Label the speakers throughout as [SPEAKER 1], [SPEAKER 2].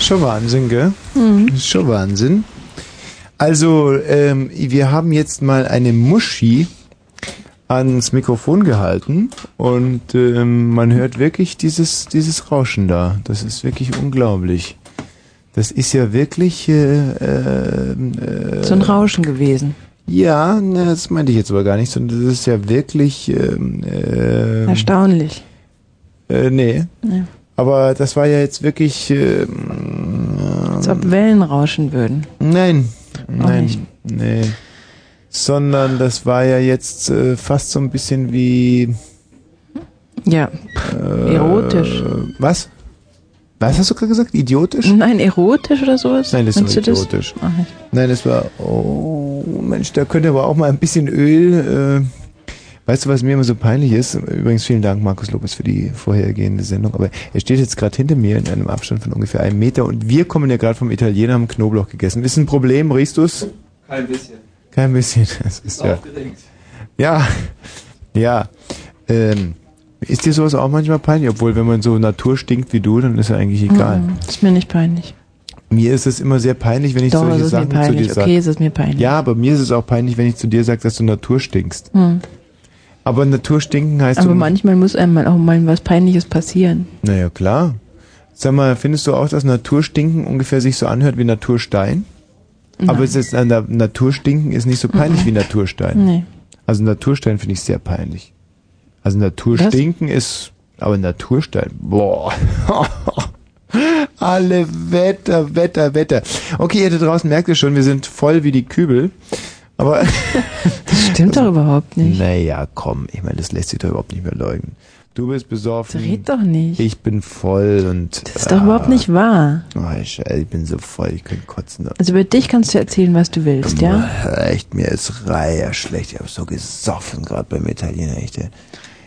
[SPEAKER 1] schon Wahnsinn, gell? Mhm. Das ist schon Wahnsinn. Also, ähm, wir haben jetzt mal eine Muschi ans Mikrofon gehalten und ähm, man hört wirklich dieses, dieses Rauschen da. Das ist wirklich unglaublich. Das ist ja wirklich äh, äh, äh,
[SPEAKER 2] So ein Rauschen gewesen.
[SPEAKER 1] ja, na, das meinte ich jetzt aber gar nicht, sondern das ist ja wirklich ähm, ähm,
[SPEAKER 2] Erstaunlich.
[SPEAKER 1] Äh, nee.
[SPEAKER 2] Ja.
[SPEAKER 1] Aber das war ja jetzt wirklich. Ähm,
[SPEAKER 2] Als ob Wellen rauschen würden.
[SPEAKER 1] Nein.
[SPEAKER 2] Auch
[SPEAKER 1] Nein.
[SPEAKER 2] nicht.
[SPEAKER 1] Nee. Sondern das war ja jetzt äh, fast so ein bisschen wie.
[SPEAKER 2] Ja.
[SPEAKER 1] Äh,
[SPEAKER 2] Erotisch.
[SPEAKER 1] Was? Was hast du gerade gesagt? Idiotisch?
[SPEAKER 2] Nein, erotisch oder sowas?
[SPEAKER 1] Nein, das ist
[SPEAKER 2] Meinst
[SPEAKER 1] doch
[SPEAKER 2] du das?
[SPEAKER 1] idiotisch.
[SPEAKER 2] Ach, nicht.
[SPEAKER 1] Nein, das war. Oh, Mensch, da könnte aber auch mal ein bisschen Öl. Äh, weißt du, was mir immer so peinlich ist? Übrigens, vielen Dank, Markus Lopez, für die vorhergehende Sendung. Aber er steht jetzt gerade hinter mir in einem Abstand von ungefähr einem Meter und wir kommen ja gerade vom Italiener, haben Knoblauch gegessen. Ist ein Problem, riechst du es?
[SPEAKER 3] Kein bisschen.
[SPEAKER 1] Kein bisschen. Das ist ja. Ja, ja. Ähm, ist dir sowas auch manchmal peinlich? Obwohl, wenn man so Natur stinkt wie du, dann ist ja eigentlich egal.
[SPEAKER 2] Mhm. Ist mir nicht peinlich.
[SPEAKER 1] Mir ist es immer sehr peinlich, wenn ich
[SPEAKER 2] Doch, es
[SPEAKER 1] solche
[SPEAKER 2] ist mir
[SPEAKER 1] Sachen zu dir
[SPEAKER 2] peinlich.
[SPEAKER 1] sage.
[SPEAKER 2] Okay, es ist mir peinlich.
[SPEAKER 1] Ja, aber mir ist es auch peinlich, wenn ich zu dir sage, dass du Natur stinkst.
[SPEAKER 2] Hm.
[SPEAKER 1] Aber Natur stinken heißt
[SPEAKER 2] Aber
[SPEAKER 1] du,
[SPEAKER 2] manchmal muss einem auch mal was Peinliches passieren.
[SPEAKER 1] Naja, klar. Sag mal, findest du auch, dass Naturstinken ungefähr sich so anhört wie Naturstein? Aber es ist, äh, Na- Naturstinken ist nicht so peinlich wie Naturstein.
[SPEAKER 2] Mhm. Nee.
[SPEAKER 1] Also Naturstein finde ich sehr peinlich. Also Naturstinken ist, aber Naturstein, boah. Alle Wetter, Wetter, Wetter. Okay, ihr da draußen merkt ihr schon, wir sind voll wie die Kübel. Aber
[SPEAKER 2] Das stimmt doch überhaupt nicht.
[SPEAKER 1] Naja, komm, ich meine, das lässt sich doch überhaupt nicht mehr leugnen. Du bist besoffen.
[SPEAKER 2] Red doch nicht.
[SPEAKER 1] Ich bin voll und.
[SPEAKER 2] Das ist doch überhaupt nicht wahr.
[SPEAKER 1] Oh, ich, ich bin so voll, ich könnte kotzen.
[SPEAKER 2] Also über dich kannst du erzählen, was du willst, ja?
[SPEAKER 1] Echt, mir ist reiher schlecht. Ich habe so gesoffen gerade beim Italiener. Echt. ey.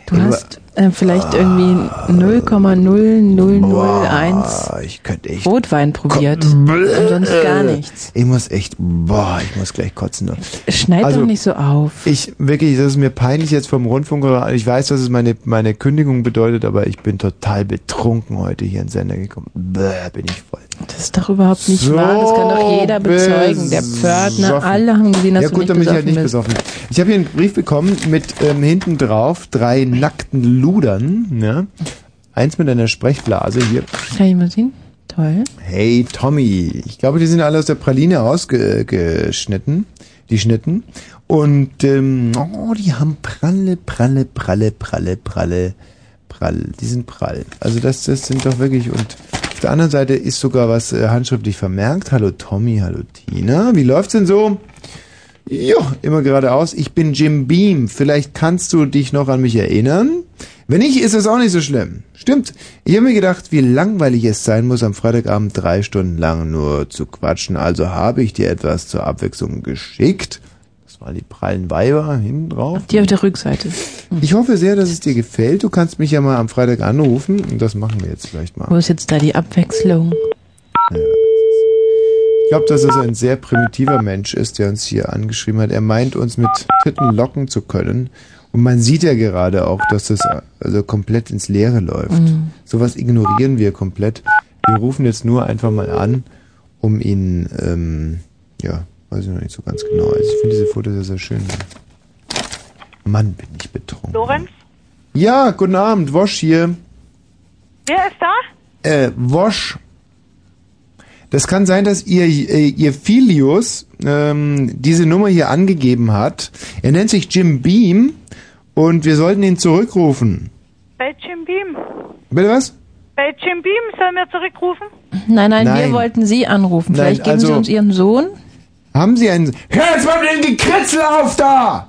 [SPEAKER 2] Du hast äh, vielleicht irgendwie 0,0001
[SPEAKER 1] Boah, Ah, ich könnte echt.
[SPEAKER 2] Rotwein probiert. Und sonst gar nichts.
[SPEAKER 1] äh, Ich muss echt. Boah, ich muss gleich kotzen. ne?
[SPEAKER 2] Schneid
[SPEAKER 1] Also-
[SPEAKER 2] doch nicht so auf.
[SPEAKER 1] Ich wirklich, das ist mir peinlich jetzt vom Rundfunk. Ich weiß, dass es meine, meine Kündigung bedeutet, aber ich bin total betrunken heute hier in den Sender gekommen. Bäh, bin ich voll.
[SPEAKER 2] Das ist doch überhaupt nicht
[SPEAKER 1] So
[SPEAKER 2] wahr. Das kann doch jeder bezeugen. Der Pförtner,
[SPEAKER 1] besoffen.
[SPEAKER 2] alle haben gesehen, dass
[SPEAKER 1] ja,
[SPEAKER 2] du
[SPEAKER 1] gut,
[SPEAKER 2] nicht
[SPEAKER 1] dann bin ich
[SPEAKER 2] besoffen
[SPEAKER 1] halt nicht
[SPEAKER 2] bist.
[SPEAKER 1] besoffen. Ich habe hier einen Brief bekommen mit ähm, hinten drauf drei nackten Ludern. Ne? Eins mit einer Sprechblase hier.
[SPEAKER 2] Kann ich mal sehen? Toll.
[SPEAKER 1] Hey Tommy, ich glaube, die sind alle aus der Praline ausgeschnitten, die Schnitten. Und ähm, oh, die haben pralle, pralle, pralle, pralle, pralle, prall. Die sind prall. Also das, das sind doch wirklich. Und auf der anderen Seite ist sogar was äh, handschriftlich vermerkt. Hallo Tommy, hallo Tina. Wie läuft's denn so? Jo, immer geradeaus. Ich bin Jim Beam. Vielleicht kannst du dich noch an mich erinnern. Wenn nicht, ist das auch nicht so schlimm. Stimmt. Ich habe mir gedacht, wie langweilig es sein muss, am Freitagabend drei Stunden lang nur zu quatschen. Also habe ich dir etwas zur Abwechslung geschickt. Das waren die prallen Weiber hinten drauf.
[SPEAKER 2] Die auf der Rückseite.
[SPEAKER 1] Ich hoffe sehr, dass es dir gefällt. Du kannst mich ja mal am Freitag anrufen. Und das machen wir jetzt vielleicht mal.
[SPEAKER 2] Wo ist jetzt da die Abwechslung?
[SPEAKER 1] Ich glaube, dass es ein sehr primitiver Mensch ist, der uns hier angeschrieben hat. Er meint, uns mit Titten locken zu können. Und man sieht ja gerade auch, dass das also komplett ins Leere läuft.
[SPEAKER 4] Mhm.
[SPEAKER 1] Sowas ignorieren wir komplett. Wir rufen jetzt nur einfach mal an, um ihn, ähm, ja, weiß ich noch nicht so ganz genau. Also ich finde diese Fotos sehr, sehr schön. Mann, bin ich betrunken.
[SPEAKER 5] Lorenz,
[SPEAKER 1] Ja, guten Abend, Wosch hier.
[SPEAKER 5] wer ist da?
[SPEAKER 1] äh, Wosch. Das kann sein, dass ihr, äh, ihr Filius ähm, diese Nummer hier angegeben hat. Er nennt sich Jim Beam und wir sollten ihn zurückrufen.
[SPEAKER 5] Bei Jim Beam.
[SPEAKER 1] Bitte was?
[SPEAKER 5] Bei Jim Beam sollen wir zurückrufen?
[SPEAKER 2] Nein, nein,
[SPEAKER 1] Nein.
[SPEAKER 2] wir wollten Sie anrufen.
[SPEAKER 1] Nein,
[SPEAKER 2] Vielleicht geben Sie
[SPEAKER 1] also-
[SPEAKER 2] uns Ihren Sohn.
[SPEAKER 1] Haben Sie einen... Hör jetzt mal mit dem Gekritzel auf da!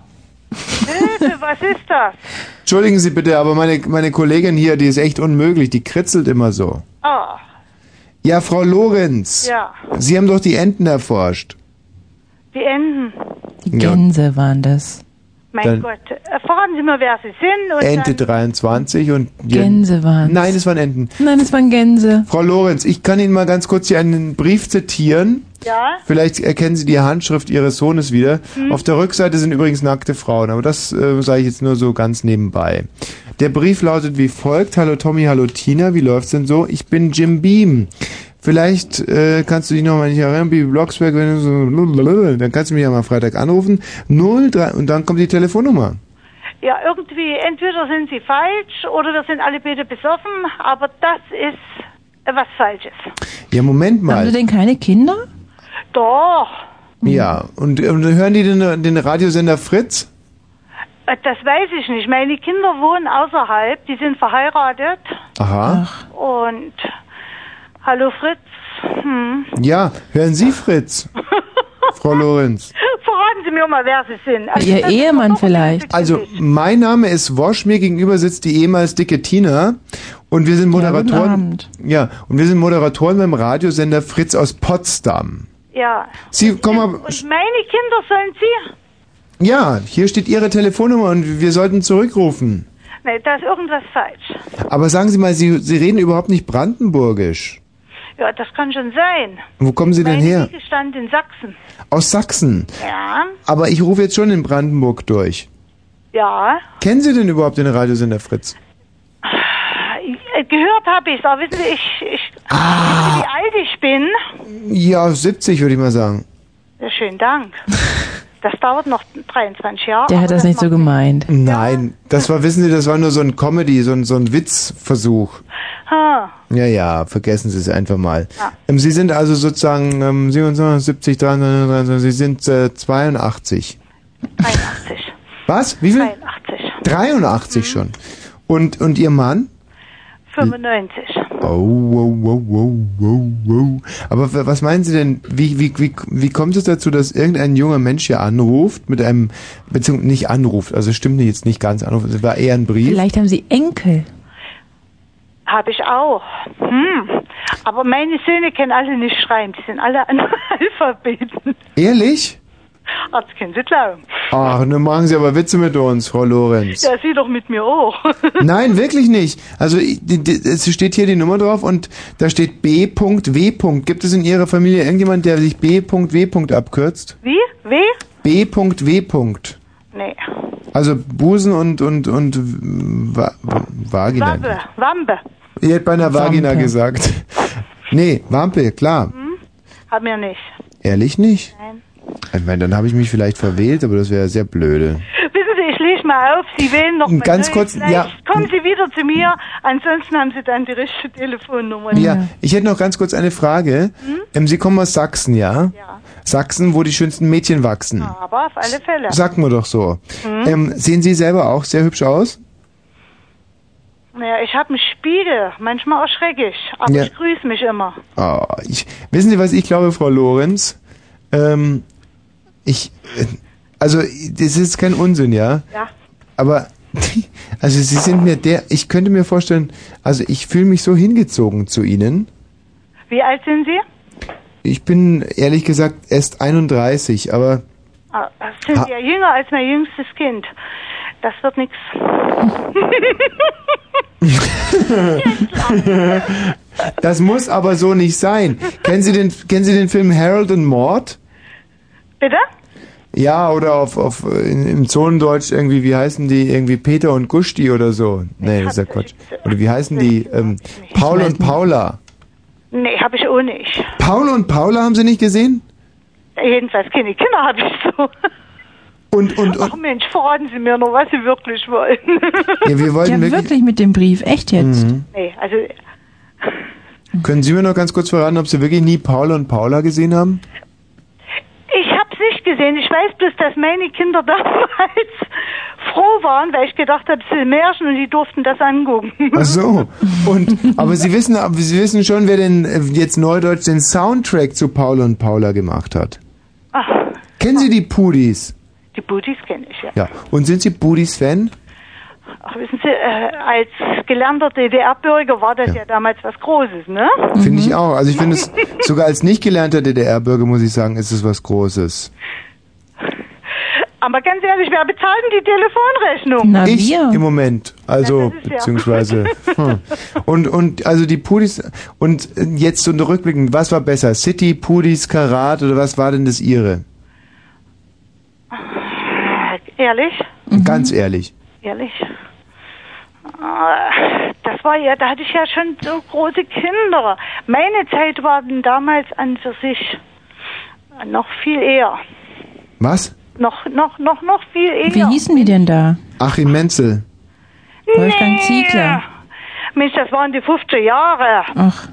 [SPEAKER 5] Hilfe, was ist das?
[SPEAKER 1] Entschuldigen Sie bitte, aber meine, meine Kollegin hier, die ist echt unmöglich. Die kritzelt immer so.
[SPEAKER 5] Ah,
[SPEAKER 1] Ja, Frau Lorenz.
[SPEAKER 5] Ja.
[SPEAKER 1] Sie haben doch die Enten erforscht.
[SPEAKER 5] die Enten.
[SPEAKER 2] Gänse waren das.
[SPEAKER 5] Mein
[SPEAKER 1] Dann-
[SPEAKER 5] Gott, erfahren Sie mal, wer Sie sind. Und
[SPEAKER 1] Ente
[SPEAKER 5] dann,
[SPEAKER 1] 23 und...
[SPEAKER 2] Gänse waren
[SPEAKER 1] Nein, es waren Enten.
[SPEAKER 2] Nein, es waren Gänse.
[SPEAKER 1] Frau Lorenz, ich kann Ihnen mal ganz kurz hier einen Brief zitieren.
[SPEAKER 5] ja,
[SPEAKER 1] Vielleicht erkennen Sie die Handschrift Ihres Sohnes wieder.
[SPEAKER 5] Hm.
[SPEAKER 1] Auf der Rückseite sind übrigens nackte Frauen, aber das äh, sage ich jetzt nur so ganz nebenbei. Der Brief lautet wie folgt. Hallo Tommy, hallo Tina, wie läuft's denn so? Ich bin Jim Beam. Vielleicht äh, kannst du dich nochmal nicht erinnern, Bibi Blocksberg, wenn du so, blablabla, dann kannst du mich ja mal Freitag anrufen. 03, und dann kommt die Telefonnummer.
[SPEAKER 5] Ja, irgendwie, entweder sind sie falsch oder wir sind alle beide besoffen, aber das ist äh, was Falsches.
[SPEAKER 1] Ja, Moment
[SPEAKER 2] Haben
[SPEAKER 1] mal.
[SPEAKER 2] sie denn keine Kinder?
[SPEAKER 5] Doch,
[SPEAKER 2] Hm.
[SPEAKER 1] Ja, und, äh, und hören die den, den Radiosender Fritz?
[SPEAKER 5] äh, das weiß ich nicht. Meine Kinder wohnen außerhalb, die sind verheiratet
[SPEAKER 1] Aha.
[SPEAKER 5] und hallo Fritz. Hm.
[SPEAKER 1] Ja, hören Sie Fritz, Frau Lorenz.
[SPEAKER 5] Verraten Sie mir mal, wer Sie sind. Also,
[SPEAKER 2] Ihr
[SPEAKER 5] das ist
[SPEAKER 2] Ehemann
[SPEAKER 5] doch-
[SPEAKER 2] vielleicht.
[SPEAKER 1] Also, mein Name ist Wosch, mir gegenüber sitzt die ehemals dicke Tina und wir sind Moderatoren.
[SPEAKER 2] Abend.
[SPEAKER 1] Ja, und wir sind Moderatoren beim Radiosender Fritz aus Potsdam.
[SPEAKER 5] Ja.
[SPEAKER 1] Sie, komm mal,
[SPEAKER 5] Und meine Kinder sollen Sie?
[SPEAKER 1] ja, hier steht Ihre Telefonnummer und wir sollten zurückrufen.
[SPEAKER 5] Nee, da ist irgendwas falsch.
[SPEAKER 1] Aber sagen Sie mal, Sie, Sie reden überhaupt nicht Brandenburgisch.
[SPEAKER 5] Ja, das kann schon sein.
[SPEAKER 1] Wo kommen Sie denn
[SPEAKER 5] Meine
[SPEAKER 1] her?
[SPEAKER 5] Wiege stand in Sachsen.
[SPEAKER 1] Aus Sachsen.
[SPEAKER 5] Ja,
[SPEAKER 1] Aber ich rufe jetzt schon in Brandenburg durch.
[SPEAKER 5] ja.
[SPEAKER 1] Kennen Sie denn überhaupt den Radiosender Fritz?
[SPEAKER 5] Äh, Gehört habe ich es, aber wissen Sie, ich, ich
[SPEAKER 2] Ah.
[SPEAKER 5] wie alt ich bin.
[SPEAKER 1] Ja, 70 würde ich mal sagen.
[SPEAKER 5] Ja, schönen Dank. Das dauert noch 23 Jahre.
[SPEAKER 2] Der hat
[SPEAKER 5] aber
[SPEAKER 2] das nicht so
[SPEAKER 5] macht-
[SPEAKER 2] gemeint.
[SPEAKER 1] Nein, das war, wissen Sie, das war nur so ein Comedy, so ein, so ein Witzversuch.
[SPEAKER 5] Ha.
[SPEAKER 1] Ja, ja, vergessen Sie es einfach mal.
[SPEAKER 5] Ja.
[SPEAKER 1] Ähm, Sie sind also sozusagen ähm, 27, 70, 23, 23, Sie sind äh, 82.
[SPEAKER 5] 83.
[SPEAKER 1] Was? Wie viel?
[SPEAKER 5] 83.
[SPEAKER 1] 83 schon. Und, und Ihr Mann?
[SPEAKER 5] 95.
[SPEAKER 1] Oh, wow, wow, wow, wow, wow. Aber w- was meinen Sie denn, wie, wie, wie, wie kommt es dazu, dass irgendein junger Mensch hier anruft mit einem, beziehungsweise nicht anruft, also stimmt jetzt nicht ganz anruft, es war eher ein Brief.
[SPEAKER 2] Vielleicht haben sie Enkel.
[SPEAKER 5] Habe ich auch. Hm. Aber meine Söhne können alle nicht schreiben. Die sind alle Analphabeten.
[SPEAKER 1] Ehrlich?
[SPEAKER 5] Das können Sie glauben.
[SPEAKER 1] Ach, nun machen Sie aber Witze mit uns, Frau Lorenz.
[SPEAKER 5] Ja, Sie doch mit mir auch.
[SPEAKER 1] Nein, wirklich nicht. Also ich- die- die- es steht hier die Nummer drauf und da steht B.W. Gibt es in Ihrer Familie irgendjemand, der sich B.W. abkürzt?
[SPEAKER 5] Wie? Wie?
[SPEAKER 1] B.W.
[SPEAKER 5] Nee.
[SPEAKER 1] Also Busen und und und Va Vagina.
[SPEAKER 5] Wampe. Wampe.
[SPEAKER 1] Ihr hättet bei einer Vagina
[SPEAKER 2] Wampe.
[SPEAKER 1] gesagt. Nee, Wampe, klar.
[SPEAKER 5] Haben wir Hm? nicht.
[SPEAKER 1] Ehrlich nicht?
[SPEAKER 5] Nein.
[SPEAKER 1] Ich meine, dann habe ich mich vielleicht verwählt, aber das wäre sehr blöde.
[SPEAKER 5] Wissen Sie, ich lese mal auf, Sie wählen noch mal
[SPEAKER 1] Ganz
[SPEAKER 5] neu.
[SPEAKER 1] kurz,
[SPEAKER 5] Vielleicht
[SPEAKER 1] ja.
[SPEAKER 5] Kommen Sie wieder zu mir, ansonsten haben Sie dann die richtige Telefonnummer.
[SPEAKER 1] Ja, ich hätte noch ganz kurz eine Frage. Ähm, Sie kommen aus Sachsen, ja?
[SPEAKER 5] Hm? Ja.
[SPEAKER 1] Sachsen, wo die schönsten Mädchen wachsen.
[SPEAKER 5] Aber Hm? auf alle Fälle.
[SPEAKER 1] Sagt man doch so. Ähm, sehen Sie selber auch sehr hübsch aus?
[SPEAKER 5] Naja, ich habe einen Spiegel, manchmal erschrecke ich, aber
[SPEAKER 1] Ja.
[SPEAKER 5] ich grüße mich immer.
[SPEAKER 1] Oh, ich, wissen Sie, was ich glaube, Frau Lorenz? Ähm, ich, äh, also, das ist kein Unsinn, ja?
[SPEAKER 5] Ja.
[SPEAKER 1] Aber, also, Sie sind mir der, ich könnte mir vorstellen, also, ich fühle mich so hingezogen zu Ihnen.
[SPEAKER 5] Wie alt sind Sie?
[SPEAKER 1] Ich bin, ehrlich gesagt, erst 31, aber,
[SPEAKER 5] Ah, sind
[SPEAKER 1] Ha-
[SPEAKER 5] Sie ja jünger als mein jüngstes Kind. Das wird nichts.
[SPEAKER 1] das muss aber so nicht sein. kennen Sie den, kennen Sie den Film Harold und Mord?
[SPEAKER 5] Bitte?
[SPEAKER 1] Ja, oder auf, auf in, im Zonendeutsch irgendwie, wie heißen die irgendwie Peter und Gusti oder so? Nee, das ist ja Quatsch. Oder wie heißen die? Ähm, Paul und Paula.
[SPEAKER 5] Nee, habe ich auch nicht.
[SPEAKER 1] Paul und Paula haben sie nicht gesehen?
[SPEAKER 5] Jedenfalls keine Kinder habe ich so.
[SPEAKER 1] Und und, und
[SPEAKER 5] Ach Mensch, verraten Sie mir noch, was Sie wirklich wollen.
[SPEAKER 1] ja, wir
[SPEAKER 2] Ja,
[SPEAKER 1] wollten wirklich,
[SPEAKER 2] wirklich mit dem Brief. Echt jetzt?
[SPEAKER 5] nee, also
[SPEAKER 1] Mhm. Können Sie mir noch ganz kurz verraten, ob Sie wirklich nie Paul und Paula gesehen haben?
[SPEAKER 5] Ich hab's nicht gesehen. Ich weiß bloß, dass meine Kinder damals froh waren, weil ich gedacht habe, es sind Märchen und die durften das angucken.
[SPEAKER 1] Ach so. Und aber Sie wissen, aber Sie wissen schon, wer denn äh, jetzt Neudeutsch den Soundtrack zu Paul und Paula gemacht hat.
[SPEAKER 5] Ach,
[SPEAKER 1] Kennen Sie die Pudis?
[SPEAKER 5] die Booties kenne ich ja.
[SPEAKER 1] Ja. Und sind Sie Pudis Fan?
[SPEAKER 5] Ach, wissen Sie, äh, als gelernter DDR-Bürger war das ja. damals was Großes, ne?
[SPEAKER 1] Finde
[SPEAKER 2] Mhm.
[SPEAKER 1] ich auch. Also ich finde es sogar als nicht gelernter DDR-Bürger muss ich sagen, ist es was Großes.
[SPEAKER 5] Aber ganz ehrlich, wer bezahlt denn die Telefonrechnung?
[SPEAKER 2] Na,
[SPEAKER 1] ich
[SPEAKER 2] wir.
[SPEAKER 1] im Moment, also
[SPEAKER 5] Ah, Ja, das ist ja-
[SPEAKER 1] beziehungsweise hm. und und also die Pudis und jetzt so rückblickend, was war besser, City, Pudis, Karat oder was war denn das ihre?
[SPEAKER 5] Ehrlich?
[SPEAKER 1] Ganz ehrlich.
[SPEAKER 5] Ehrlich? Äh, Ah, Das war ja, da hatte ich ja schon so große Kinder. Meine Zeit war denn damals an für sich noch viel eher.
[SPEAKER 1] Was?
[SPEAKER 5] Noch, noch, noch, noch viel eher.
[SPEAKER 2] Wie hießen die denn da?
[SPEAKER 1] Achim Menzel.
[SPEAKER 2] Wolfgang Ziegler.
[SPEAKER 5] Mensch, das waren die 50er Jahre.
[SPEAKER 2] Ach.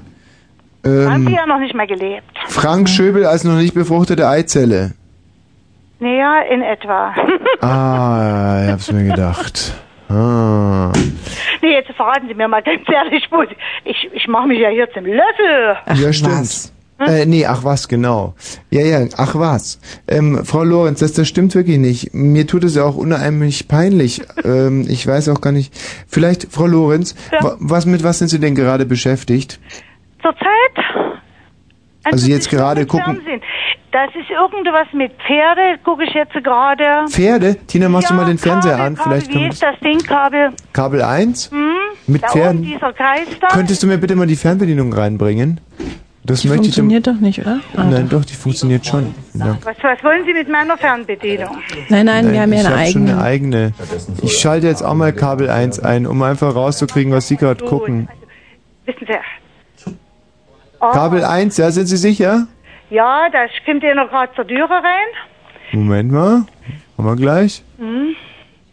[SPEAKER 5] Haben die
[SPEAKER 1] Ähm,
[SPEAKER 5] ja noch nicht mehr gelebt.
[SPEAKER 1] Frank Schöbel als noch nicht befruchtete Eizelle.
[SPEAKER 5] Naja, in etwa.
[SPEAKER 1] Ah, ich hab's mir gedacht. Ah.
[SPEAKER 5] nee, jetzt verraten Sie mir mal ganz ehrlich, wo Sie- ich, ich mache mich ja hier zum Löffel.
[SPEAKER 1] ja, stimmt. Äh, nee, ach was, genau. Ja, ja, ach was. Ähm, Frau Lorenz, das, das stimmt wirklich nicht. Mir tut es ja auch unheimlich peinlich. ähm, ich weiß auch gar nicht. Vielleicht, Frau Lorenz,
[SPEAKER 5] Ja.
[SPEAKER 1] wa- was mit was sind Sie denn gerade beschäftigt?
[SPEAKER 5] Zurzeit?
[SPEAKER 1] Also jetzt gerade gucken.
[SPEAKER 5] Fernsehen. Das ist irgendwas mit Pferde, gucke ich jetzt gerade.
[SPEAKER 1] Pferde? Tina, machst du
[SPEAKER 5] Ja,
[SPEAKER 1] mal den Fernseher
[SPEAKER 5] Kabel,
[SPEAKER 1] an?
[SPEAKER 5] Kabel,
[SPEAKER 1] Vielleicht
[SPEAKER 5] wie
[SPEAKER 1] können wir
[SPEAKER 5] ist das Ding, Kabel? Hm?
[SPEAKER 1] das- Kabel 1? Mit
[SPEAKER 5] da
[SPEAKER 1] Pferden?
[SPEAKER 5] Oben dieser Kreis da.
[SPEAKER 1] Könntest du mir bitte mal die Fernbedienung reinbringen? Das
[SPEAKER 2] Die
[SPEAKER 1] möchte ich dem-
[SPEAKER 2] funktioniert doch nicht, oder? Ah,
[SPEAKER 1] Nein, doch, die funktioniert schon. Ja.
[SPEAKER 5] was, was wollen Sie mit meiner Fernbedienung?
[SPEAKER 2] Nein, nein, wir haben ja
[SPEAKER 1] ich
[SPEAKER 2] eine
[SPEAKER 1] hab schon eine
[SPEAKER 2] eigene.
[SPEAKER 1] eigene. Ich schalte jetzt auch mal Kabel 1 ein, um einfach rauszukriegen, was Sie gerade gucken.
[SPEAKER 5] Wissen Sie,
[SPEAKER 1] Kabel 1, ja, sind Sie sicher?
[SPEAKER 5] ja, da kommt ihr noch gerade zur Türe rein.
[SPEAKER 1] Moment mal. Haben wir gleich?
[SPEAKER 5] Hm?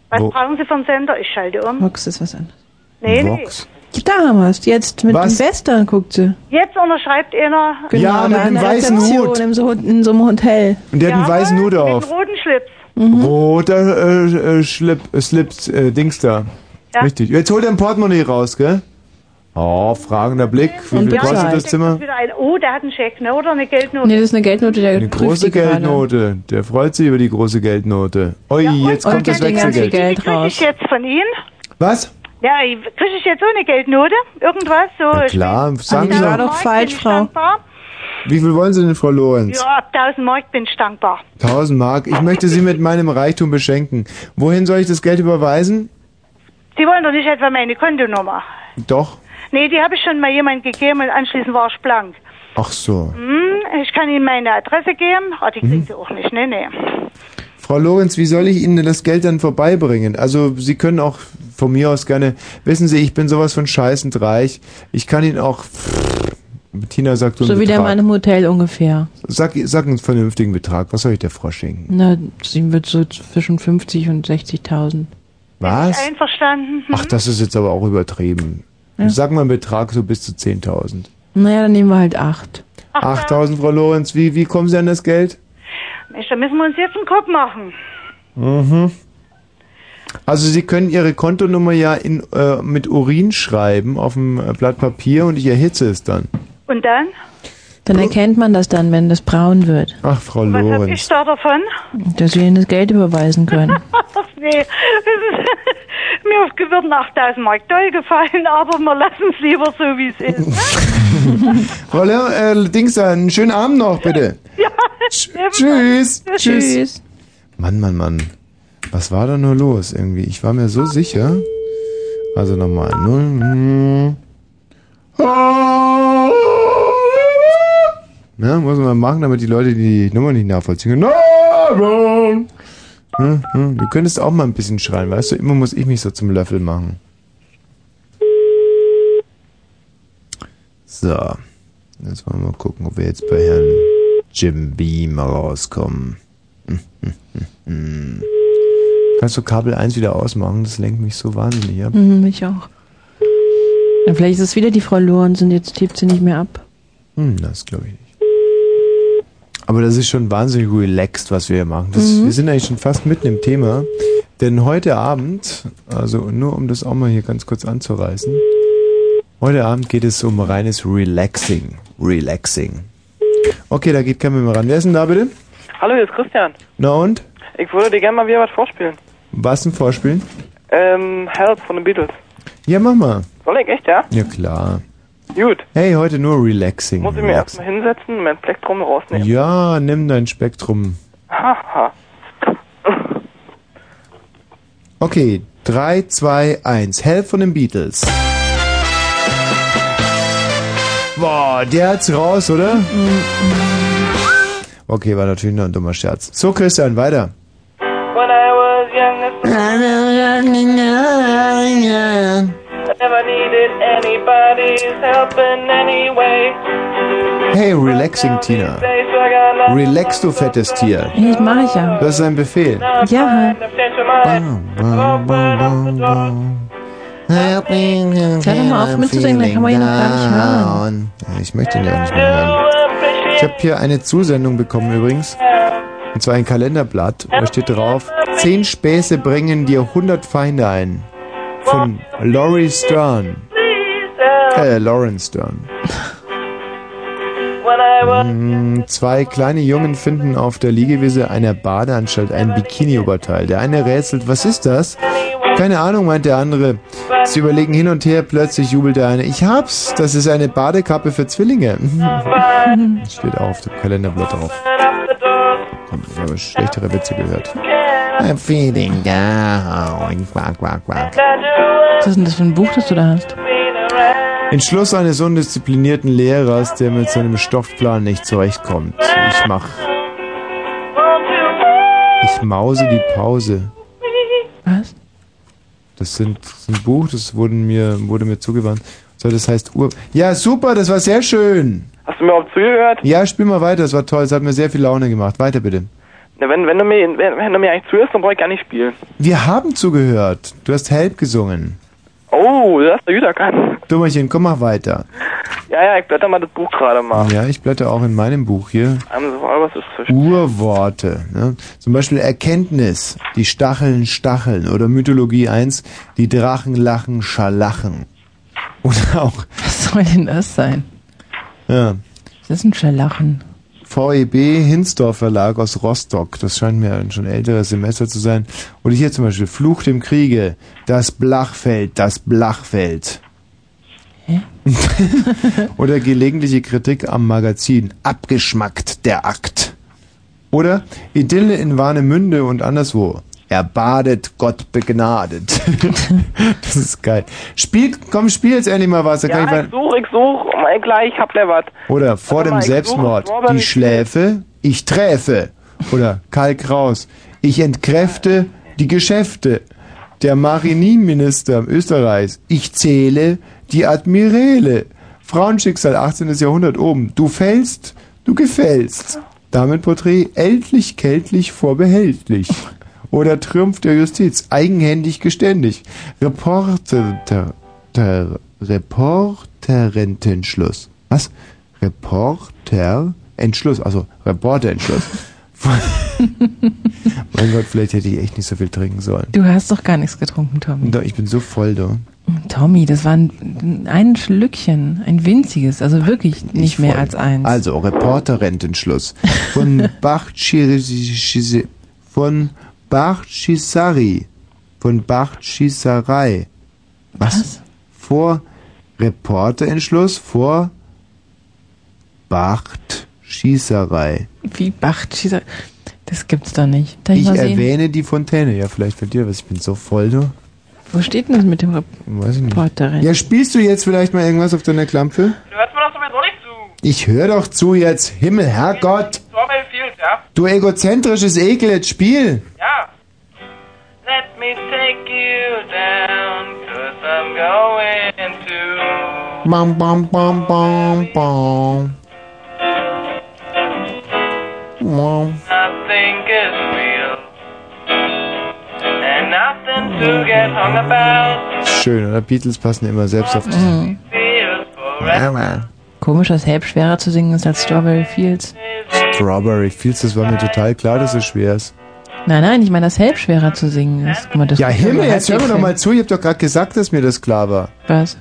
[SPEAKER 5] Was
[SPEAKER 1] Wo-
[SPEAKER 5] brauchen Sie vom Sender? Ich schalte um.
[SPEAKER 2] Vox ist was anderes.
[SPEAKER 5] Nee,
[SPEAKER 1] Vox.
[SPEAKER 2] Da haben wir es. Jetzt mit
[SPEAKER 1] Was?
[SPEAKER 2] dem Western guckt sie.
[SPEAKER 5] nee. Jetzt unterschreibt einer
[SPEAKER 2] Genau,
[SPEAKER 1] Ja,
[SPEAKER 2] da
[SPEAKER 1] mit
[SPEAKER 2] an
[SPEAKER 1] dem
[SPEAKER 2] der
[SPEAKER 1] weißen
[SPEAKER 2] Rezeption
[SPEAKER 1] Hut.
[SPEAKER 2] im so- in so einem Hotel.
[SPEAKER 1] Und der hat einen
[SPEAKER 5] Jawohl,
[SPEAKER 1] weißen Hut
[SPEAKER 5] mit
[SPEAKER 1] auf.
[SPEAKER 5] einem roten Schlips.
[SPEAKER 2] Mhm.
[SPEAKER 1] Roter äh, äh, Schlip, äh, Slips, äh, Dings da.
[SPEAKER 5] Ja.
[SPEAKER 1] Richtig. Jetzt holt er ein Portemonnaie raus, gell? Oh, fragender Blick. Wie viel
[SPEAKER 2] bezahlt.
[SPEAKER 1] kostet das
[SPEAKER 5] Steckt
[SPEAKER 1] Zimmer?
[SPEAKER 5] Wieder ein, oh, der hat einen Scheck, ne? Oder eine Geldnote.
[SPEAKER 2] Nee, das ist eine Geldnote, der
[SPEAKER 1] Eine große Geldnote. Der freut sich über die große Geldnote. Ui, jetzt
[SPEAKER 2] und
[SPEAKER 1] kommt das
[SPEAKER 2] der Dinger-
[SPEAKER 1] Wechselgeld.
[SPEAKER 2] Geld
[SPEAKER 5] Wie kriege
[SPEAKER 2] raus.
[SPEAKER 5] ich jetzt von Ihnen?
[SPEAKER 1] Was?
[SPEAKER 5] Ja, ich- kriege ich jetzt so eine Geldnote? Irgendwas so?
[SPEAKER 1] Ja, klar, sagen Sie
[SPEAKER 2] die war
[SPEAKER 1] doch.
[SPEAKER 2] doch falsch,
[SPEAKER 5] bin ich
[SPEAKER 2] Frau.
[SPEAKER 5] dankbar.
[SPEAKER 1] Wie viel wollen Sie denn, Frau Lorenz?
[SPEAKER 5] Ja, ab 1000 Mark bin ich dankbar.
[SPEAKER 1] 1000 Mark. Ich möchte Sie mit meinem Reichtum beschenken. Wohin soll ich das Geld überweisen?
[SPEAKER 5] Sie wollen doch nicht etwa meine Kontonummer.
[SPEAKER 1] Doch.
[SPEAKER 5] Nee, die habe ich schon mal jemand gegeben und anschließend war ich blank.
[SPEAKER 1] Ach so.
[SPEAKER 5] Hm, ich kann Ihnen meine Adresse geben. Ah, die
[SPEAKER 1] Hm?
[SPEAKER 5] kriegen Sie auch nicht. ne. Nee, nee.
[SPEAKER 1] Frau Lorenz, wie soll ich Ihnen denn das Geld dann vorbeibringen? Also, Sie können auch von mir aus gerne, wissen Sie, ich bin sowas von scheißend reich. Ich kann Ihnen auch, Bettina sagt so einen
[SPEAKER 2] So wie der
[SPEAKER 1] Betrag.
[SPEAKER 2] Mann im Hotel ungefähr.
[SPEAKER 1] Sag, sag einen vernünftigen Betrag. Was soll ich der Frau schenken?
[SPEAKER 2] Na, sie wird so zwischen 50 und 60.000.
[SPEAKER 1] Was?
[SPEAKER 5] Einverstanden?
[SPEAKER 1] Ach, das ist jetzt aber auch übertrieben. Sag mal einen Betrag so bis zu 10.000.
[SPEAKER 2] Naja, dann nehmen wir halt 8.
[SPEAKER 1] 8.000, Frau Lorenz, wie, wie kommen Sie an das Geld?
[SPEAKER 5] Mensch, da müssen wir uns jetzt einen Kopf machen.
[SPEAKER 1] Mhm. Also Sie können Ihre Kontonummer ja in, äh, mit Urin schreiben auf dem äh, Blatt Papier und ich erhitze es dann.
[SPEAKER 5] Und dann?
[SPEAKER 2] Dann erkennt man das dann, wenn das braun wird,
[SPEAKER 1] Ach, Frau
[SPEAKER 5] Was habe
[SPEAKER 1] Lorenz.
[SPEAKER 5] ich da davon?
[SPEAKER 2] dass wir ihnen das Geld überweisen können.
[SPEAKER 5] Ach nee, wissen Sie, mir auf Gewürden 8000 Mark doll gefallen, aber wir lassen es lieber so, wie es ist.
[SPEAKER 1] Frau Lorenz, äh, Dings, da, einen schönen Abend noch, bitte.
[SPEAKER 5] Ja,
[SPEAKER 1] Tsch- Tschüss. Tschüss.
[SPEAKER 2] Tschüss.
[SPEAKER 1] Mann, Mann, Mann. Was war da nur los irgendwie? Ich war mir so sicher. Also nochmal. Null. Ne, muss man machen, damit die Leute die Nummer nicht nachvollziehen können. Nein! Hm, hm, Du könntest auch mal ein bisschen schreien, weißt du? Immer muss ich mich so zum Löffel machen. So. Jetzt wollen wir mal gucken, ob wir jetzt bei Herrn Jim Beam rauskommen. Hm, Kannst du Kabel 1 wieder ausmachen? Das lenkt mich so wahnsinnig ab.
[SPEAKER 2] Mhm, mich auch. Ja, vielleicht ist es wieder die Frau Lorenz und jetzt hebt sie nicht mehr ab.
[SPEAKER 1] Hm, das glaube ich nicht. Aber das ist schon wahnsinnig relaxed, was wir hier machen. Das,
[SPEAKER 2] Mhm.
[SPEAKER 1] Wir sind eigentlich schon fast mitten im Thema. Denn heute Abend, also nur um das auch mal hier ganz kurz anzureißen, heute Abend geht es um reines Relaxing. Relaxing. Okay, da geht keiner mehr ran. Wer ist denn da bitte?
[SPEAKER 3] Hallo, hier ist Christian.
[SPEAKER 1] Na und?
[SPEAKER 3] Ich würde dir gerne mal wieder was vorspielen.
[SPEAKER 1] Was denn vorspielen?
[SPEAKER 3] Ähm, Help von den Beatles.
[SPEAKER 1] Ja, mach mal.
[SPEAKER 3] Soll ich echt, ja?
[SPEAKER 1] Ja, klar.
[SPEAKER 3] Gut.
[SPEAKER 1] Hey, heute nur Relaxing.
[SPEAKER 3] Muss ich mir erstmal hinsetzen, mein Plektrum rausnehmen.
[SPEAKER 1] Ja, nimm dein Spektrum.
[SPEAKER 3] Haha.
[SPEAKER 1] Okay, 3, 2, 1. Help von den Beatles. Boah, der hat's raus, oder? Okay, war natürlich nur ein dummer Scherz. So, Christian, weiter.
[SPEAKER 3] When I was young,
[SPEAKER 4] Never needed anybody's help in any way.
[SPEAKER 1] Hey, relaxing Tina. Relax, du fettes Tier.
[SPEAKER 2] Hey, mach ich ja.
[SPEAKER 1] Das ist ein Befehl.
[SPEAKER 2] Ja. hm.
[SPEAKER 1] Bam, bam, bam, bam, bam. Help me,
[SPEAKER 2] Hör doch mal auf mitzusingen, dann kann man ihn noch gar nicht hören.
[SPEAKER 1] Ja, Ich möchte ihn ja auch nicht mehr hören. Ich habe hier eine Zusendung bekommen übrigens. Und zwar ein Kalenderblatt. Und da steht drauf, 10 Späße bringen dir 100 Feinde ein. Von Laurie Stern. Äh, Lauren Stern. Mm, Zwei kleine Jungen finden auf der Liegewiese einer Badeanstalt ein Bikini-Oberteil. Der eine rätselt, was ist das? Keine Ahnung, meint der andere. Sie überlegen hin und her, plötzlich jubelt der eine. Ich hab's, das ist eine Badekappe für Zwillinge. Das steht auch auf dem Kalenderblatt drauf. Ich habe schlechtere Witze gehört. I'm feeling down. Quack, quack, quack.
[SPEAKER 2] Was ist denn das für ein Buch, das du da hast?
[SPEAKER 1] Entschluss eines undisziplinierten Lehrers, der mit seinem Stoffplan nicht zurechtkommt. Ich mach. Ich mause die Pause.
[SPEAKER 2] Was?
[SPEAKER 1] Das sind das ist ein Buch, das wurde mir, wurde mir zugewandt. So, das heißt Ur. Ja, super, das war sehr schön.
[SPEAKER 3] Hast du mir auch zugehört?
[SPEAKER 1] Ja, spiel mal weiter, das war toll, das hat mir sehr viel Laune gemacht. Weiter bitte.
[SPEAKER 3] Na, wenn, wenn, du mir, wenn, wenn du mir eigentlich zuhörst, dann brauch ich gar nicht spielen.
[SPEAKER 1] Wir haben zugehört. Du hast Help gesungen.
[SPEAKER 3] Oh, das hast du wieder kann.
[SPEAKER 1] Dummerchen, komm mal weiter.
[SPEAKER 3] Ja, ja, ich blätter mal das Buch gerade mal.
[SPEAKER 1] Ja, ich blätter auch in meinem Buch hier.
[SPEAKER 3] Haben Sie mal was ist zwischen.
[SPEAKER 1] Urworte. Ne? Zum Beispiel Erkenntnis, die Stacheln stacheln oder Mythologie 1, die Drachen lachen, schalachen. Oder auch
[SPEAKER 2] Was soll denn das sein?
[SPEAKER 1] ja,
[SPEAKER 2] Das ist ein Scherlachen.
[SPEAKER 1] VEB Hinsdorf Verlag aus Rostock, das scheint mir ein schon älteres Semester zu sein. Oder hier zum Beispiel Fluch dem Kriege, das Blachfeld, das Blachfeld. Oder gelegentliche Kritik am Magazin, abgeschmackt der Akt. Oder Idylle in Warnemünde und anderswo. Er badet, Gott begnadet. das ist geil. Spielt, komm, spiel jetzt endlich mal was. Da kann ich
[SPEAKER 3] Ja,
[SPEAKER 1] mal,
[SPEAKER 3] ich such, ich such. Oh mein gleich, ich hab der was.
[SPEAKER 1] oder vor dem
[SPEAKER 3] mal, ich suche
[SPEAKER 1] Selbstmord.
[SPEAKER 3] Strawberry
[SPEAKER 1] Die Schläfe, ich träfe. Oder Karl Kraus. Ich entkräfte die Geschäfte. Der Marineminister Österreichs. Ich zähle die Admirale. Frauenschicksal 18. Jahrhundert oben. Du fällst, du gefällst. Damenporträt ältlich, kältlich, vorbehältlich. Oder Triumph der Justiz. Eigenhändig, geständig. Reporter, ter, ter, Reporterentenschluss. Was? Reporter Entschluss, also Reporter Entschluss. mein Gott, vielleicht hätte ich echt nicht so viel trinken sollen.
[SPEAKER 2] Du hast doch gar nichts getrunken, Tommy.
[SPEAKER 1] Doch, Ich bin so voll, du.
[SPEAKER 2] Tommy, das war ein, ein Schlückchen, ein winziges, also wirklich nicht mehr als eins.
[SPEAKER 1] Also, Reporter Rentenschluss. Von Bachchisari. Von Bachchisari. Von Bachchisarei. Was? Vor Reporterentschluss, vor Bachtschießerei.
[SPEAKER 2] Wie Bachtschießer. Das gibt's doch nicht. Darf ich,
[SPEAKER 1] Ich
[SPEAKER 2] mal sehen?
[SPEAKER 1] erwähne die Fontäne. Ja, vielleicht fällt dir was. Ich bin so voll, du.
[SPEAKER 2] Wo steht denn das mit dem
[SPEAKER 1] Weiß ich nicht.
[SPEAKER 2] Reporterin?
[SPEAKER 1] Ja, spielst du jetzt vielleicht mal irgendwas auf deiner Klampe?
[SPEAKER 4] Du hörst mir doch sowieso nicht zu.
[SPEAKER 1] Ich höre doch zu jetzt. Himmel, Herrgott.
[SPEAKER 4] Strawberry Fields, ja?
[SPEAKER 1] Du egozentrisches Ekel, jetzt spiel.
[SPEAKER 4] Ja. Let me take you down, cause I'm going to.
[SPEAKER 1] Bam, bam, bam, bam, bam. Bam.
[SPEAKER 4] Nothing is real. And nothing to get hung about.
[SPEAKER 1] Schön, oder? Beatles passen immer selbst auf die...
[SPEAKER 2] Mhm.
[SPEAKER 4] Feels forever.
[SPEAKER 1] Mama.
[SPEAKER 2] Komisch, dass Help schwerer zu singen ist als Strawberry Fields.
[SPEAKER 1] Strawberry Fields, das war mir total klar, dass es schwer ist.
[SPEAKER 2] Nein, nein, ich meine, dass Help schwerer zu singen ist. Guck mal, das
[SPEAKER 1] Ja,
[SPEAKER 2] ist
[SPEAKER 1] Himmel,
[SPEAKER 2] aber
[SPEAKER 1] jetzt hör mir doch
[SPEAKER 2] halbwegs
[SPEAKER 1] mal zu. Ich hab doch gerade gesagt, dass mir das klar war.
[SPEAKER 2] Was?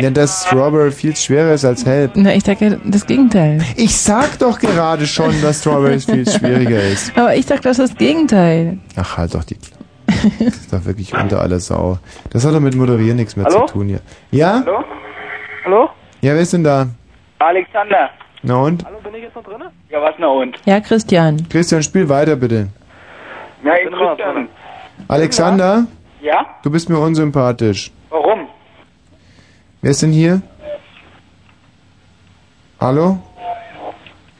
[SPEAKER 1] Ja, dass Strawberry Fields schwerer ist als Help.
[SPEAKER 2] Na, ich sage ja das Gegenteil.
[SPEAKER 1] Ich sag doch gerade schon, dass Strawberry Fields schwieriger ist.
[SPEAKER 2] Aber ich sag das ist das Gegenteil.
[SPEAKER 1] Ach, halt doch die Klappe. Das ist doch wirklich unter aller Sau. Das hat doch mit Moderieren nichts mehr
[SPEAKER 3] Hallo?
[SPEAKER 1] zu tun hier. Ja?
[SPEAKER 3] Hallo? Hallo?
[SPEAKER 1] Ja, wer ist denn da?
[SPEAKER 3] Alexander.
[SPEAKER 1] Na und?
[SPEAKER 3] Hallo, bin ich jetzt noch drin? Ja, was na und?
[SPEAKER 2] Ja, Christian.
[SPEAKER 1] Christian, spiel weiter bitte.
[SPEAKER 3] Ja, ich bin noch drin.
[SPEAKER 1] Alexander,
[SPEAKER 3] Ja?
[SPEAKER 1] du bist mir unsympathisch.
[SPEAKER 3] Warum?
[SPEAKER 1] Wer ist denn hier? Hallo?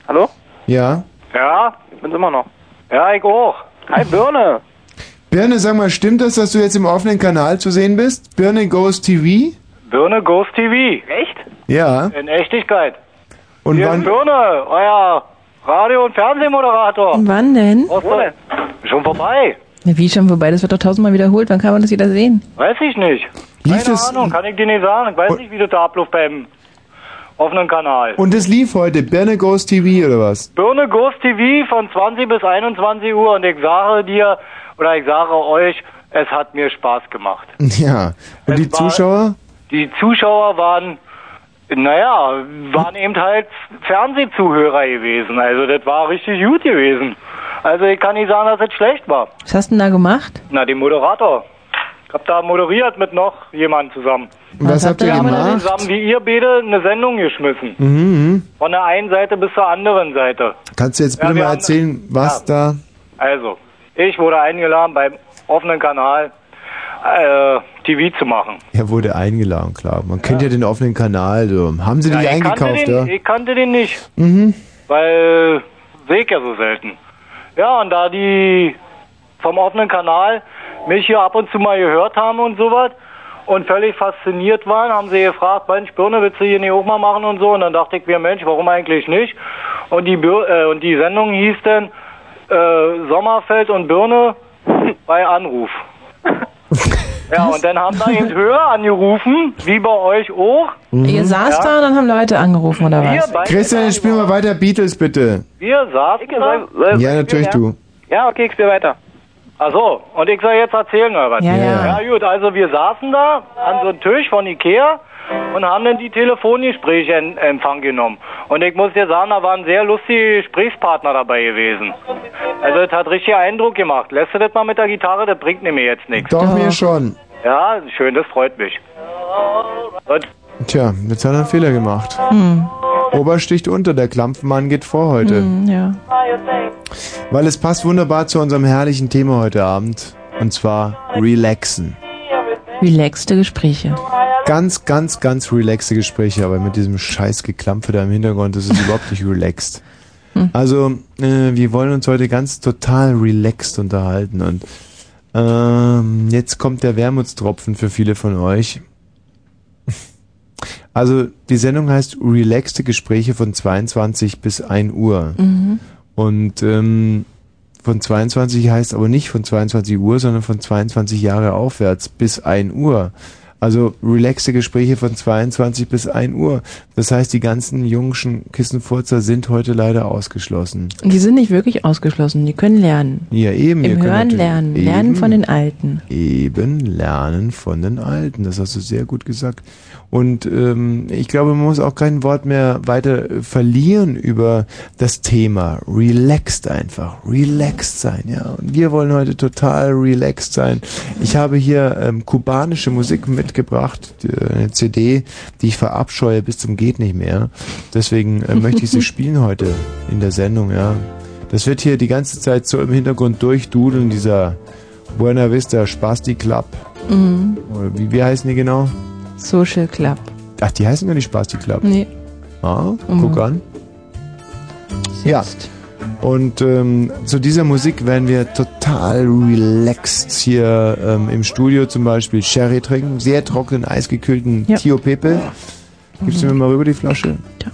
[SPEAKER 3] Hallo?
[SPEAKER 1] Ja?
[SPEAKER 3] Ja, ich bin's immer noch. Ja, ich auch. Hi, Birne.
[SPEAKER 1] Birne, sag mal, stimmt das, dass du jetzt im offenen Kanal zu sehen bist? Birne Goes TV?
[SPEAKER 3] Birne Ghost TV. Echt?
[SPEAKER 1] Ja.
[SPEAKER 3] In Echtigkeit.
[SPEAKER 1] Ah? Und
[SPEAKER 3] Hier
[SPEAKER 1] wann-
[SPEAKER 3] ist Birne, euer Radio- und Fernsehmoderator.
[SPEAKER 2] Wann denn?
[SPEAKER 3] Aus der- Schon vorbei.
[SPEAKER 2] Na, wie schon vorbei, das wird doch tausendmal wiederholt. Wann kann man das wieder sehen?
[SPEAKER 3] Weiß ich nicht.
[SPEAKER 1] Lief
[SPEAKER 3] Keine
[SPEAKER 1] das-
[SPEAKER 3] Ahnung, kann ich dir nicht sagen. Ich weiß nicht, wie das abläuft beim offenen Kanal.
[SPEAKER 1] Und es lief heute, Birne Goes TV oder was?
[SPEAKER 3] Birne Ghost TV von 20 bis 21 Uhr und ich sage dir, oder ich sage euch, es hat mir Spaß gemacht.
[SPEAKER 1] Ja. Und die
[SPEAKER 3] Es war-
[SPEAKER 1] Zuschauer?
[SPEAKER 3] Die Zuschauer waren, naja, waren eben halt Fernsehzuhörer gewesen. Also das war richtig gut gewesen. Also ich kann nicht sagen, dass es schlecht war.
[SPEAKER 2] Was hast du denn da gemacht?
[SPEAKER 3] Na, den Moderator. Ich hab da moderiert mit noch jemand zusammen.
[SPEAKER 1] Was habt ihr
[SPEAKER 3] Wir haben dann
[SPEAKER 1] gemacht?
[SPEAKER 3] zusammen wie ihr beide eine Sendung geschmissen.
[SPEAKER 1] Mhm.
[SPEAKER 3] Von der einen Seite bis zur anderen Seite.
[SPEAKER 1] Kannst du jetzt bitte
[SPEAKER 3] Ja, wir
[SPEAKER 1] mal
[SPEAKER 3] haben-
[SPEAKER 1] erzählen, was da...
[SPEAKER 3] Also, ich wurde eingeladen, beim offenen Kanal äh, TV zu machen.
[SPEAKER 1] Er wurde eingeladen, klar. Man kennt ja den offenen Kanal. So. Haben sie dich
[SPEAKER 3] ich, kannte
[SPEAKER 1] eingekauft,
[SPEAKER 3] den,
[SPEAKER 1] ja?
[SPEAKER 3] ich kannte den nicht,
[SPEAKER 1] Mhm.
[SPEAKER 3] weil sehe ich ja so selten. Ja, und da die vom offenen Kanal mich hier ab und zu mal gehört haben und sowas und völlig fasziniert waren, haben sie gefragt, Mensch, Birne, willst du hier nicht auch mal machen und so? Und dann dachte ich mir, Mensch, warum eigentlich nicht? Und die, Bir äh, und die Sendung hieß dann äh, Sommerfeld und Birne bei Anruf. ja, und dann haben da eben Hörer angerufen, wie bei euch auch.
[SPEAKER 2] Ihr saß
[SPEAKER 3] Ja.
[SPEAKER 2] da und dann haben Leute angerufen, oder
[SPEAKER 3] Wir
[SPEAKER 2] was?
[SPEAKER 3] beide-
[SPEAKER 1] Mhm. Christian, jetzt spielen wir weiter Beatles, bitte.
[SPEAKER 3] Wir saßen da.
[SPEAKER 1] Ja, natürlich du.
[SPEAKER 3] Ja, okay, ich spiele weiter. Ach so, und ich soll jetzt erzählen, oder was?
[SPEAKER 1] Ja, ja.
[SPEAKER 3] Ja, gut, also wir saßen da an so einem Tisch von Ikea und haben dann die Telefongespräche in Empfang genommen. Und ich muss dir sagen, da waren sehr lustige Gesprächspartner dabei gewesen. Also, es hat richtig Eindruck gemacht. Lässt du das mal mit der Gitarre, das bringt nämlich jetzt nichts.
[SPEAKER 1] Doch, mir schon.
[SPEAKER 3] Ja, schön, das freut mich. Und
[SPEAKER 1] Tja, jetzt hat er einen Fehler gemacht.
[SPEAKER 2] Hm.
[SPEAKER 1] Obersticht unter, der Klampfmann geht vor heute.
[SPEAKER 2] Hm, ja.
[SPEAKER 1] Weil es passt wunderbar zu unserem herrlichen Thema heute Abend. Und zwar relaxen.
[SPEAKER 2] Relaxte Gespräche.
[SPEAKER 1] Ganz, ganz, ganz relaxte Gespräche, aber mit diesem scheiß Geklampfe da im Hintergrund ist es überhaupt nicht relaxed.
[SPEAKER 2] Hm.
[SPEAKER 1] Also, äh, wir wollen uns heute ganz total relaxed unterhalten und ähm, jetzt kommt der Wermutstropfen für viele von euch. Also, die Sendung heißt Relaxte Gespräche von 22 bis 1 Uhr.
[SPEAKER 2] Mhm.
[SPEAKER 1] Und ähm, von 22 heißt aber nicht von 22 Uhr, sondern von 22 Jahre aufwärts bis 1 Uhr. Also relaxte Gespräche von 22 bis 1 Uhr. Das heißt, die ganzen jungschen Kissenfurzer sind heute leider ausgeschlossen.
[SPEAKER 2] Und die sind nicht wirklich ausgeschlossen, die können lernen.
[SPEAKER 1] Ja, eben. ihr
[SPEAKER 2] Im
[SPEAKER 1] könnt
[SPEAKER 2] Hören
[SPEAKER 1] natürlich-
[SPEAKER 2] lernen, lernen
[SPEAKER 1] Eben.
[SPEAKER 2] von den Alten.
[SPEAKER 1] Eben lernen von den Alten. Das hast du sehr gut gesagt. Und ähm, ich glaube, man muss auch kein Wort mehr weiter äh, verlieren über das Thema. Relaxed einfach. Relaxed sein, ja. Und wir wollen heute total relaxed sein. Ich habe hier ähm, kubanische Musik mitgebracht, äh, eine CD, die ich verabscheue bis zum Geht nicht mehr. Deswegen äh, möchte ich sie spielen heute in der Sendung, ja. Das wird hier die ganze Zeit so im Hintergrund durchdudeln, dieser Buena Vista Spasti Club.
[SPEAKER 2] Mhm.
[SPEAKER 1] Oder wie, wie heißen die genau?
[SPEAKER 2] Social Club.
[SPEAKER 1] Ach, die heißen gar nicht Spasti Club.
[SPEAKER 2] Nee.
[SPEAKER 1] Ah,
[SPEAKER 2] Mhm.
[SPEAKER 1] guck an. Ja. Und ähm, zu dieser Musik werden wir total relaxed hier ähm, im Studio zum Beispiel Sherry trinken. Sehr trockenen, eisgekühlten
[SPEAKER 2] Ja. Mhm.
[SPEAKER 1] Tio Pepe. Gibst du mir mal rüber die Flasche? Ja.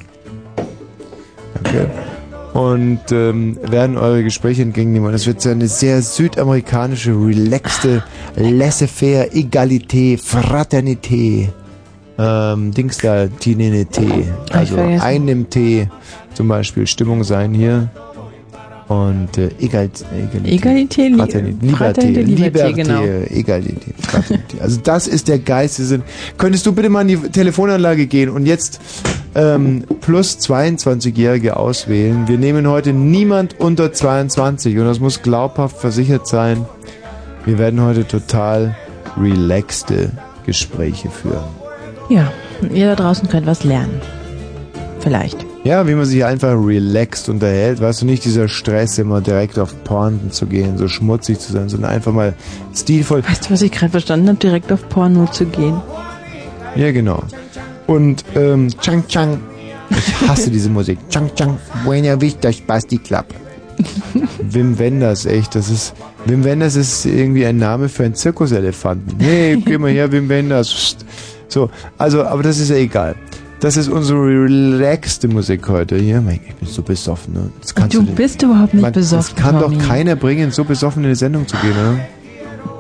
[SPEAKER 1] Danke. Und ähm, werden eure Gespräche entgegennehmen. Und es wird so eine sehr südamerikanische, relaxte, laissez-faire, Egalité, Fraternité, ähm, Dings da, Tininité. Also
[SPEAKER 6] vergessen.
[SPEAKER 1] ein im Tee zum Beispiel Stimmung sein hier. Und äh, egal,
[SPEAKER 2] Egalité, Li-
[SPEAKER 1] Fraternité, Liberté,
[SPEAKER 2] Fraternité, Liberté,
[SPEAKER 1] Liberté,
[SPEAKER 2] genau.
[SPEAKER 1] Egalité, Fraternité. Also das ist der Geist. Wir sind- Könntest du bitte mal in die Telefonanlage gehen und jetzt ähm, plus 22-Jährige auswählen. Wir nehmen heute niemand unter 22 und das muss glaubhaft versichert sein. Wir werden heute total relaxte Gespräche führen.
[SPEAKER 2] Ja, und ihr da draußen könnt was lernen. Vielleicht.
[SPEAKER 1] Ja, wie man sich einfach relaxed unterhält. Weißt du, nicht dieser Stress, immer direkt auf Pointen zu gehen, so schmutzig zu sein, sondern einfach mal stilvoll.
[SPEAKER 2] Weißt du, was ich gerade verstanden habe? Direkt auf Porno zu gehen.
[SPEAKER 1] Ja, genau. Und, ähm, Chang Chang. Ich hasse diese Musik. Chang Chang. Buena Vista, Spasti Club. Wim Wenders, echt, das ist. Wim Wenders ist irgendwie ein Name für einen Zirkuselefanten. Hey, geh mal her, Wim Wenders. Psst. So, also, aber das ist ja egal. Das ist unsere relaxte Musik heute. Hier, mein, ich bin so besoffen. Ne? Das kannst
[SPEAKER 2] Du
[SPEAKER 1] denn-
[SPEAKER 2] bist überhaupt nicht
[SPEAKER 1] Man-
[SPEAKER 2] besoffen.
[SPEAKER 1] Das kann
[SPEAKER 2] Tommy.
[SPEAKER 1] doch keiner bringen, so besoffen in eine Sendung zu gehen, oder?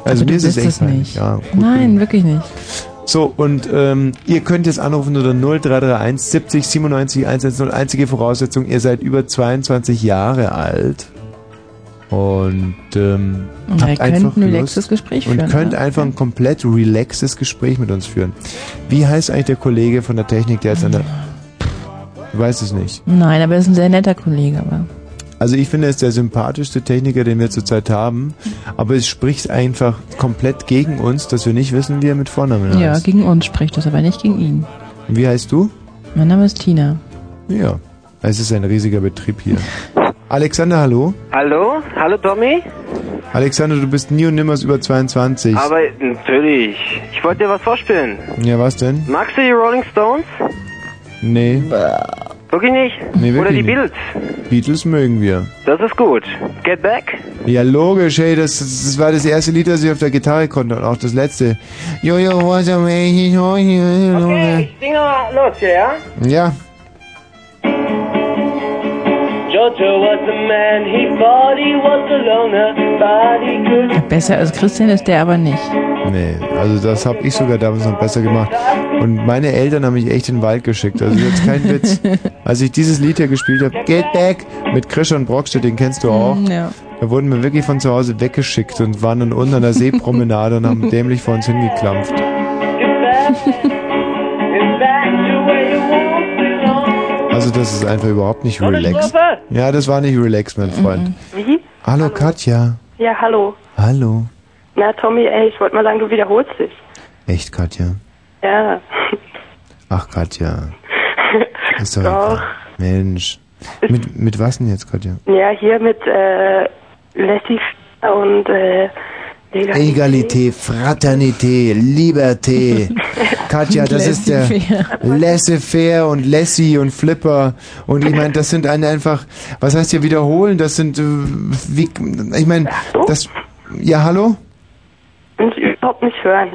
[SPEAKER 1] Also mir
[SPEAKER 2] Aber du
[SPEAKER 1] ist es
[SPEAKER 2] bist
[SPEAKER 1] echt
[SPEAKER 2] es
[SPEAKER 1] peinlich.
[SPEAKER 2] nicht.
[SPEAKER 1] Ja, gut.
[SPEAKER 2] Nein, wirklich nicht.
[SPEAKER 1] So, und ähm, ihr könnt jetzt anrufen unter 0331 70 97 110. Einzige Voraussetzung, ihr seid über 22 Jahre alt. Und, ähm,
[SPEAKER 2] Und
[SPEAKER 1] habt
[SPEAKER 2] ihr könnt
[SPEAKER 1] einfach
[SPEAKER 2] ein relaxes
[SPEAKER 1] Lust
[SPEAKER 2] Gespräch
[SPEAKER 1] und
[SPEAKER 2] führen,
[SPEAKER 1] könnt
[SPEAKER 2] ne?
[SPEAKER 1] einfach ein komplett relaxes Gespräch mit uns führen. Wie heißt eigentlich der Kollege von der Technik, der jetzt an der... Ich weiß es nicht.
[SPEAKER 2] Nein, aber er ist ein sehr netter Kollege, aber.
[SPEAKER 1] Also ich finde, er ist der sympathischste Techniker, den wir zurzeit haben. Aber es spricht einfach komplett gegen uns, dass wir nicht wissen, wie er mit Vornamen
[SPEAKER 2] Ja,
[SPEAKER 1] heißt.
[SPEAKER 2] gegen uns spricht das, aber nicht gegen ihn.
[SPEAKER 1] Wie heißt du?
[SPEAKER 2] Mein Name ist Tina.
[SPEAKER 1] Ja. Es ist ein riesiger Betrieb hier. Alexander, hallo.
[SPEAKER 6] Hallo? Hallo Tommy?
[SPEAKER 1] Alexander, du bist nie und nimmers über 22.
[SPEAKER 6] Aber natürlich. Ich wollte dir was vorspielen.
[SPEAKER 1] ja, was denn?
[SPEAKER 6] Magst du die Rolling Stones?
[SPEAKER 1] Nee.
[SPEAKER 6] Wirklich nicht?
[SPEAKER 1] Nee, wirklich
[SPEAKER 6] Oder die
[SPEAKER 1] nicht.
[SPEAKER 6] Beatles?
[SPEAKER 1] Beatles mögen wir.
[SPEAKER 6] Das ist gut. Get Back?
[SPEAKER 1] Ja, logisch, hey, das, das das war das erste Lied, das ich auf der Gitarre konnte und auch das letzte. Yo, yo, what's up, hey, yo, yo, yo.
[SPEAKER 6] Okay, ich singe mal los hier, ja?
[SPEAKER 1] Ja,
[SPEAKER 6] Jojo was a man, he thought he was a loner, but he could
[SPEAKER 2] Besser als Christian ist der aber nicht.
[SPEAKER 1] Nee, also das habe ich sogar damals noch besser gemacht. Und meine Eltern haben mich echt in den Wald geschickt. Also jetzt kein Witz. Als ich dieses Lied hier gespielt habe, Get Back mit Christian Brockstedt, den kennst du auch.
[SPEAKER 2] Mm, Ja.
[SPEAKER 1] Da wurden wir wirklich von zu Hause weggeschickt und waren dann unten an der Seepromenade und haben dämlich vor uns hingeklampft. Also das ist einfach überhaupt nicht relaxed. Ja, das war nicht relaxed, mein
[SPEAKER 2] Mhm.
[SPEAKER 1] Freund.
[SPEAKER 7] Wie?
[SPEAKER 1] Hallo Katja.
[SPEAKER 7] Mhm. Ja, hallo.
[SPEAKER 1] Hallo.
[SPEAKER 7] Na, Tommy, ey, ich wollte mal sagen, du wiederholst dich.
[SPEAKER 1] Echt Katja.
[SPEAKER 7] Ja.
[SPEAKER 1] Ach Katja. Ist doch.
[SPEAKER 7] Doch.
[SPEAKER 1] egal. Mensch. Mit, mit was denn jetzt, Katja?
[SPEAKER 7] Ja, hier mit äh, Lassie und äh, Legalität.
[SPEAKER 1] Egalité, Fraternité, Liberté. Katja, das ist der Laissez-faire und Lassie und Flipper. Und ich meine, das sind ein- einfach, was heißt hier wiederholen? Das sind, äh, wie, ich meine, das, ja, hallo?
[SPEAKER 7] Kann ich überhaupt nicht hören.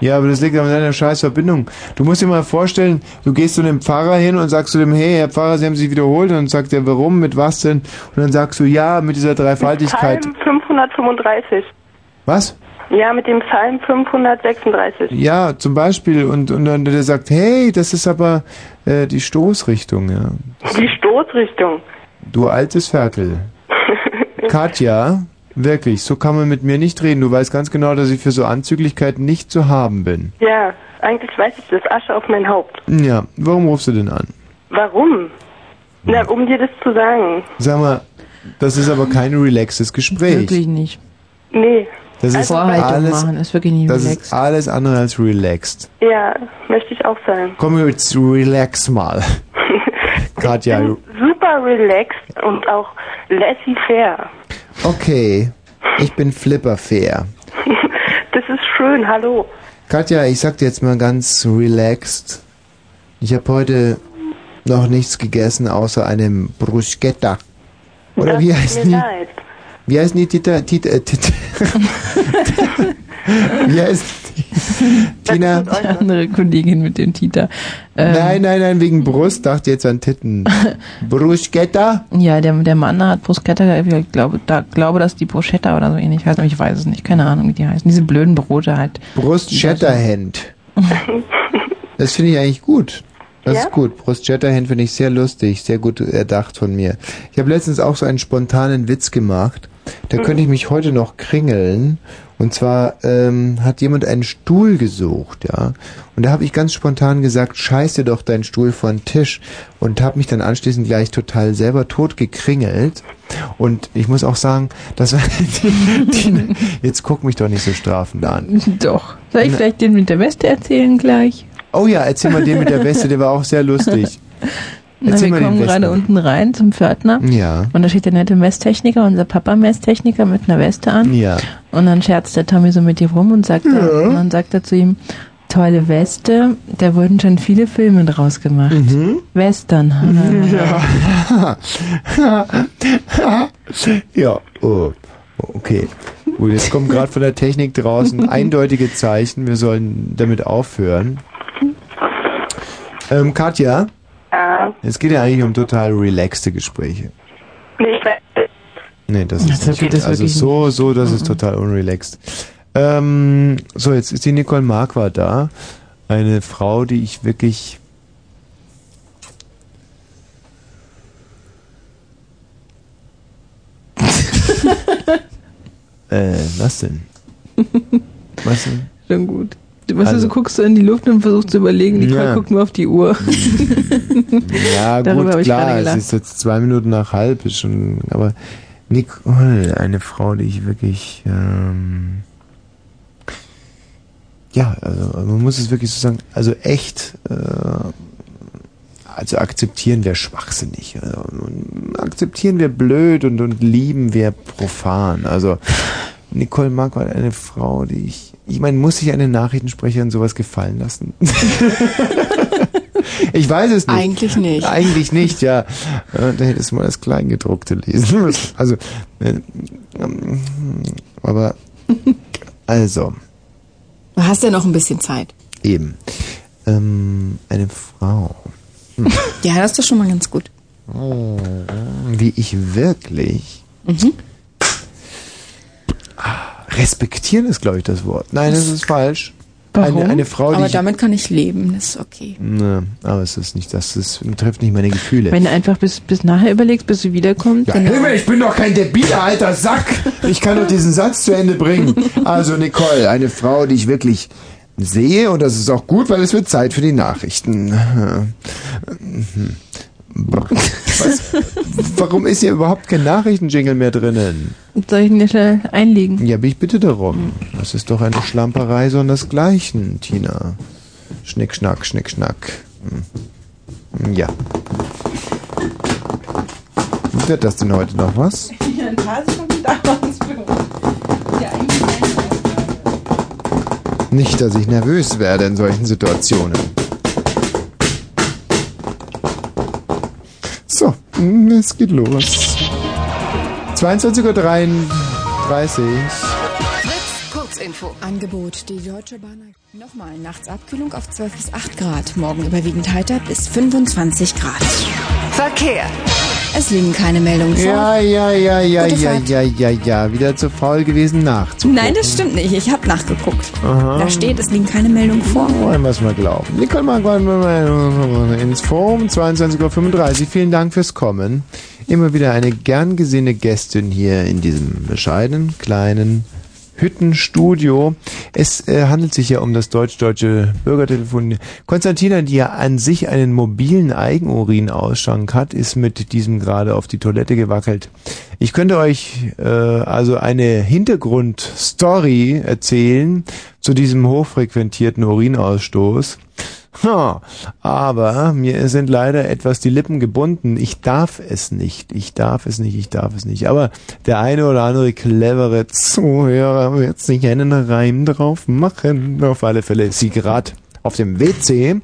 [SPEAKER 1] Ja, aber das liegt an deiner scheiß Verbindung. Du musst dir mal vorstellen, du gehst zu dem Pfarrer hin und sagst zu dem, hey, Herr Pfarrer, Sie haben sich wiederholt. Und dann sagt er, warum, mit was denn? Und dann sagst du, ja, mit dieser Dreifaltigkeit.
[SPEAKER 7] Psalm 535.
[SPEAKER 1] Was?
[SPEAKER 7] Ja, mit dem Psalm 536.
[SPEAKER 1] Ja, zum Beispiel. Und, und dann der sagt, hey, das ist aber äh, die Stoßrichtung, ja.
[SPEAKER 7] Die Stoßrichtung.
[SPEAKER 1] Du altes Ferkel. Katja, wirklich, so kann man mit mir nicht reden. Du weißt ganz genau, dass ich für so Anzüglichkeiten nicht zu haben bin.
[SPEAKER 7] Ja, eigentlich weiß ich das. Asche auf mein Haupt.
[SPEAKER 1] Ja, warum rufst du denn an?
[SPEAKER 7] Warum? Na,
[SPEAKER 1] Hm.
[SPEAKER 7] um dir das zu sagen.
[SPEAKER 1] Sag mal, das ist aber kein relaxes Gespräch.
[SPEAKER 2] Wirklich nicht.
[SPEAKER 7] Nee.
[SPEAKER 1] Das ist
[SPEAKER 2] Vorhaltung
[SPEAKER 1] alles,
[SPEAKER 2] machen ist wirklich nicht
[SPEAKER 1] das
[SPEAKER 2] relaxed.
[SPEAKER 1] ist alles andere als relaxed.
[SPEAKER 7] Ja, möchte ich auch sagen.
[SPEAKER 1] Komm jetzt, relax mal. Katja,
[SPEAKER 7] Super relaxed und auch laissez-faire.
[SPEAKER 1] okay, ich bin flipperfair.
[SPEAKER 7] Das ist schön, hallo.
[SPEAKER 1] Katja, ich sag dir jetzt mal ganz relaxed. Ich habe heute noch nichts gegessen außer einem Bruschetta. Oder
[SPEAKER 7] Das
[SPEAKER 1] wie
[SPEAKER 7] tut
[SPEAKER 1] heißt
[SPEAKER 7] mir
[SPEAKER 1] die?
[SPEAKER 7] leid.
[SPEAKER 1] Wie heißen die Tita? Tita, äh, Tita. wie heißt die? Tina?
[SPEAKER 2] Die andere Kollegin mit dem Tita. Ähm,
[SPEAKER 1] Nein, nein, nein, wegen Brust, dachte jetzt an Titten. Bruschetta?
[SPEAKER 2] Ja, der, der Mann hat Bruschetta, ich glaube, da, glaube, dass die Bruschetta oder so ähnlich heißt, aber ich weiß es nicht. Keine Ahnung, wie die heißen. Diese blöden Brote halt.
[SPEAKER 1] Brust Shatterhand. Das finde ich eigentlich gut. Das
[SPEAKER 7] Ja?
[SPEAKER 1] ist gut. Brust Shatterhand finde ich sehr lustig, sehr gut erdacht von mir. Ich habe letztens auch so einen spontanen Witz gemacht. Da könnte ich mich heute noch kringeln. Und zwar ähm, hat jemand einen Stuhl gesucht, ja. Und da habe ich ganz spontan gesagt, scheiß dir doch deinen Stuhl vor den Tisch. Und habe mich dann anschließend gleich total selber tot gekringelt. Und ich muss auch sagen, das war die, die, jetzt guck mich doch nicht so strafend an.
[SPEAKER 2] Doch. Soll ich vielleicht den mit der Weste erzählen gleich?
[SPEAKER 1] Oh ja, erzähl mal den mit der Weste, der war auch sehr lustig.
[SPEAKER 2] Na,
[SPEAKER 1] Erzähl
[SPEAKER 2] wir
[SPEAKER 1] mal den
[SPEAKER 2] kommen gerade
[SPEAKER 1] Westen.
[SPEAKER 2] unten rein zum Pförtner.
[SPEAKER 1] Ja.
[SPEAKER 2] Und da steht der nette Messtechniker, unser Papa-Messtechniker mit einer Weste an.
[SPEAKER 1] Ja.
[SPEAKER 2] Und dann scherzt der Tommy so mit dir rum und sagt,
[SPEAKER 1] Ja.
[SPEAKER 2] und dann sagt er zu ihm, tolle Weste, da wurden schon viele Filme draus gemacht.
[SPEAKER 1] Mhm.
[SPEAKER 2] Western.
[SPEAKER 1] ja, oh, okay. Gut, jetzt kommen gerade von der Technik draußen eindeutige Zeichen, wir sollen damit aufhören. Ähm, Katja,
[SPEAKER 7] Ja.
[SPEAKER 1] es geht ja eigentlich um total relaxte Gespräche.
[SPEAKER 7] Nicht mehr.
[SPEAKER 1] Nee, das ist
[SPEAKER 7] Das ist
[SPEAKER 1] nicht
[SPEAKER 7] wirklich- Mhm.
[SPEAKER 1] gut. Also
[SPEAKER 7] das ist
[SPEAKER 1] so, so, das ist total unrelaxed. Ähm, so, jetzt ist die Nicole Marquardt da. Eine Frau, die ich wirklich... äh, was denn? Was denn?
[SPEAKER 2] Schon gut. Du, Weißt
[SPEAKER 1] Also-
[SPEAKER 2] du, so guckst du in die Luft und versuchst zu überlegen, die
[SPEAKER 1] Ja.
[SPEAKER 2] ja. guckt nur auf die Uhr.
[SPEAKER 1] Ja,
[SPEAKER 2] Darüber
[SPEAKER 1] gut,
[SPEAKER 2] habe ich
[SPEAKER 1] klar, es
[SPEAKER 2] gerade gelacht.
[SPEAKER 1] ist jetzt zwei Minuten nach halb, ist schon, aber Nicole, eine Frau, die ich wirklich, ähm, ja, also man muss es wirklich so sagen, also echt, äh, also akzeptieren wäre schwachsinnig, also, und akzeptieren wäre blöd und, und lieben wäre profan, also Nicole Marquardt, eine Frau, die ich, ich meine, muss sich eine Nachrichtensprecherin sowas gefallen lassen? Ich weiß es nicht.
[SPEAKER 8] Eigentlich nicht.
[SPEAKER 1] Eigentlich nicht, ja. Äh, Da hättest du mal das Kleingedruckte lesen müssen. Also, äh, ähm, aber, also,
[SPEAKER 8] Du hast ja noch ein bisschen Zeit.
[SPEAKER 1] eben. Ähm, eine Frau, Hm.
[SPEAKER 8] Ja, das ist doch schon mal ganz gut.
[SPEAKER 1] oh, die ich wirklich
[SPEAKER 8] Mhm.
[SPEAKER 1] respektieren ist, glaube ich, das Wort. Nein, das ist falsch. Eine, eine Frau, die
[SPEAKER 8] Aber
[SPEAKER 1] ich,
[SPEAKER 8] damit kann ich leben, das ist okay.
[SPEAKER 1] ne, aber es ist nicht, das ist, trifft nicht meine Gefühle.
[SPEAKER 2] Wenn du einfach bis, bis nachher überlegst, bis du wiederkommst.
[SPEAKER 1] Ja, Himmel, ich bin doch kein debiler alter Sack. Ich kann doch diesen Satz zu Ende bringen. Also Nicole, eine Frau, die ich wirklich sehe und das ist auch gut, weil es wird Zeit für die Nachrichten. Mhm. Was? Warum ist hier überhaupt kein Nachrichtenjingle mehr drinnen?
[SPEAKER 2] Soll ich ihn dir schnell einlegen?
[SPEAKER 1] Ja, bin ich bitte
[SPEAKER 8] Hm.
[SPEAKER 1] darum. Das ist doch eine Schlamperei sondersgleichen, Tina. Schnick, schnack, schnick, schnack. Hm. Ja. Wird das denn heute noch was?
[SPEAKER 2] Ja, ein paar Sekunden dauert es
[SPEAKER 1] Nicht, dass ich nervös werde in solchen Situationen. So, mm, es geht los. 22.33 Uhr.
[SPEAKER 8] Fritz, Kurzinfo. Angebot. Die Deutsche Bahn. Nochmal, nachts Abkühlung auf 12 bis 8 Grad. Morgen überwiegend heiter bis 25 Grad. Verkehr. Es liegen keine Meldungen vor.
[SPEAKER 1] Ja, ja, ja, ja,
[SPEAKER 8] Gute
[SPEAKER 1] ja,
[SPEAKER 8] Fahrt.
[SPEAKER 1] ja, ja, ja. Wieder zu faul gewesen nachzugucken.
[SPEAKER 8] Nein, das stimmt nicht. Ich habe nachgeguckt.
[SPEAKER 1] Aha.
[SPEAKER 8] Da steht, es liegen keine Meldungen vor.
[SPEAKER 1] Wollen wir es mal glauben. Nicole Margot ins Forum, 22.35 Uhr. Vielen Dank fürs Kommen. Immer wieder eine gern gesehene Gästin hier in diesem bescheidenen, kleinen Hüttenstudio. Es äh, handelt sich ja um das deutsch-deutsche Bürgertelefon. Konstantina, die ja an sich einen mobilen Eigenurin-Ausschank hat, ist mit diesem gerade auf die Toilette gewackelt. Ich könnte euch äh, also eine Hintergrundstory erzählen zu diesem hochfrequentierten Urinausstoß. Ha, aber mir sind leider etwas die Lippen gebunden. Ich darf es nicht. Ich darf es nicht. Ich darf es nicht. Aber der eine oder andere clevere Zuhörer wird sich einen Reim drauf machen. Auf alle Fälle ist sie gerade auf dem WC.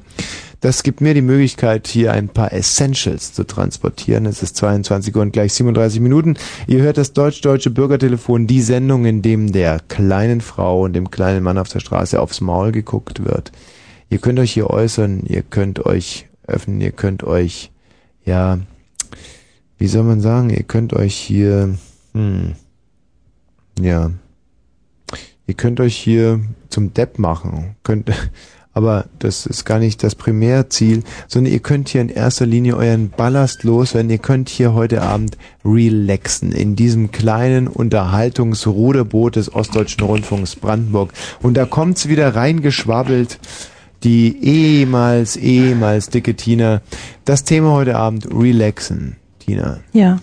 [SPEAKER 1] Das gibt mir die Möglichkeit, hier ein paar Essentials zu transportieren. Es ist 22 Uhr und gleich 37 Minuten. Ihr hört das deutsch-deutsche Bürgertelefon, die Sendung, in dem der kleinen Frau und dem kleinen Mann auf der Straße aufs Maul geguckt wird. Ihr könnt euch hier äußern, ihr könnt euch öffnen, ihr könnt euch, ja, wie soll man sagen, ihr könnt euch hier, hm, ja, ihr könnt euch hier zum Depp machen, könnt, aber das ist gar nicht das Primärziel, sondern ihr könnt hier in erster Linie euren Ballast loswerden, ihr könnt hier heute Abend relaxen in diesem kleinen Unterhaltungsruderboot des Ostdeutschen Rundfunks Brandenburg. Und da kommt's wieder reingeschwabbelt die ehemals, ehemals dicke Tina. Das Thema heute Abend, relaxen, Tina.
[SPEAKER 2] Ja.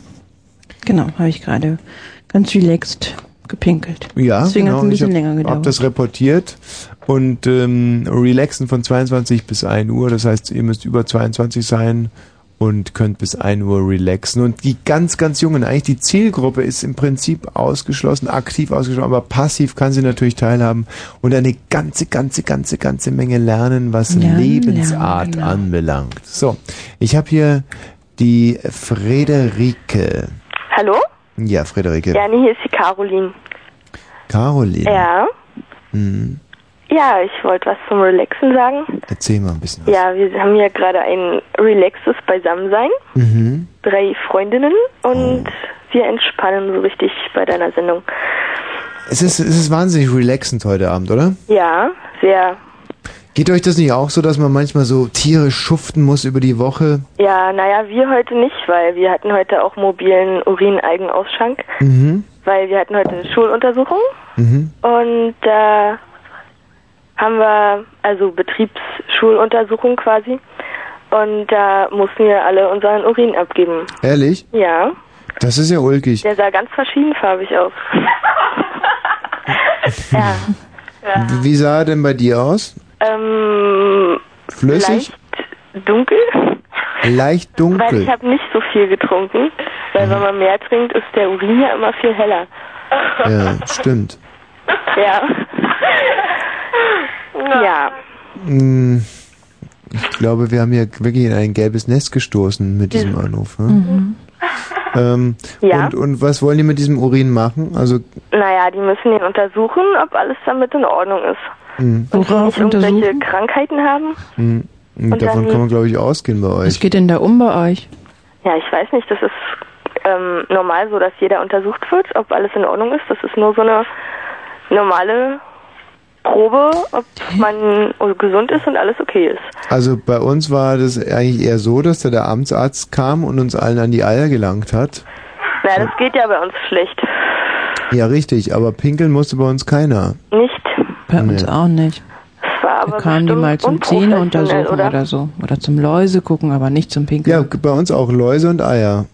[SPEAKER 2] Genau, habe ich gerade ganz relaxed gepinkelt.
[SPEAKER 1] Ja,
[SPEAKER 2] Deswegen
[SPEAKER 1] genau.
[SPEAKER 2] hat es ein bisschen
[SPEAKER 1] ich
[SPEAKER 2] länger
[SPEAKER 1] habe
[SPEAKER 2] gedauert.
[SPEAKER 1] hab das reportiert und ähm, relaxen von 22 bis 1 Uhr. Das heißt, ihr müsst über 22 sein und könnt bis 1 Uhr relaxen. Und die ganz, ganz Jungen, eigentlich die Zielgruppe ist im Prinzip ausgeschlossen, aktiv ausgeschlossen, aber passiv kann sie natürlich teilhaben und eine ganze, ganze, ganze, ganze Menge lernen, was
[SPEAKER 9] Lernen,
[SPEAKER 1] Lebensart
[SPEAKER 9] lernen, genau.
[SPEAKER 1] anbelangt. So, ich habe hier die Frederike.
[SPEAKER 7] Hallo?
[SPEAKER 1] Ja, Frederike.
[SPEAKER 7] Ja, nee, hier ist die Caroline.
[SPEAKER 1] Caroline.
[SPEAKER 7] Ja.
[SPEAKER 1] Mhm.
[SPEAKER 7] Ja, ich wollte was zum Relaxen sagen.
[SPEAKER 1] Erzähl mal ein bisschen.
[SPEAKER 7] Ja, wir haben ja gerade ein relaxes Beisammensein.
[SPEAKER 1] Mhm. Oh.
[SPEAKER 7] Drei Freundinnen und wir entspannen so richtig bei deiner Sendung.
[SPEAKER 1] Es ist, es ist wahnsinnig relaxend heute Abend, oder?
[SPEAKER 7] Ja, sehr.
[SPEAKER 1] Geht euch das nicht auch so, dass man manchmal so Tiere schuften muss über die Woche?
[SPEAKER 7] Ja, naja, wir heute nicht, weil wir hatten heute auch mobilen Urinalgenausschank,
[SPEAKER 1] Mhm.
[SPEAKER 7] weil wir hatten heute eine Schuluntersuchung
[SPEAKER 1] Mhm.
[SPEAKER 7] und da haben wir, also Betriebsschuluntersuchung quasi, und da mussten wir alle unseren Urin abgeben.
[SPEAKER 1] Ehrlich?
[SPEAKER 7] Ja,
[SPEAKER 1] Das ist ja ulkig.
[SPEAKER 7] der sah ganz verschiedenfarbig aus. ja.
[SPEAKER 1] W- Wie sah er denn bei dir aus?
[SPEAKER 7] Ähm,
[SPEAKER 1] Flüssig?
[SPEAKER 7] leicht dunkel,
[SPEAKER 1] Leicht,
[SPEAKER 7] weil
[SPEAKER 1] dunkel. Mhm.
[SPEAKER 7] ich habe nicht so viel getrunken, weil wenn man mehr trinkt, ist der Urin ja immer viel heller.
[SPEAKER 1] Ja, stimmt.
[SPEAKER 7] Ja. Ja.
[SPEAKER 1] Hm, Ich glaube, wir haben hier wirklich in ein gelbes Nest gestoßen mit diesem Anruf. Ne?
[SPEAKER 7] Mhm.
[SPEAKER 1] Ähm,
[SPEAKER 7] Ja.
[SPEAKER 1] und, und was wollen die mit diesem Urin machen? Also,
[SPEAKER 7] Naja, die müssen ihn untersuchen, ob alles damit in Ordnung ist.
[SPEAKER 1] mh,
[SPEAKER 7] Und die nicht irgendwelche Krankheiten haben.
[SPEAKER 1] mh, mh,
[SPEAKER 7] Und
[SPEAKER 1] davon
[SPEAKER 7] dann-
[SPEAKER 1] kann man, glaube ich, ausgehen bei euch.
[SPEAKER 2] Was geht denn da um bei euch?
[SPEAKER 7] Ja, ich weiß nicht, das ist ähm, normal so, dass jeder untersucht wird, ob alles in Ordnung ist. Das ist nur so eine normale Probe, ob man gesund ist und alles okay ist.
[SPEAKER 1] Also bei uns war das eigentlich eher so, dass da der Amtsarzt kam und uns allen an die Eier gelangt hat.
[SPEAKER 7] Na, das geht ja bei uns schlecht.
[SPEAKER 1] Ja, richtig, aber pinkeln musste bei uns keiner.
[SPEAKER 7] Nicht.
[SPEAKER 2] Bei uns auch nicht.
[SPEAKER 7] Das war
[SPEAKER 2] aber da kamen die mal zum Zähne untersuchen
[SPEAKER 7] oder?
[SPEAKER 2] oder? so. Oder zum Läuse gucken, aber nicht zum Pinkeln.
[SPEAKER 1] Ja, bei uns auch Läuse und Eier.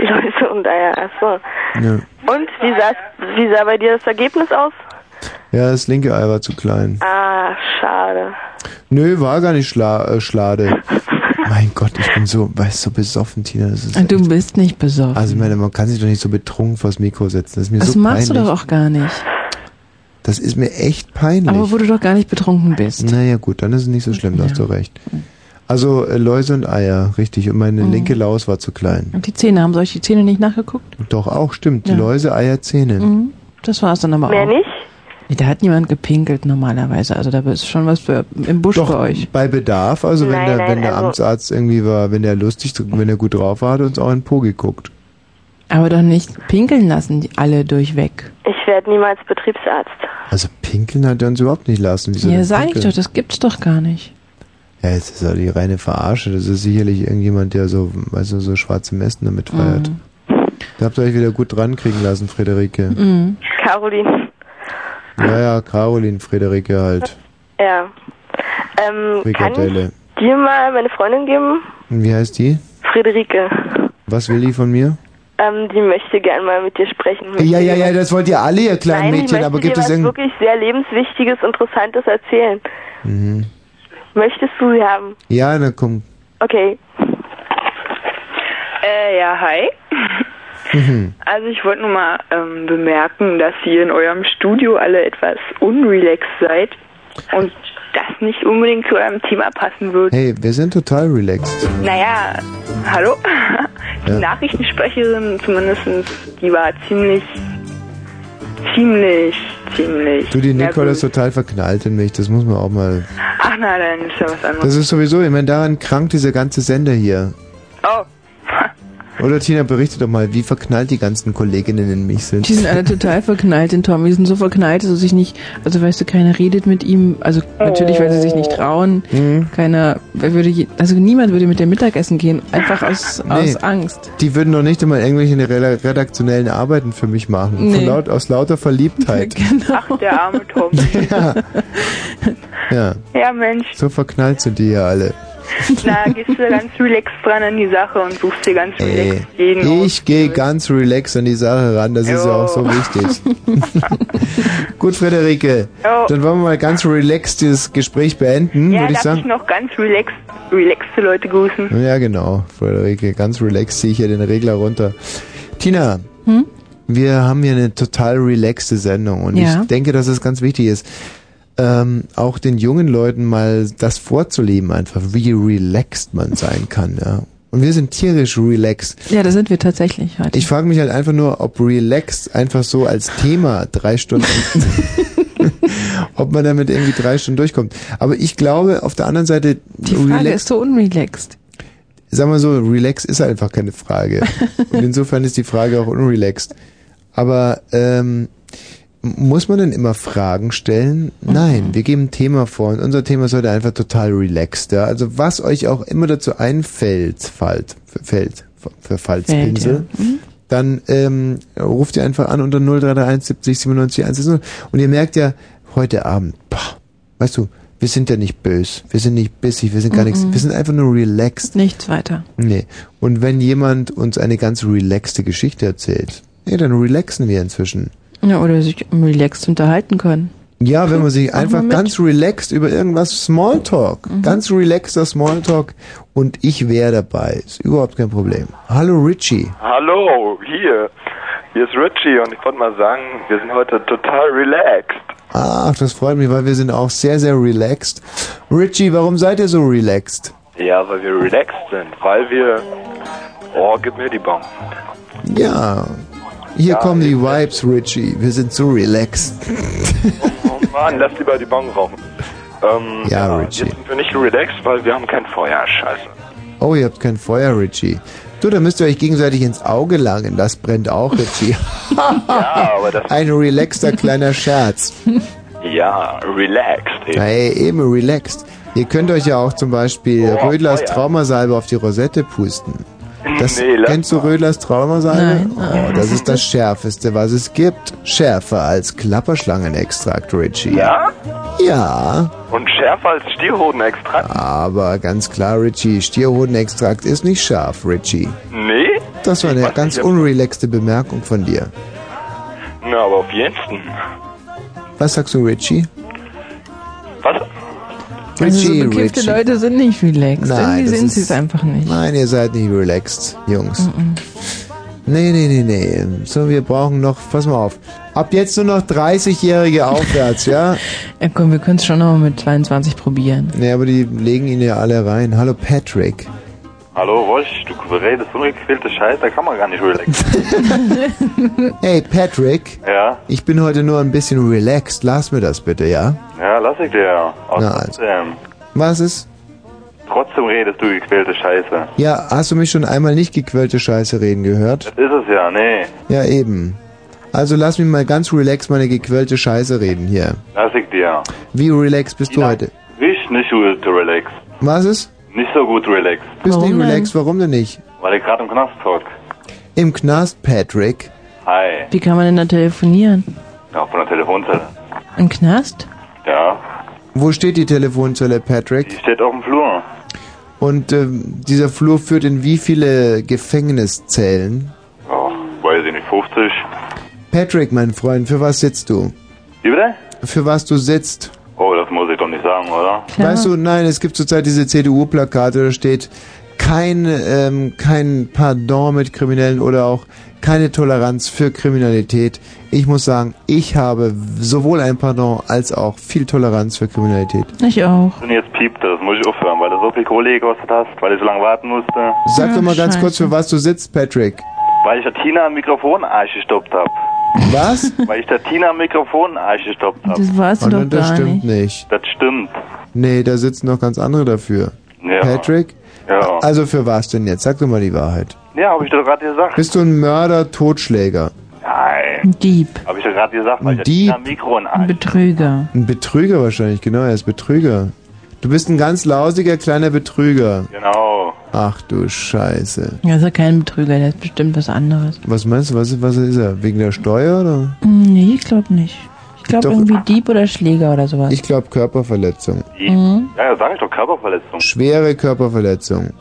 [SPEAKER 7] Leute um und Eier, achso.
[SPEAKER 1] Ja,
[SPEAKER 7] Und wie sah, wie sah bei dir das Ergebnis aus?
[SPEAKER 1] ja das linke Ei war zu klein.
[SPEAKER 7] Ah, schade.
[SPEAKER 1] Nö, war gar nicht schla äh, Schlade. mein Gott, ich bin so, weißt du, so besoffen, Tina. Das ist
[SPEAKER 2] Ah, Du bist nicht besorgt.
[SPEAKER 1] also, ich meine, man kann sich doch nicht so betrunken vors Mikro setzen. Das ist mir
[SPEAKER 2] das
[SPEAKER 1] so peinlich.
[SPEAKER 2] magst du doch auch gar nicht.
[SPEAKER 1] Das ist mir echt peinlich.
[SPEAKER 2] Aber wo du doch gar nicht betrunken bist.
[SPEAKER 1] Naja, gut, dann ist es nicht so schlimm, da hast du recht. Also äh, Läuse und Eier, richtig. Und meine
[SPEAKER 2] Mhm.
[SPEAKER 1] linke Laus war zu klein.
[SPEAKER 2] Und die Zähne, haben sie euch die Zähne nicht nachgeguckt?
[SPEAKER 1] Doch auch, stimmt.
[SPEAKER 2] Ja.
[SPEAKER 1] Läuse, Eier, Zähne.
[SPEAKER 2] Mhm. Das war es dann aber
[SPEAKER 7] Mehr
[SPEAKER 2] auch.
[SPEAKER 7] nicht?
[SPEAKER 2] Nee, Da hat niemand gepinkelt normalerweise. Also da ist schon was für, im Busch
[SPEAKER 1] Doch,
[SPEAKER 2] bei euch.
[SPEAKER 1] bei Bedarf, also wenn
[SPEAKER 2] Nein,
[SPEAKER 1] der,
[SPEAKER 2] nein,
[SPEAKER 1] wenn der
[SPEAKER 2] also-
[SPEAKER 1] Amtsarzt irgendwie war, wenn der lustig, wenn er gut drauf war, hat er uns auch in den Po geguckt.
[SPEAKER 2] Aber doch nicht pinkeln lassen, die alle durchweg.
[SPEAKER 7] Ich werde niemals Betriebsarzt.
[SPEAKER 1] Also pinkeln hat er uns überhaupt nicht lassen. Wieso
[SPEAKER 2] ja,
[SPEAKER 1] denn
[SPEAKER 2] sag ich
[SPEAKER 1] pinkeln?
[SPEAKER 2] doch, das gibt's doch gar nicht.
[SPEAKER 1] Ja, jetzt ist ja die reine Verarsche. Das ist sicherlich irgendjemand, der so, weißt du, so schwarze Messen damit
[SPEAKER 2] Mhm.
[SPEAKER 1] feiert. Da habt ihr euch wieder gut drankriegen lassen, Friederike.
[SPEAKER 2] Mhm.
[SPEAKER 7] Caroline,
[SPEAKER 1] Ja, ja, Caroline, Friederike halt.
[SPEAKER 7] ja. Ähm, kann ich
[SPEAKER 1] Frikadelle.
[SPEAKER 7] dir mal meine Freundin geben?
[SPEAKER 1] Und Wie heißt die?
[SPEAKER 7] Friederike.
[SPEAKER 1] Was will die von mir?
[SPEAKER 7] Ähm, die möchte gern mal mit dir sprechen.
[SPEAKER 1] Ja, ja, ja, das wollt ihr alle, ihr kleinen
[SPEAKER 7] Nein, die
[SPEAKER 1] Mädchen,
[SPEAKER 7] möchte
[SPEAKER 1] aber gibt
[SPEAKER 7] dir
[SPEAKER 1] es
[SPEAKER 7] was
[SPEAKER 1] irgend...
[SPEAKER 7] wirklich sehr lebenswichtiges, interessantes erzählen.
[SPEAKER 1] Mhm.
[SPEAKER 7] Möchtest du sie haben?
[SPEAKER 1] Ja, na komm.
[SPEAKER 7] Okay.
[SPEAKER 9] Äh, ja, hi.
[SPEAKER 1] Mhm.
[SPEAKER 9] Also ich wollte nur mal ähm, bemerken, dass ihr in eurem Studio alle etwas unrelaxed seid und das nicht unbedingt zu eurem Thema passen würde.
[SPEAKER 1] Hey, wir sind total relaxed.
[SPEAKER 9] Naja, hallo? Die
[SPEAKER 1] Ja.
[SPEAKER 9] Nachrichtensprecherin zumindestens, die war ziemlich, ziemlich, ziemlich.
[SPEAKER 1] Du, die
[SPEAKER 9] Ja,
[SPEAKER 1] Nicole ist
[SPEAKER 9] gut.
[SPEAKER 1] total verknallt in mich, das muss man auch mal...
[SPEAKER 9] Ach na, dann ist ja was anderes.
[SPEAKER 1] Das ist sowieso, ich meine, daran krankt dieser ganze Sender hier.
[SPEAKER 9] oh,
[SPEAKER 1] Oder Tina, berichte doch mal, wie verknallt die ganzen Kolleginnen in mich sind.
[SPEAKER 2] Die sind alle total verknallt in Tom. Die sind so verknallt, dass sie sich nicht, also weißt du, keiner redet mit ihm. Also natürlich, weil sie sich nicht trauen.
[SPEAKER 1] Hm.
[SPEAKER 2] Keiner, wer würde, je- also niemand würde mit dem Mittagessen gehen, einfach aus, aus Angst.
[SPEAKER 1] Die würden doch nicht immer irgendwelche rela- redaktionellen Arbeiten für mich machen. Von
[SPEAKER 2] Nee.
[SPEAKER 1] laut, aus lauter Verliebtheit.
[SPEAKER 9] ach, der arme Tom.
[SPEAKER 1] ja. ja,
[SPEAKER 9] ja, Mensch.
[SPEAKER 1] so verknallt sind die hier alle.
[SPEAKER 9] Na, gehst du da ganz relaxed dran an die Sache und suchst dir ganz
[SPEAKER 1] Ey,
[SPEAKER 9] relaxed jeden
[SPEAKER 1] ich gehe ganz relaxed an die Sache ran, das ist ja auch so wichtig. Gut, Frederike,
[SPEAKER 9] Jo.
[SPEAKER 1] dann wollen wir mal ganz relaxed dieses Gespräch beenden, Hm,
[SPEAKER 9] Ja,
[SPEAKER 1] würde ich
[SPEAKER 9] darf
[SPEAKER 1] sagen.
[SPEAKER 9] ich noch ganz relaxed, relaxte Leute grüßen?
[SPEAKER 1] Ja, genau, Frederike. Ganz relaxed ziehe ich hier den Regler runter. Tina,
[SPEAKER 2] Hm?
[SPEAKER 1] wir haben hier eine total relaxte Sendung und
[SPEAKER 2] Ja.
[SPEAKER 1] ich denke, dass es ganz wichtig ist, ähm, auch den jungen Leuten mal das vorzuleben, einfach wie relaxed man sein kann. Ja. Und wir sind tierisch relaxed.
[SPEAKER 2] Ja, da sind wir tatsächlich heute.
[SPEAKER 1] Ich frage mich halt einfach nur, ob relaxed einfach so als Thema drei Stunden ob man damit irgendwie drei Stunden durchkommt. Aber ich glaube, auf der anderen Seite,
[SPEAKER 2] Die Frage ist so unrelaxed.
[SPEAKER 1] sag mal so, relax ist halt einfach keine Frage. Und insofern ist die Frage auch unrelaxed. Aber ähm, muss man denn immer Fragen stellen? Nein,
[SPEAKER 10] Mhm.
[SPEAKER 1] wir geben ein Thema vor und unser Thema ist heute einfach total relaxed. Ja? Also was euch auch immer dazu einfällt, fällt, fällt, für Falzpinsel,
[SPEAKER 10] ja. Mhm.
[SPEAKER 1] dann ähm, ruft ihr einfach an unter 0331 70 97 110 und ihr merkt ja, heute Abend, boah, weißt du, wir sind ja nicht böse, wir sind nicht bissig, wir sind gar nichts,
[SPEAKER 2] Mhm.
[SPEAKER 1] wir sind einfach nur relaxed.
[SPEAKER 2] Nichts weiter.
[SPEAKER 1] Nee. Und wenn jemand uns eine ganz relaxte Geschichte erzählt, nee, dann relaxen wir inzwischen.
[SPEAKER 2] Ja, oder sich relaxed unterhalten können.
[SPEAKER 1] Ja, wenn man sich
[SPEAKER 2] Mach mal
[SPEAKER 1] einfach
[SPEAKER 2] mit. Mhm.
[SPEAKER 1] ganz relaxed über irgendwas Smalltalk, ganz relaxter Smalltalk und ich wäre dabei, ist überhaupt kein Problem. Hallo Richie.
[SPEAKER 11] Hallo, hier. Hier ist Richie und ich wollte mal sagen, wir sind heute total relaxed.
[SPEAKER 1] Ach, das freut mich, weil wir sind auch sehr, sehr relaxed. Richie, warum seid ihr so relaxed?
[SPEAKER 11] Ja, weil wir relaxed sind, weil wir... Oh, gib mir die Bon.
[SPEAKER 1] Ja, hier kommen die Vibes, Richie. Wir sind so relaxed.
[SPEAKER 11] Oh Mann, lass lieber die Bon rauchen. Ähm,
[SPEAKER 1] Ja,
[SPEAKER 11] Richie. Jetzt sind wir nicht relaxed, weil wir haben kein Feuer, scheiße.
[SPEAKER 1] Oh, ihr habt kein Feuer, Richie. Du, da müsst ihr euch gegenseitig ins Auge langen. Das brennt auch, Richie.
[SPEAKER 11] ja, aber das...
[SPEAKER 1] Ein relaxter kleiner Scherz.
[SPEAKER 11] Ja, relaxed eben.
[SPEAKER 1] Hey, eben relaxed. Ihr könnt euch ja auch zum Beispiel
[SPEAKER 11] Oh,
[SPEAKER 1] Rödlers
[SPEAKER 11] Feuer.
[SPEAKER 1] Traumasalbe auf die Rosette pusten. Das,
[SPEAKER 11] Nee, lass
[SPEAKER 1] kennst du Rödlers Traumasalbe?
[SPEAKER 11] Nein.
[SPEAKER 1] Oh, das ist das Schärfeste, was es gibt. Schärfer als Klapperschlangenextrakt, Richie.
[SPEAKER 11] Ja?
[SPEAKER 1] Ja.
[SPEAKER 11] Und schärfer als Stierhodenextrakt?
[SPEAKER 1] Aber ganz klar, Richie, Stierhodenextrakt ist nicht scharf, Richie.
[SPEAKER 11] Nee?
[SPEAKER 1] Das war eine ganz unrelaxte Bemerkung von dir.
[SPEAKER 11] Na, aber auf jeden
[SPEAKER 1] Was sagst du, Richie?
[SPEAKER 11] Was?
[SPEAKER 2] also so
[SPEAKER 1] Richie,
[SPEAKER 2] bekiffte
[SPEAKER 1] Richie.
[SPEAKER 2] Leute sind nicht relaxed. Irgendwie
[SPEAKER 1] das
[SPEAKER 2] sind
[SPEAKER 1] ist-
[SPEAKER 2] sie es einfach nicht.
[SPEAKER 1] Nein, ihr seid nicht relaxed, Jungs. Nee, nee, nee, nee. So, wir brauchen noch, pass mal auf. Ab jetzt nur noch 30-Jährige aufwärts, ja?
[SPEAKER 2] Ja komm, wir können es schon nochmal mit 22 probieren.
[SPEAKER 1] Nee, aber die legen ihn ja alle rein. Hallo, Patrick.
[SPEAKER 12] Hallo Rosch, du redest ungequälte Scheiße, da kann man gar nicht relaxen.
[SPEAKER 1] hey, Patrick.
[SPEAKER 12] Ja?
[SPEAKER 1] Ich bin heute nur ein bisschen relaxed. Lass mir das bitte, ja?
[SPEAKER 12] Ja, lass ich dir ja. Aber
[SPEAKER 1] Na, also.
[SPEAKER 12] Trotzdem,
[SPEAKER 1] Was ist?
[SPEAKER 12] trotzdem redest du gequälte Scheiße.
[SPEAKER 1] Ja, hast du mich schon einmal nicht gequälte Scheiße reden gehört?
[SPEAKER 12] Das ist es ja, nee.
[SPEAKER 1] Ja, eben. Also lass mich mal ganz relaxed meine gequälte Scheiße reden hier.
[SPEAKER 12] Lass ich dir.
[SPEAKER 1] Wie relaxed bist du heute?
[SPEAKER 12] Ich nicht gut relaxed.
[SPEAKER 1] Was ist?
[SPEAKER 12] Nicht so gut relaxed.
[SPEAKER 1] Bist nicht relaxed, warum denn nicht?
[SPEAKER 12] Weil ich gerade im Knast hock.
[SPEAKER 1] Im Knast, Patrick.
[SPEAKER 12] Hi.
[SPEAKER 2] Wie kann man denn da telefonieren?
[SPEAKER 12] Ja, von der Telefonzelle.
[SPEAKER 2] Im Knast?
[SPEAKER 12] Ja.
[SPEAKER 1] Wo steht die Telefonzelle, Patrick?
[SPEAKER 12] Die steht auf dem Flur.
[SPEAKER 1] Und ähm, dieser Flur führt in wie viele Gefängniszellen?
[SPEAKER 12] Oh, weiß ich nicht, 50.
[SPEAKER 1] Patrick, mein Freund, für was sitzt du?
[SPEAKER 12] Wie bitte?
[SPEAKER 1] Für was du sitzt?
[SPEAKER 12] Oh, das muss ich doch nicht sagen, oder?
[SPEAKER 1] Weißt du, nein, es gibt zurzeit diese CDU-Plakate, da steht kein, ähm, kein Pardon mit Kriminellen oder auch keine Toleranz für Kriminalität. Ich muss sagen, ich habe sowohl ein Pardon als auch viel Toleranz für Kriminalität.
[SPEAKER 2] Ich auch.
[SPEAKER 12] Und jetzt piept das, muss ich aufhören, weil du so viel Kohle gekostet hast, weil ich so lange warten musste.
[SPEAKER 1] Sag doch mal ganz kurz, für was du sitzt, Patrick.
[SPEAKER 12] Weil ich der Tina am Mikrofon Arsch gestoppt hab.
[SPEAKER 1] Was?
[SPEAKER 12] Weil ich der Tina am Mikrofon Arsch gestoppt hab.
[SPEAKER 2] Das warst du
[SPEAKER 1] Oh,
[SPEAKER 2] doch
[SPEAKER 1] nein, das
[SPEAKER 2] gar
[SPEAKER 1] stimmt
[SPEAKER 2] nicht.
[SPEAKER 1] nicht.
[SPEAKER 12] Das stimmt.
[SPEAKER 1] Nee, da sitzen noch ganz andere dafür.
[SPEAKER 12] Ja.
[SPEAKER 1] Patrick?
[SPEAKER 12] Ja.
[SPEAKER 1] Also für was denn jetzt? Sag doch mal die Wahrheit.
[SPEAKER 12] Ja, hab ich dir doch gerade gesagt.
[SPEAKER 1] Bist du ein Mörder, Totschläger,
[SPEAKER 12] Nein.
[SPEAKER 2] Dieb.
[SPEAKER 12] Hab ich dir gerade gesagt, weil ich der
[SPEAKER 1] Dieb.
[SPEAKER 12] Tina am Mikro in Arsch.
[SPEAKER 2] Betrüger?
[SPEAKER 1] ein Betrüger wahrscheinlich, genau, er ist Betrüger. Du bist ein ganz lausiger kleiner Betrüger.
[SPEAKER 12] Genau.
[SPEAKER 1] Ach du Scheiße.
[SPEAKER 2] Ja, ist ja kein Betrüger, der ist bestimmt was anderes.
[SPEAKER 1] Was meinst du, was, was ist er? Wegen der Steuer oder?
[SPEAKER 2] Hm, Nee, ich glaube nicht. Ich glaube
[SPEAKER 1] Doch.
[SPEAKER 2] irgendwie Dieb oder Schläger oder sowas.
[SPEAKER 1] Ich glaube Körperverletzung.
[SPEAKER 2] Mhm.
[SPEAKER 12] Ja, ja, sag ich doch Körperverletzung.
[SPEAKER 1] Schwere Körperverletzung.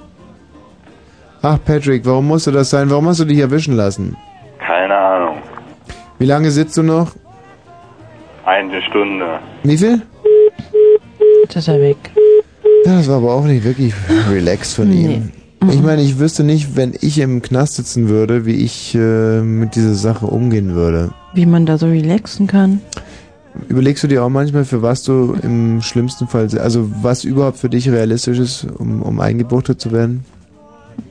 [SPEAKER 1] Ach Patrick, warum musst du das sein? Warum hast du dich erwischen lassen?
[SPEAKER 12] Keine Ahnung.
[SPEAKER 1] Wie lange sitzt du noch?
[SPEAKER 12] Eine Stunde.
[SPEAKER 1] Wie viel?
[SPEAKER 2] Jetzt ist er weg.
[SPEAKER 1] Ja, das war aber auch nicht wirklich relaxed von ihm. Ich meine, ich wüsste nicht, wenn ich im Knast sitzen würde, wie ich äh, mit dieser Sache umgehen würde.
[SPEAKER 2] Wie man da so relaxen kann.
[SPEAKER 1] Überlegst du dir auch manchmal, für was du im schlimmsten Fall, also was überhaupt für dich realistisch ist, um, um eingebuchtet zu werden?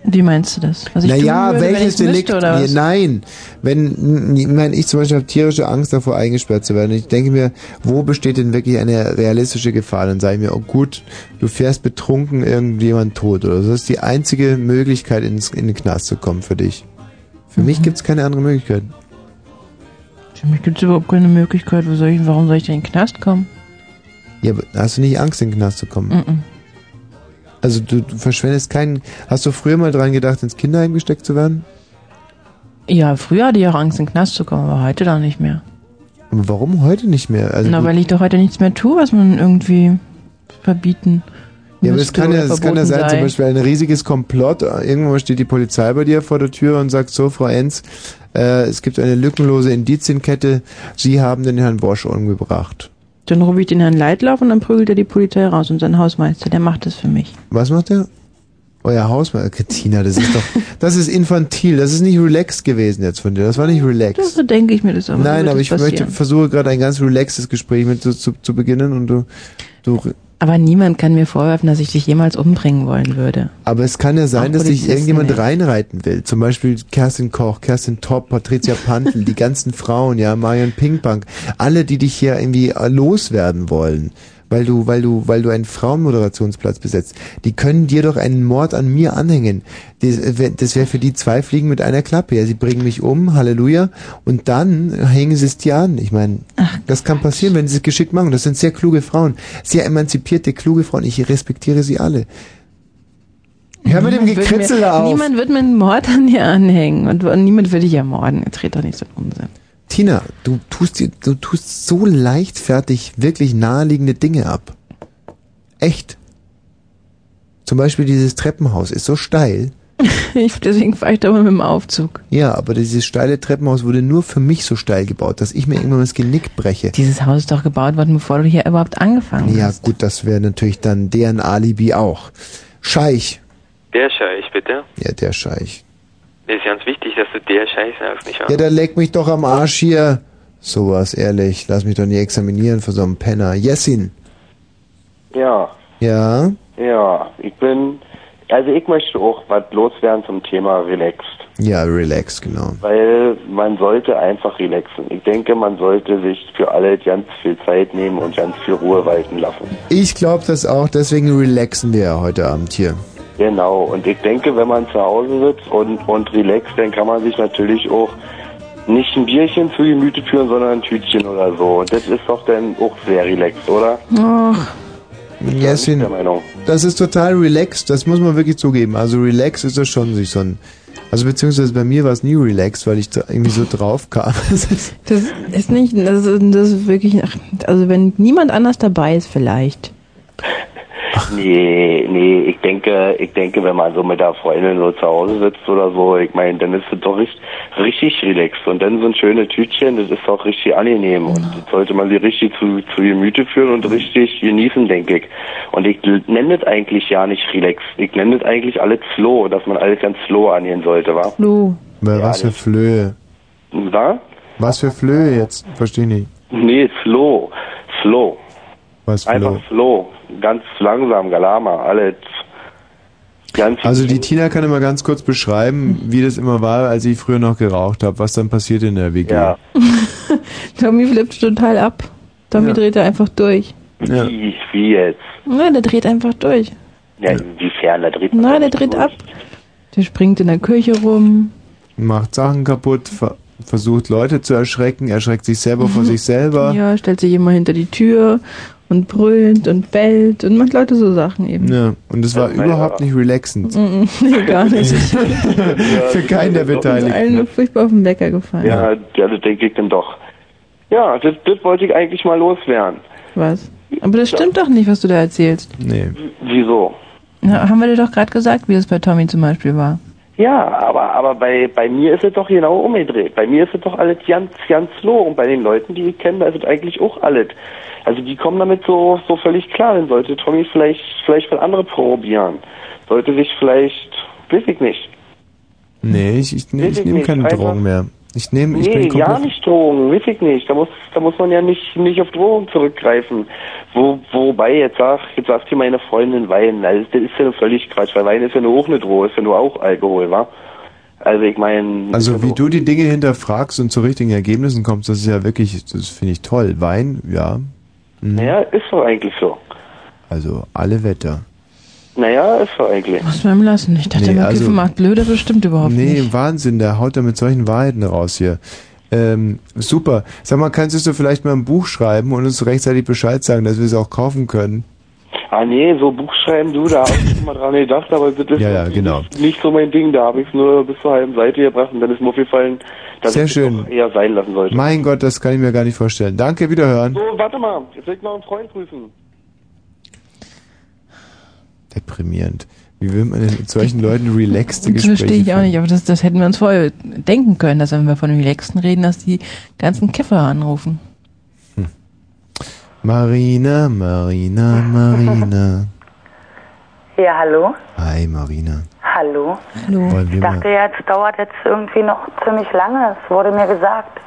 [SPEAKER 2] Wie meinst du das? Was Also ich
[SPEAKER 1] naja,
[SPEAKER 2] tun würde, wenn
[SPEAKER 1] welches
[SPEAKER 2] ich's müsste,
[SPEAKER 1] Delikt?
[SPEAKER 2] Oder was?
[SPEAKER 1] Nee, Nein, wenn ich, meine, ich zum Beispiel habe tierische Angst davor, eingesperrt zu werden. Ich denke mir, wo besteht denn wirklich eine realistische Gefahr? Dann sage ich mir, oh gut, du fährst betrunken irgendjemand tot oder so. Das ist die einzige Möglichkeit, ins, in den Knast zu kommen für dich. Für
[SPEAKER 2] Mhm.
[SPEAKER 1] mich gibt es keine andere Möglichkeit.
[SPEAKER 2] Für mich gibt es überhaupt keine Möglichkeit. Wo soll ich, warum soll ich denn in den Knast kommen?
[SPEAKER 1] Ja, aber hast du nicht Angst, in den Knast zu kommen?
[SPEAKER 2] Mhm.
[SPEAKER 1] Also du, du verschwendest keinen... Hast du früher mal dran gedacht, ins Kinderheim gesteckt zu werden?
[SPEAKER 2] Ja, früher hatte ich auch Angst, in den Knast zu kommen, aber heute doch nicht mehr.
[SPEAKER 1] Aber warum heute nicht mehr? Also
[SPEAKER 2] Na,
[SPEAKER 1] gut.
[SPEAKER 2] weil ich doch heute nichts mehr tue, was man irgendwie verbieten
[SPEAKER 1] Ja, aber es
[SPEAKER 2] müsste
[SPEAKER 1] kann ja,
[SPEAKER 2] oder
[SPEAKER 1] es kann ja
[SPEAKER 2] verboten
[SPEAKER 1] sein,
[SPEAKER 2] sei.
[SPEAKER 1] zum Beispiel ein riesiges Komplott. Irgendwann steht die Polizei bei dir vor der Tür und sagt so, Frau Enz, äh, es gibt eine lückenlose Indizienkette. Sie haben den Herrn Bosch umgebracht.
[SPEAKER 2] Dann rufe ich den Herrn Leitlauf und dann prügelt er die Polizei raus und sein Hausmeister, der macht das für mich.
[SPEAKER 1] Was macht er? Euer Hausmeister, Katina, das ist doch, das ist infantil, das ist nicht relaxed gewesen jetzt von dir, das war nicht relaxed.
[SPEAKER 2] So denke ich mir das aber. so
[SPEAKER 1] Nein,
[SPEAKER 2] wird
[SPEAKER 1] aber
[SPEAKER 2] das
[SPEAKER 1] ich möchte,
[SPEAKER 2] passieren.
[SPEAKER 1] versuche gerade ein ganz relaxtes Gespräch mit dir zu, zu beginnen und du, du
[SPEAKER 2] Aber niemand kann mir vorwerfen, dass ich dich jemals umbringen wollen würde.
[SPEAKER 1] Aber es kann ja sein,
[SPEAKER 2] Auch
[SPEAKER 1] dass sich
[SPEAKER 2] Polizisten
[SPEAKER 1] irgendjemand
[SPEAKER 2] nicht.
[SPEAKER 1] reinreiten will. Zum Beispiel Kerstin Koch, Kerstin Topp, Patricia Pantl, die ganzen Frauen, ja, Marion Pinkbank, alle, die dich hier irgendwie äh, loswerden wollen, weil du, weil du, weil du einen Frauenmoderationsplatz besetzt, die können dir doch einen Mord an mir anhängen. Das, äh, wär- das wäre für die zwei Fliegen mit einer Klappe. Ja, sie bringen mich um, Halleluja, und dann hängen sie es dir an. Ich meine, das kann passieren, wenn sie es geschickt machen. Das sind sehr kluge Frauen, sehr emanzipierte, kluge Frauen. Ich respektiere sie alle. Hör mit dem
[SPEAKER 2] Niemand wird
[SPEAKER 1] Gekritzel
[SPEAKER 2] mir,
[SPEAKER 1] auf.
[SPEAKER 2] Niemand wird mir einen Mord an dir anhängen und, und niemand will dich ermorden. Jetzt red doch nicht so einen Unsinn.
[SPEAKER 1] Tina, du tust, dir- du tust so leichtfertig wirklich naheliegende Dinge ab. Echt. Zum Beispiel dieses Treppenhaus ist so steil.
[SPEAKER 2] Ich, deswegen fahre ich da mal mit dem Aufzug.
[SPEAKER 1] Ja, aber dieses steile Treppenhaus wurde nur für mich so steil gebaut, dass ich mir irgendwann das Genick breche.
[SPEAKER 2] Dieses Haus ist doch gebaut worden, bevor du hier überhaupt angefangen hast.
[SPEAKER 1] Ja, gut, das wäre natürlich dann deren Alibi auch. Scheich.
[SPEAKER 10] Der Scheich, bitte.
[SPEAKER 1] Ja, der Scheich.
[SPEAKER 10] Mir ist ganz wichtig, dass du der Scheich sagst, nicht wahr?
[SPEAKER 1] Ja, der leck mich doch am Arsch hier. Sowas, ehrlich. Lass mich doch nie examinieren für so einen Penner. Jessin.
[SPEAKER 13] Ja,
[SPEAKER 1] Ja?
[SPEAKER 13] ja, ich bin, also ich möchte auch was loswerden zum Thema relaxed,
[SPEAKER 1] Ja, relax, genau.
[SPEAKER 13] weil man sollte einfach relaxen. Ich denke, man sollte sich für alle ganz viel Zeit nehmen und ganz viel Ruhe walten lassen.
[SPEAKER 1] Ich glaube das auch, deswegen relaxen wir ja heute Abend hier.
[SPEAKER 13] Genau, und ich denke, wenn man zu Hause sitzt und, und relaxt, dann kann man sich natürlich auch nicht ein Bierchen zu Gemüte führen, sondern ein Tütchen oder so. Und das ist doch dann auch sehr relaxed, oder?
[SPEAKER 2] Ach.
[SPEAKER 1] Jessin, das ist total relaxed, das muss man wirklich zugeben. Also relaxed ist das schon sich so ein. Also beziehungsweise bei mir war es nie relaxed, weil ich da irgendwie so drauf kam. Das ist-
[SPEAKER 2] Das ist nicht, das ist, das ist wirklich, ach, also wenn niemand anders dabei ist, vielleicht.
[SPEAKER 13] Nee, nee, ich denke, ich denke, wenn man so mit der Freundin so zu Hause sitzt oder so, ich meine, dann ist es doch richtig, richtig relaxed. Und dann so ein schönes Tütchen, das ist doch richtig angenehm. Und das sollte man sich richtig zu, zu Gemüte führen und richtig genießen, denke ich. Und ich nenne das eigentlich ja nicht relaxed. Ich nenne das eigentlich alles slow, dass man alles ganz slow angehen sollte, wa?
[SPEAKER 2] Flo.
[SPEAKER 1] was für Flöhe.
[SPEAKER 13] Wa?
[SPEAKER 1] Was für Flöhe jetzt? Verstehe nicht.
[SPEAKER 13] Nee, slow. Slow.
[SPEAKER 1] Was
[SPEAKER 13] Einfach slow. Ganz langsam, Galama, alles. Ganz
[SPEAKER 1] Also die Tina kann immer ganz kurz beschreiben, wie das immer war, als ich früher noch geraucht habe, was dann passiert in der WG. Ja.
[SPEAKER 2] Tommy flippt total ab. Tommy
[SPEAKER 1] Ja.
[SPEAKER 2] dreht da einfach durch.
[SPEAKER 13] Wie, wie jetzt?
[SPEAKER 2] Nein, der dreht einfach durch.
[SPEAKER 13] Ja, inwiefern? Da dreht man
[SPEAKER 2] Nein, der dreht ab. Der springt in der Küche rum.
[SPEAKER 1] Macht Sachen kaputt, ver versucht Leute zu erschrecken, erschreckt sich selber vor sich selber.
[SPEAKER 2] Ja, stellt sich immer hinter die Tür und brüllt und bellt und macht Leute so Sachen eben.
[SPEAKER 1] Ja, und es war überhaupt nicht relaxend.
[SPEAKER 2] Mm, mm, Nee, gar nicht.
[SPEAKER 1] Für keinen der
[SPEAKER 2] Ist allen
[SPEAKER 1] Beteiligten.
[SPEAKER 2] nur furchtbar auf den Wecker gefallen.
[SPEAKER 13] Ja, ja, das denke ich dann doch. Ja, das, das wollte ich eigentlich mal loswerden.
[SPEAKER 2] Was? Aber das stimmt doch nicht, was du da erzählst.
[SPEAKER 1] Nee.
[SPEAKER 13] Wieso?
[SPEAKER 2] Na, haben wir dir doch gerade gesagt, wie das bei Tommy zum Beispiel war.
[SPEAKER 13] Ja, aber, aber bei, bei mir ist es doch genau umgedreht. Bei mir ist es doch alles ganz, ganz low. Und bei den Leuten, die ich kenne, da ist es eigentlich auch alles. Also die kommen damit so, so völlig klar. Dann sollte Tommy vielleicht, vielleicht mal andere probieren. Sollte sich vielleicht, weiß ich nicht.
[SPEAKER 1] Nee, ich, ich, ne-
[SPEAKER 13] Weiß
[SPEAKER 1] ich
[SPEAKER 13] ich
[SPEAKER 1] nehme
[SPEAKER 13] nicht,
[SPEAKER 1] keine
[SPEAKER 13] einfach-
[SPEAKER 1] Drogen mehr. Ich nehme, ich
[SPEAKER 13] Nee,
[SPEAKER 1] bin
[SPEAKER 13] gar
[SPEAKER 1] komplett.
[SPEAKER 13] nicht Drogen, weiß ich nicht. Da muss, da muss man ja nicht, nicht auf Drogen zurückgreifen. Wo, wobei, jetzt sag, jetzt sagt hier meine Freundin Wein. Also, das ist ja völlig Quatsch, weil Wein ist ja nur auch eine Droge, ist ja nur auch Alkohol, wa? Also, ich meine,
[SPEAKER 1] Also wie du die Dinge hinterfragst und zu richtigen Ergebnissen kommst, das ist ja wirklich, das finde ich toll. Wein, ja. Mhm.
[SPEAKER 13] naja, ist doch eigentlich so.
[SPEAKER 1] Also alle Wetter.
[SPEAKER 13] Naja, ist doch eigentlich.
[SPEAKER 2] Muss man ihm lassen. Ich dachte
[SPEAKER 1] Nee,
[SPEAKER 2] immer,
[SPEAKER 1] also-
[SPEAKER 2] Kiffen macht blöde bestimmt überhaupt
[SPEAKER 1] Nee,
[SPEAKER 2] nicht.
[SPEAKER 1] Wahnsinn, der haut da mit solchen Wahrheiten raus hier. Ähm, super. Sag mal, kannst du vielleicht mal ein Buch schreiben und uns rechtzeitig Bescheid sagen, dass wir es auch kaufen können?
[SPEAKER 13] Ah, nee, so Buchschreiben, du, da hab ich schon mal dran gedacht, aber das ist
[SPEAKER 1] Ja, ja, genau.
[SPEAKER 13] nicht so mein Ding. Da habe ich es nur bis zur halben Seite gebracht und dann ist mir aufgefallen, dass
[SPEAKER 1] Sehr
[SPEAKER 13] ich
[SPEAKER 1] schön.
[SPEAKER 13] es eher sein lassen sollte.
[SPEAKER 1] Mein Gott, das kann ich mir gar nicht vorstellen. Danke, wiederhören.
[SPEAKER 13] So, warte mal, jetzt will ich noch einen Freund grüßen.
[SPEAKER 1] Deprimierend. Wie will man denn mit solchen Leuten relaxte
[SPEAKER 2] Das verstehe
[SPEAKER 1] Gespräche
[SPEAKER 2] ich auch nicht, aber das, das hätten wir uns vorher denken können, dass wenn wir von Relaxten reden, dass die ganzen Kiffer anrufen.
[SPEAKER 1] Hm. Marina, Marina, Marina.
[SPEAKER 14] Ja, hallo.
[SPEAKER 1] Hi, Marina.
[SPEAKER 14] Hallo.
[SPEAKER 1] Wollen wir
[SPEAKER 14] Ich
[SPEAKER 1] mal-
[SPEAKER 14] dachte ja, es dauert jetzt irgendwie noch ziemlich lange. Es wurde mir gesagt.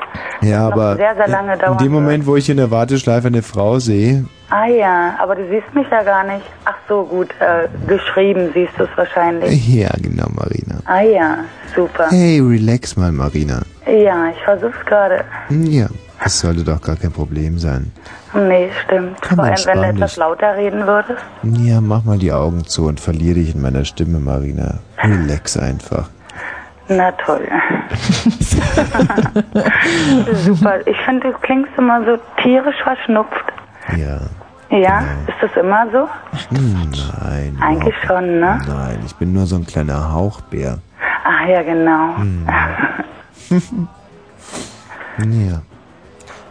[SPEAKER 1] Ja, aber
[SPEAKER 14] sehr, sehr lange
[SPEAKER 1] in
[SPEAKER 14] dauern
[SPEAKER 1] dem Moment, wo ich in der Warteschleife eine Frau sehe,
[SPEAKER 14] Ah ja, aber du siehst mich ja gar nicht. Ach so, gut, äh, geschrieben siehst du es wahrscheinlich.
[SPEAKER 1] ja, genau, Marina.
[SPEAKER 14] Ah ja, super.
[SPEAKER 1] Hey, relax mal, Marina.
[SPEAKER 14] Ja, ich versuch's gerade.
[SPEAKER 1] Hm, Ja, das sollte doch gar kein Problem sein.
[SPEAKER 14] Nee, stimmt.
[SPEAKER 1] Komm,
[SPEAKER 14] Vor allem, wenn du
[SPEAKER 1] entspann
[SPEAKER 14] etwas
[SPEAKER 1] dich.
[SPEAKER 14] lauter reden würdest.
[SPEAKER 1] Hm, Ja, mach mal die Augen zu und verlier dich in meiner Stimme, Marina. Relax einfach.
[SPEAKER 14] Na toll. super. Ich finde, du klingst immer so tierisch verschnupft.
[SPEAKER 1] Ja. Genau.
[SPEAKER 14] Ja? Ist das immer so?
[SPEAKER 1] Hm, nein.
[SPEAKER 14] Eigentlich schon, ne?
[SPEAKER 1] Nein, ich bin nur so ein kleiner Hauchbär.
[SPEAKER 14] Ah ja, genau.
[SPEAKER 1] Hm. Ja.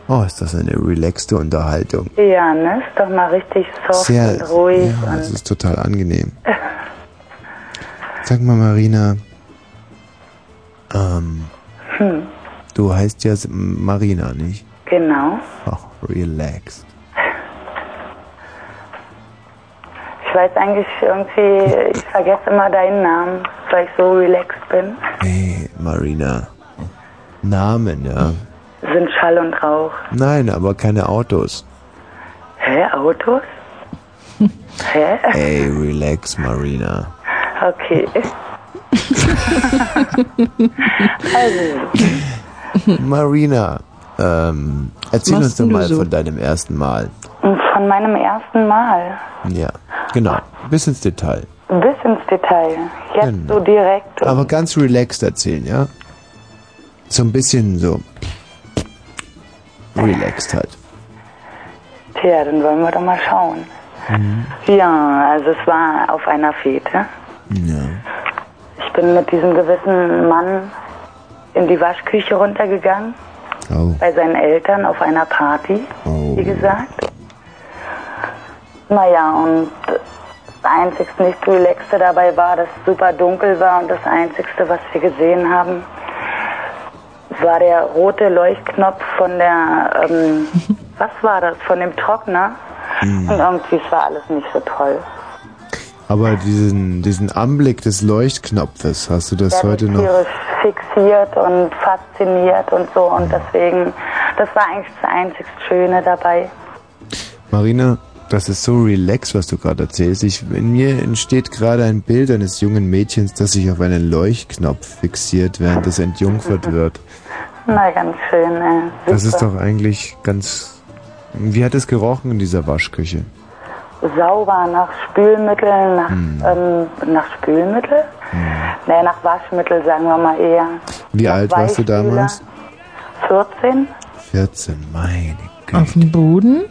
[SPEAKER 1] Oh, ist das eine relaxte Unterhaltung.
[SPEAKER 14] Ja, ne? Ist doch mal richtig soft
[SPEAKER 1] Sehr.
[SPEAKER 14] und ruhig.
[SPEAKER 1] Ja,
[SPEAKER 14] und
[SPEAKER 1] es ist total angenehm. Sag mal, Marina. Ähm,
[SPEAKER 14] hm,
[SPEAKER 1] du heißt ja S- Marina, nicht?
[SPEAKER 14] genau.
[SPEAKER 1] Ach, relaxed.
[SPEAKER 14] Ich weiß eigentlich irgendwie, ich vergesse immer deinen Namen, weil ich so relaxed bin.
[SPEAKER 1] Hey, Marina. Namen, ja.
[SPEAKER 14] Sind Schall und Rauch.
[SPEAKER 1] Nein, aber keine Autos.
[SPEAKER 14] Hä, Autos? Hä?
[SPEAKER 1] Hey, relax, Marina.
[SPEAKER 14] Okay. also,
[SPEAKER 1] Marina, ähm, erzähl
[SPEAKER 14] machst
[SPEAKER 1] uns doch
[SPEAKER 14] denn du
[SPEAKER 1] mal
[SPEAKER 14] so?
[SPEAKER 1] von deinem ersten Mal.
[SPEAKER 14] von meinem ersten Mal.
[SPEAKER 1] Ja, genau. Bis ins Detail.
[SPEAKER 14] Bis ins Detail. Jetzt
[SPEAKER 1] Genau.
[SPEAKER 14] so direkt.
[SPEAKER 1] Aber ganz relaxed erzählen, ja? So ein bisschen so. Relaxed halt.
[SPEAKER 14] Tja, dann wollen wir doch mal schauen. Ja, also es war auf einer Fete.
[SPEAKER 1] Ja.
[SPEAKER 14] Ich bin mit diesem gewissen Mann in die Waschküche runtergegangen.
[SPEAKER 1] Oh.
[SPEAKER 14] Bei seinen Eltern auf einer Party, wie gesagt. Naja, und das einzigste nicht relaxte dabei war, dass es super dunkel war und das einzigste, was wir gesehen haben, war der rote Leuchtknopf von der, ähm, was war das, von dem Trockner.
[SPEAKER 1] Mhm. Hm.
[SPEAKER 14] Und irgendwie es war alles nicht so toll.
[SPEAKER 1] Aber diesen, diesen Anblick des Leuchtknopfes, hast du das
[SPEAKER 14] Der hat
[SPEAKER 1] heute
[SPEAKER 14] mich
[SPEAKER 1] noch?
[SPEAKER 14] tierisch fixiert und fasziniert und so
[SPEAKER 1] Hm.
[SPEAKER 14] und deswegen, das war eigentlich das einzig Schöne dabei.
[SPEAKER 1] Marina, das ist so relaxed, was du gerade erzählst. Ich, in mir entsteht gerade ein Bild eines jungen Mädchens, das sich auf einen Leuchtknopf fixiert, während es entjungfert wird.
[SPEAKER 14] Na, ganz schön, äh, ey.
[SPEAKER 1] Das ist doch eigentlich ganz. Wie hat es gerochen in dieser Waschküche?
[SPEAKER 14] Sauber nach Spülmittel, nach,
[SPEAKER 1] Hm.
[SPEAKER 14] ähm, nach Spülmittel? Naja, nach Waschmittel, sagen wir mal eher.
[SPEAKER 1] Wie alt warst du damals?
[SPEAKER 14] 14?
[SPEAKER 1] 14, meine.
[SPEAKER 2] Auf dem Boden?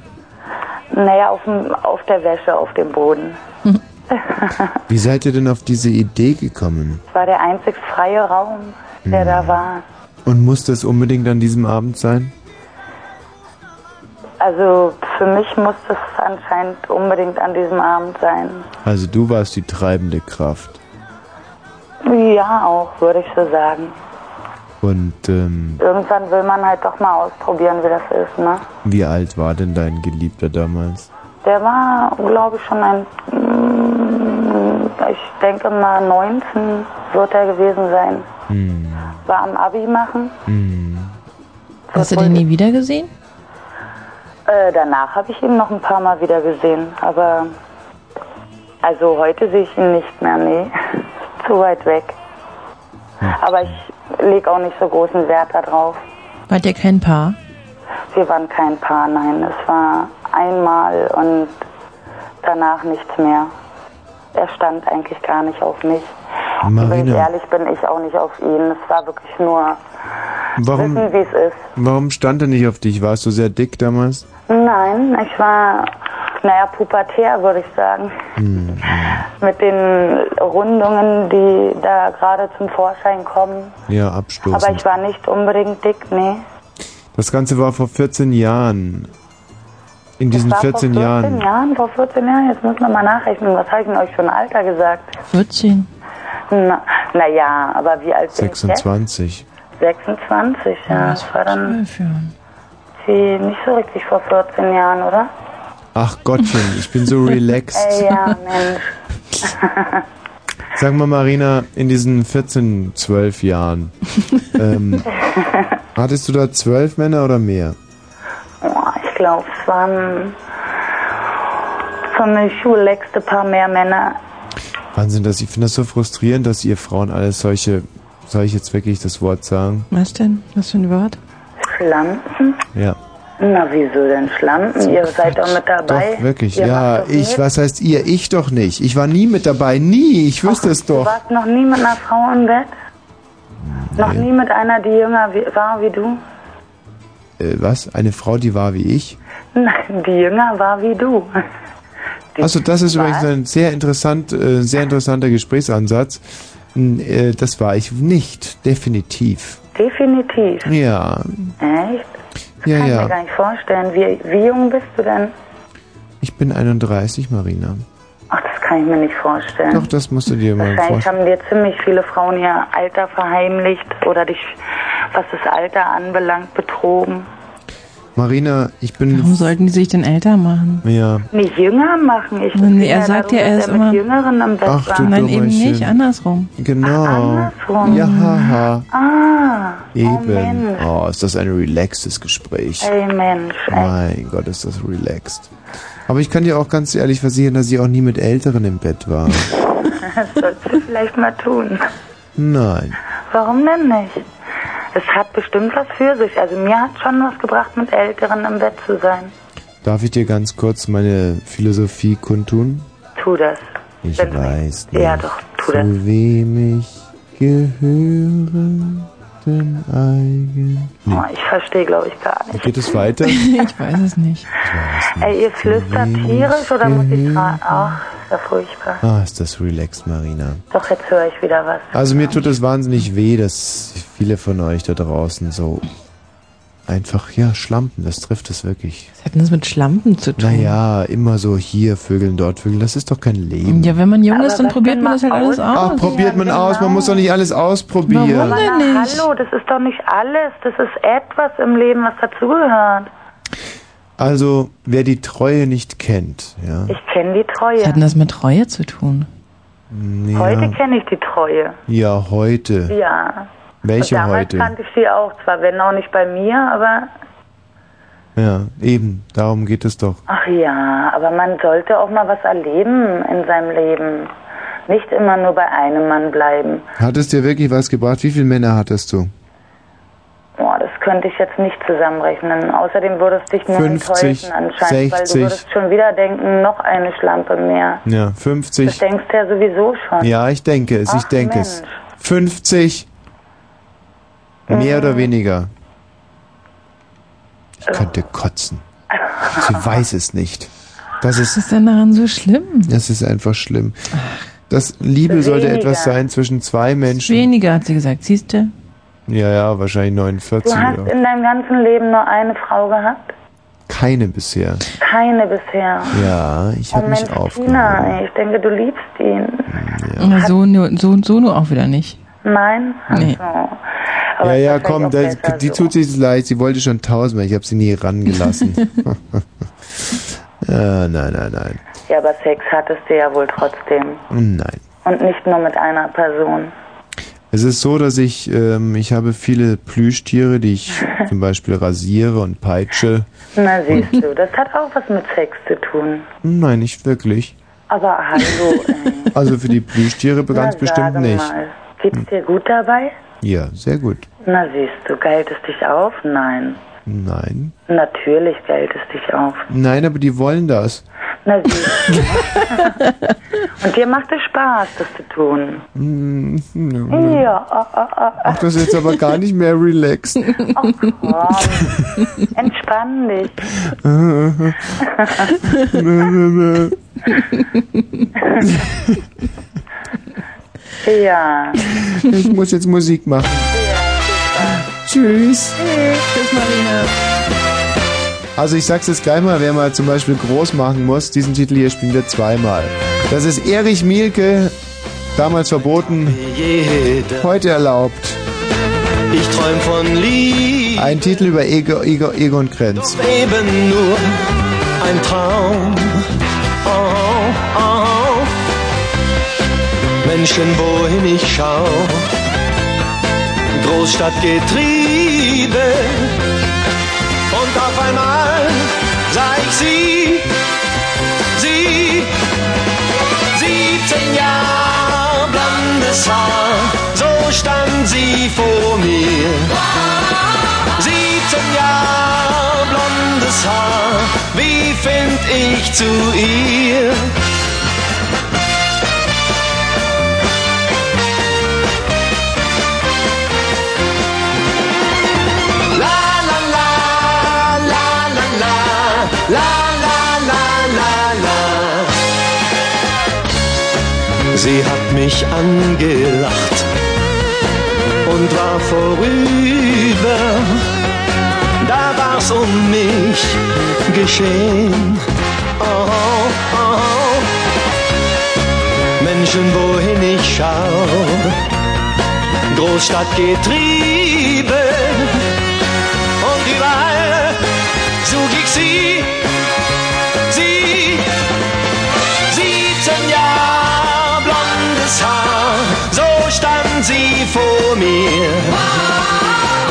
[SPEAKER 14] Naja, auf, dem, auf der Wäsche, auf dem Boden.
[SPEAKER 1] Wie seid ihr denn auf diese Idee gekommen?
[SPEAKER 14] Es war der einzig freie Raum, der
[SPEAKER 1] Hm.
[SPEAKER 14] da war.
[SPEAKER 1] Und muss das unbedingt an diesem Abend sein?
[SPEAKER 14] Also für mich muss das anscheinend unbedingt an diesem Abend sein.
[SPEAKER 1] Also du warst die treibende Kraft.
[SPEAKER 14] Ja, auch, würde ich so sagen.
[SPEAKER 1] Und ähm,
[SPEAKER 14] Irgendwann will man halt doch mal ausprobieren, wie das ist, ne?
[SPEAKER 1] wie alt war denn dein Geliebter damals?
[SPEAKER 14] Der war, glaube ich, schon ein, mm, ich denke mal 19 wird er gewesen sein.
[SPEAKER 1] Hm.
[SPEAKER 14] war am Abi machen.
[SPEAKER 1] Hm.
[SPEAKER 15] Hast du den nie wieder gesehen?
[SPEAKER 14] Äh, danach habe ich ihn noch ein paar Mal wieder gesehen, aber also heute sehe ich ihn nicht mehr, nee, zu weit weg. Aber ich lege auch nicht so großen Wert darauf.
[SPEAKER 15] Wart ihr kein Paar?
[SPEAKER 14] Wir waren kein Paar, nein, es war einmal und danach nichts mehr. Er stand eigentlich gar nicht auf mich. Und Wenn ich
[SPEAKER 1] Marina.
[SPEAKER 14] ehrlich bin, ich auch nicht auf ihn. Es war wirklich nur
[SPEAKER 1] Warum,
[SPEAKER 14] wissen, wie es ist.
[SPEAKER 1] warum stand er nicht auf dich? Warst du sehr dick damals?
[SPEAKER 14] Nein, ich war, naja, pubertär, würde ich sagen.
[SPEAKER 1] Hm.
[SPEAKER 14] Mit den Rundungen, die da gerade zum Vorschein kommen.
[SPEAKER 1] Ja, Abstoßen.
[SPEAKER 14] Aber ich war nicht unbedingt dick, nee.
[SPEAKER 1] das Ganze war vor 14 Jahren. In diesen
[SPEAKER 14] war
[SPEAKER 1] 14
[SPEAKER 14] vor 14
[SPEAKER 1] Jahren.
[SPEAKER 14] Jahren. Vor 14 Jahren, jetzt müssen wir mal nachrechnen. Was habe ich denn euch für ein Alter gesagt?
[SPEAKER 15] 14.
[SPEAKER 14] Na, na ja, aber wie alt bin
[SPEAKER 1] 26.
[SPEAKER 14] ich jetzt? 26, ja. Das war dann
[SPEAKER 15] Jahren.
[SPEAKER 14] wie nicht so richtig vor 14 Jahren, oder?
[SPEAKER 1] Ach Gottchen, ich bin so relaxed.
[SPEAKER 14] Ey, ja, Mensch.
[SPEAKER 1] Sag mal, Marina, in diesen 14, 12 Jahren, ähm, hattest du da 12 Männer oder mehr?
[SPEAKER 14] Oh, ich glaube, es waren von den Schuhleckste paar mehr Männer.
[SPEAKER 1] Wahnsinn, das, ich finde das so frustrierend, dass ihr Frauen alles solche, soll ich jetzt wirklich das Wort sagen?
[SPEAKER 15] Was denn? Was für ein Wort?
[SPEAKER 14] Schlampen?
[SPEAKER 1] Ja.
[SPEAKER 14] Na, wieso denn Schlampen? Ihr seid doch mit dabei.
[SPEAKER 1] Doch, wirklich,
[SPEAKER 14] Ihr
[SPEAKER 1] ja.
[SPEAKER 14] macht doch
[SPEAKER 1] Ich,
[SPEAKER 14] mit.
[SPEAKER 1] was heißt ihr? Ich doch nicht. Ich war nie mit dabei, nie. Ich wüsste es
[SPEAKER 14] Du
[SPEAKER 1] doch.
[SPEAKER 14] warst noch nie mit einer Frau im Bett? Noch nie mit einer, die jünger wie, war wie du?
[SPEAKER 1] Äh, was? Eine Frau, die war wie ich?
[SPEAKER 14] Nein, die jünger war wie du.
[SPEAKER 1] Also das ist übrigens ein sehr interessant, äh, sehr interessanter Gesprächsansatz. N- äh, Das war ich nicht, definitiv.
[SPEAKER 14] Definitiv.
[SPEAKER 1] Ja,
[SPEAKER 14] Echt? Das
[SPEAKER 1] Ja,
[SPEAKER 14] kann ich
[SPEAKER 1] ja.
[SPEAKER 14] mir gar nicht vorstellen. Wie, wie jung bist du denn?
[SPEAKER 1] ich bin 31, Marina.
[SPEAKER 14] Ach, das kann ich mir nicht vorstellen.
[SPEAKER 1] Doch, das musst du dir mal
[SPEAKER 14] Wahrscheinlich
[SPEAKER 1] vorstellen.
[SPEAKER 14] haben dir ziemlich viele Frauen ihr Alter verheimlicht oder dich, was das Alter anbelangt, betrogen.
[SPEAKER 1] Marina, ich bin...
[SPEAKER 15] Warum sollten die sich denn älter machen?
[SPEAKER 1] Ja,
[SPEAKER 14] Nicht jünger machen. Ich
[SPEAKER 15] Nee, er sagt ja, er ist immer.
[SPEAKER 14] Jüngeren im Bett
[SPEAKER 1] Ach, du
[SPEAKER 15] Nein, eben
[SPEAKER 1] Dummerchen.
[SPEAKER 15] nicht, andersrum.
[SPEAKER 1] genau.
[SPEAKER 14] andersrum.
[SPEAKER 1] Ja, haha.
[SPEAKER 14] Ah,
[SPEAKER 1] Eben.
[SPEAKER 14] Mensch.
[SPEAKER 1] Oh, ist das ein relaxtes Gespräch.
[SPEAKER 14] ey Mensch.
[SPEAKER 1] Mein Gott, ist das relaxed. Aber ich kann dir auch ganz ehrlich versichern, dass ich auch nie mit Älteren im Bett war.
[SPEAKER 14] Das sollst du vielleicht mal tun.
[SPEAKER 1] Nein.
[SPEAKER 14] Warum denn nicht? Es hat bestimmt was für sich. Also mir hat schon was gebracht, mit Älteren im Bett zu sein.
[SPEAKER 1] Darf ich dir ganz kurz meine Philosophie kundtun?
[SPEAKER 14] Tu das.
[SPEAKER 1] Ich
[SPEAKER 14] Wenn-
[SPEAKER 1] weiß nicht,
[SPEAKER 14] Ja, doch, tu das.
[SPEAKER 1] zu wem ich gehöre, denn eigentlich... Nee.
[SPEAKER 14] Oh, ich verstehe, glaube ich, gar nicht.
[SPEAKER 1] Geht es weiter?
[SPEAKER 15] ich weiß es nicht.
[SPEAKER 14] Ey, ihr flüstert tierisch oder muss ich fragen? Ach, ist ja furchtbar.
[SPEAKER 1] Ah, ist das relaxed, Marina.
[SPEAKER 14] Doch, jetzt höre ich wieder was.
[SPEAKER 1] Also mir tut es wahnsinnig weh, dass viele von euch da draußen so einfach, ja, schlampen, das trifft es wirklich.
[SPEAKER 15] Was hat denn das mit Schlampen zu tun?
[SPEAKER 1] Naja, immer so hier Vögeln, dort Vögeln, das ist doch kein Leben.
[SPEAKER 15] Ja, wenn man jung ist, dann probiert man das halt alles aus.
[SPEAKER 1] Ach, probiert man aus,
[SPEAKER 14] genau.
[SPEAKER 1] man muss doch nicht alles ausprobieren.
[SPEAKER 14] Aber na, hallo, das ist doch nicht alles. Das ist etwas im Leben, was dazugehört.
[SPEAKER 1] Also, wer die Treue nicht kennt, ja.
[SPEAKER 14] Ich kenne die Treue.
[SPEAKER 15] Was hat denn das mit Treue zu tun?
[SPEAKER 1] ja.
[SPEAKER 14] Heute kenne ich die Treue.
[SPEAKER 1] Ja, heute.
[SPEAKER 14] Ja.
[SPEAKER 1] Welche
[SPEAKER 14] Und damals
[SPEAKER 1] heute?
[SPEAKER 14] kannte ich sie auch. Zwar, wenn auch nicht bei mir, aber...
[SPEAKER 1] Ja, eben, darum geht es doch.
[SPEAKER 14] Ach ja, aber man sollte auch mal was erleben in seinem Leben. Nicht immer nur bei einem Mann bleiben.
[SPEAKER 1] Hat es dir wirklich was gebracht? Wie viele Männer hattest du?
[SPEAKER 14] Boah, das könnte ich jetzt nicht zusammenrechnen. Außerdem würdest dich nur
[SPEAKER 1] 50,
[SPEAKER 14] enttäuschen anscheinend, weil du
[SPEAKER 1] 60.
[SPEAKER 14] würdest schon wieder denken, noch eine Schlampe mehr.
[SPEAKER 1] Ja,
[SPEAKER 14] Das
[SPEAKER 1] 50.
[SPEAKER 14] denkst du ja sowieso schon.
[SPEAKER 1] Ja, ich denke es, ich
[SPEAKER 14] Ach,
[SPEAKER 1] denke es. 50. Mehr
[SPEAKER 14] Hm.
[SPEAKER 1] oder weniger. Ich
[SPEAKER 14] Äh.
[SPEAKER 1] könnte kotzen. Sie weiß es nicht. Das ist,
[SPEAKER 15] Was ist denn daran so schlimm?
[SPEAKER 1] das ist einfach schlimm. Das Liebe sollte
[SPEAKER 15] Weniger.
[SPEAKER 1] etwas sein zwischen zwei Menschen.
[SPEAKER 15] Weniger, hat sie gesagt. Siehst du?
[SPEAKER 1] Ja, ja, wahrscheinlich 49.
[SPEAKER 14] Du hast
[SPEAKER 1] Oder.
[SPEAKER 14] in deinem ganzen Leben nur eine Frau gehabt?
[SPEAKER 1] Keine bisher.
[SPEAKER 14] Keine bisher.
[SPEAKER 1] Ja, ich habe mich aufgehört.
[SPEAKER 14] Tina, ey, ich denke, du liebst ihn.
[SPEAKER 15] Na, so, nur- so und so nur auch wieder nicht.
[SPEAKER 14] Nein?
[SPEAKER 15] Nee.
[SPEAKER 14] Also,
[SPEAKER 1] Ja, ja, komm, das, die tut sich leid. Sie wollte schon tausendmal. Ich habe sie nie rangelassen. äh, nein, nein, nein.
[SPEAKER 14] ja, aber Sex hattest du ja wohl trotzdem.
[SPEAKER 1] Nein.
[SPEAKER 14] Und nicht nur mit einer Person.
[SPEAKER 1] Es ist so, dass ich, ähm, ich habe viele Plüschtiere, die ich zum Beispiel rasiere und peitsche.
[SPEAKER 14] Na siehst du, das hat auch was mit Sex zu tun.
[SPEAKER 1] Nein, nicht wirklich.
[SPEAKER 14] Aber hallo, äh,
[SPEAKER 1] Also für die Plüschtiere
[SPEAKER 14] na,
[SPEAKER 1] ganz bestimmt
[SPEAKER 14] sag
[SPEAKER 1] nicht. Hm.
[SPEAKER 14] mal, geht's dir gut dabei?
[SPEAKER 1] Ja, sehr gut.
[SPEAKER 14] Na siehst du, geilt es dich auf? Nein.
[SPEAKER 1] Nein.
[SPEAKER 14] Natürlich geilt es dich auf.
[SPEAKER 1] Nein, aber die wollen das.
[SPEAKER 14] Na siehst du. Und dir macht es Spaß, das zu tun.
[SPEAKER 1] Hm, ja.
[SPEAKER 14] Ja, ah, ah, ah, ah.
[SPEAKER 1] Ach, das ist jetzt aber gar nicht mehr relaxed.
[SPEAKER 14] Ach komm, entspann dich. Ja.
[SPEAKER 1] Ich muss jetzt Musik machen. Tschüss.
[SPEAKER 2] Tschüss, Marina.
[SPEAKER 1] Also ich sag's jetzt gleich mal, wer mal zum Beispiel groß machen muss, diesen Titel hier spielen wir zweimal. Das ist Erich Mielke, damals verboten, heute erlaubt.
[SPEAKER 16] Ich träum von Liebe,
[SPEAKER 1] Ein Titel über Ego, Ego, Ego und Grenz.
[SPEAKER 16] eben nur ein Traum. Oh, oh. Menschen, wohin ich schau, Großstadtgetriebe. Und auf einmal sah ich sie, sie, 17 Jahre blondes Haar, so stand sie vor mir. 17 Jahre blondes Haar, wie find ich zu ihr? La la la la la la la la la la la. Sie hat mich angelacht und war vorüber. Da war's um mich geschehen. Oh, oh, oh. Menschen, wohin ich schau, Großstadtgetriebe und überall such ich sie, sie. 17 Jahre blondes Haar, so stand sie vor mir.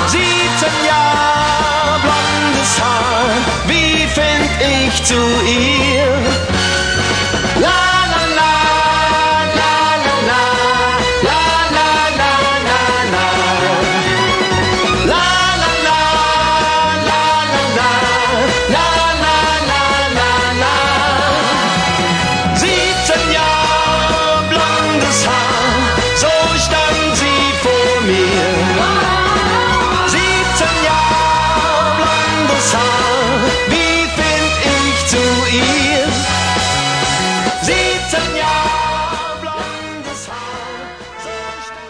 [SPEAKER 16] 17 Jahre blondes Haar, wie find ich zu ihr? La la la la la la la la la la la la la la La la la la la. 17 Jahre blondes Haar, so stand sie vor mir. 17 Jahre blondes Haar, wie find ich zu ihr? 17 Jahre blondes Haar, so stand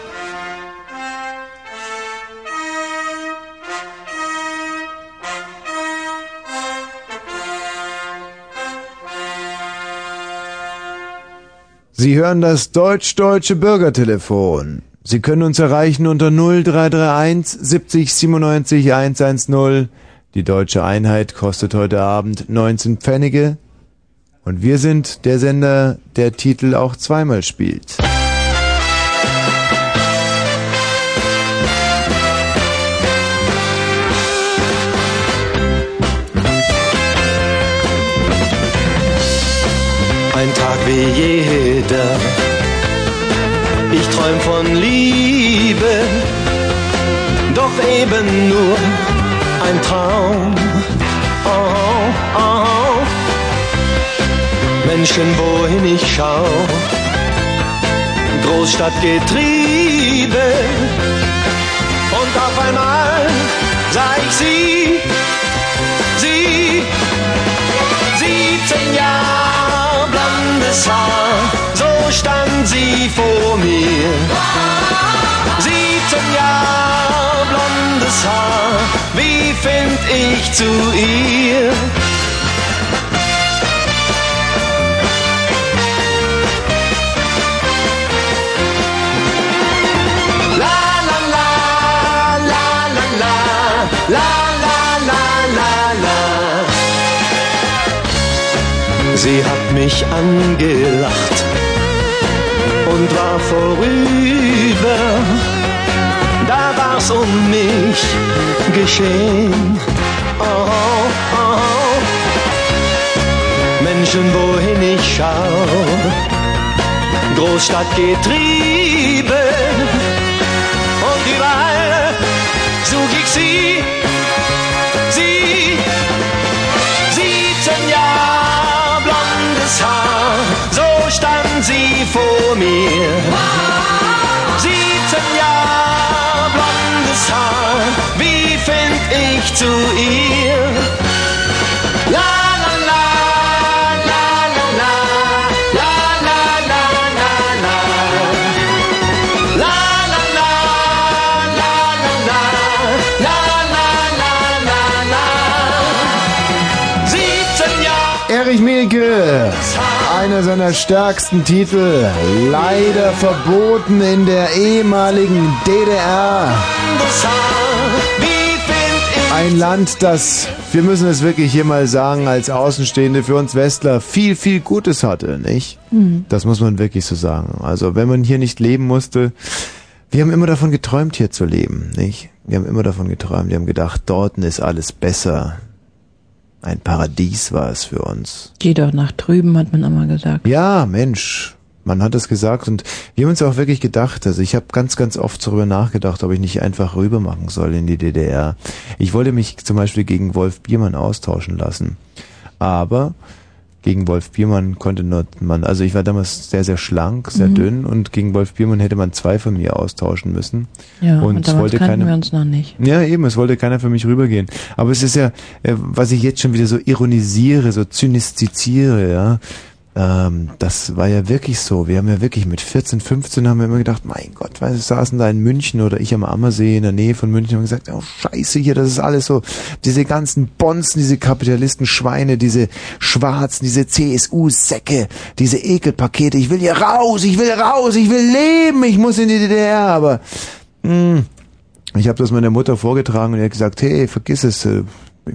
[SPEAKER 1] Sie hören das deutsch-deutsche Bürgertelefon. Sie können uns erreichen unter 0331 70 97 110. Die deutsche Einheit kostet heute Abend 19 Pfennige. Und wir sind der Sender, der Titel auch zweimal spielt.
[SPEAKER 16] ein Tag wie jeder. Ich träum von Liebe, doch eben nur ein Traum. Oh, oh. Menschen, wohin ich schau, Großstadtgetriebe. Und auf einmal sah ich sie, sie, 17 Jahre blondes Haar, so stand sie vor mir. 17 Jahre blondes Haar, wie find ich zu ihr? La la la la la la la la la la la. Sie hat mich angelacht und war vorüber. was um mich geschehen. Oh, oh, oh. Menschen, wohin ich schau, Großstadt getrieben und überall such ich sie, sie. 17 Jahre blondes Haar, so stand sie vor mir. 17 Jahre blondes Haar, wie find ich zu ihr? La la la, la la la, la la la la la. La la la, la la la, la la la la la. 17 Jahre
[SPEAKER 1] Erich Mielke, einer seiner stärksten Titel, leider verboten in der ehemaligen DDR. Ein Land, das, wir müssen es wirklich hier mal sagen, als Außenstehende für uns Westler viel, viel Gutes hatte, nicht?
[SPEAKER 16] Mhm.
[SPEAKER 1] Das muss man wirklich so sagen. Also, wenn man hier nicht leben musste, wir haben immer davon geträumt, hier zu leben, nicht? Wir haben immer davon geträumt, wir haben gedacht, dort ist alles besser. Ein Paradies war es für uns.
[SPEAKER 2] Geh doch nach drüben, hat man immer gesagt.
[SPEAKER 1] Ja, Mensch, man hat es gesagt und wir haben uns auch wirklich gedacht, also ich habe ganz, ganz oft darüber nachgedacht, ob ich nicht einfach rüber machen soll in die DDR. Ich wollte mich zum Beispiel gegen Wolf Biermann austauschen lassen, aber gegen Wolf Biermann konnte nur man, also ich war damals sehr, sehr schlank, sehr
[SPEAKER 2] Mhm.
[SPEAKER 1] dünn und gegen Wolf Biermann hätte man zwei von mir austauschen müssen.
[SPEAKER 2] Ja, und,
[SPEAKER 1] es
[SPEAKER 2] damals
[SPEAKER 1] wollte
[SPEAKER 2] kannten
[SPEAKER 1] keine,
[SPEAKER 2] wir uns noch nicht.
[SPEAKER 1] ja, eben, es wollte keiner für mich rübergehen. Aber es ist ja, äh, was ich jetzt schon wieder so ironisiere, so zynistiziere, ja. Ähm, das war ja wirklich so. Wir haben ja wirklich mit 14, 15 haben wir immer gedacht, mein Gott, was saßen da in München oder ich am Ammersee in der Nähe von München und gesagt, oh Scheiße hier, das ist alles so. Diese ganzen Bonzen, diese Kapitalisten-Schweine, diese Schwarzen, diese CSU-Säcke, diese Ekelpakete. Ich will hier raus, ich will raus, ich will leben, ich muss in die DDR, aber hm, mh, ich habe das meiner Mutter vorgetragen und er hat gesagt, hey, vergiss es, äh,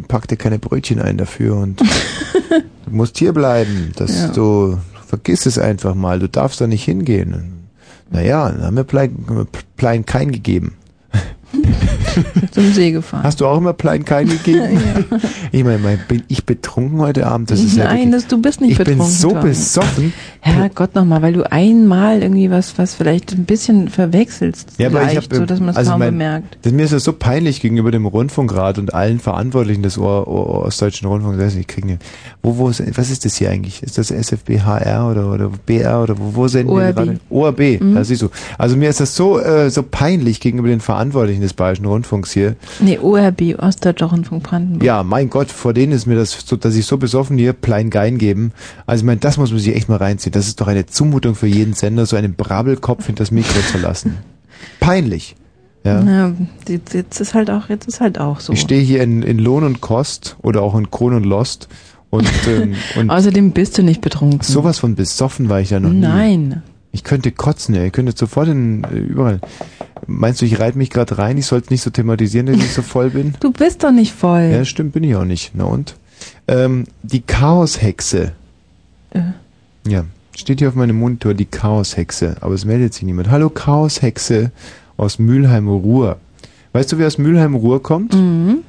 [SPEAKER 1] pack dir keine Brötchen ein dafür und du musst hier bleiben. Das,
[SPEAKER 16] Ja.
[SPEAKER 1] Du vergiss es einfach mal, du darfst da nicht hingehen. Naja, dann haben wir Plein, haben wir Plein kein gegeben.
[SPEAKER 2] Zum See gefahren.
[SPEAKER 1] Hast du auch immer Plein kein gegeben? Ich meine, mein, bin ich betrunken heute Abend? Das ist ja
[SPEAKER 2] Nein,
[SPEAKER 1] wirklich,
[SPEAKER 2] das, du bist nicht
[SPEAKER 1] ich
[SPEAKER 2] betrunken.
[SPEAKER 1] bin so
[SPEAKER 2] Tom.
[SPEAKER 1] besoffen.
[SPEAKER 2] Herrgott nochmal, weil du einmal irgendwie was, was vielleicht ein bisschen verwechselst.
[SPEAKER 1] Ja, aber ich äh, also
[SPEAKER 2] leicht,
[SPEAKER 1] habe
[SPEAKER 2] so, dass man es kaum bemerkt.
[SPEAKER 1] Das, mir ist das so peinlich gegenüber dem Rundfunkrat und allen Verantwortlichen des Ohr, Ohr, Ostdeutschen Rundfunks. Ich weiß nicht, die kriegen den- wo, wo, ist- was ist das hier eigentlich? Ist das SFBHR oder, oder BR oder wo, wo senden wir
[SPEAKER 16] ORB.
[SPEAKER 1] gerade? ORB,
[SPEAKER 2] Mhm.
[SPEAKER 1] da siehst du. Also mir ist das so, äh, so peinlich gegenüber den Verantwortlichen des Bayerischen Rundfunks hier.
[SPEAKER 2] Nee, ORB, Ostdeutscher Rundfunk Brandenburg.
[SPEAKER 1] Ja, mein Gott, vor denen ist mir das, so, dass ich so besoffen hier Plein Gein geben. Also ich meine, das muss man sich echt mal reinziehen. Das ist doch eine Zumutung für jeden Sender, so einen Brabbelkopf hinter das Mikro zu lassen. Peinlich. Ja.
[SPEAKER 2] Na, jetzt, jetzt ist halt auch, jetzt ist halt auch so.
[SPEAKER 1] Ich stehe hier in, in Lohn und Kost oder auch in Kron und Lost und, ähm, und
[SPEAKER 2] Außerdem bist du nicht betrunken.
[SPEAKER 1] sowas von besoffen war ich ja noch nie.
[SPEAKER 2] Nein.
[SPEAKER 1] Ich könnte kotzen, ey. Ich könnte sofort in, äh, überall. Meinst du, ich reite mich gerade rein? Ich sollte nicht so thematisieren, dass ich so voll bin?
[SPEAKER 2] Du bist doch nicht voll.
[SPEAKER 1] Ja, stimmt, bin ich auch nicht. Na und? Ähm, die Chaoshexe.
[SPEAKER 2] Äh.
[SPEAKER 1] Ja, steht hier auf meinem Monitor die Chaoshexe, aber es meldet sich niemand. Hallo Chaoshexe aus Mülheim-Ruhr. Weißt du, wer aus Mülheim-Ruhr kommt?
[SPEAKER 2] Mhm.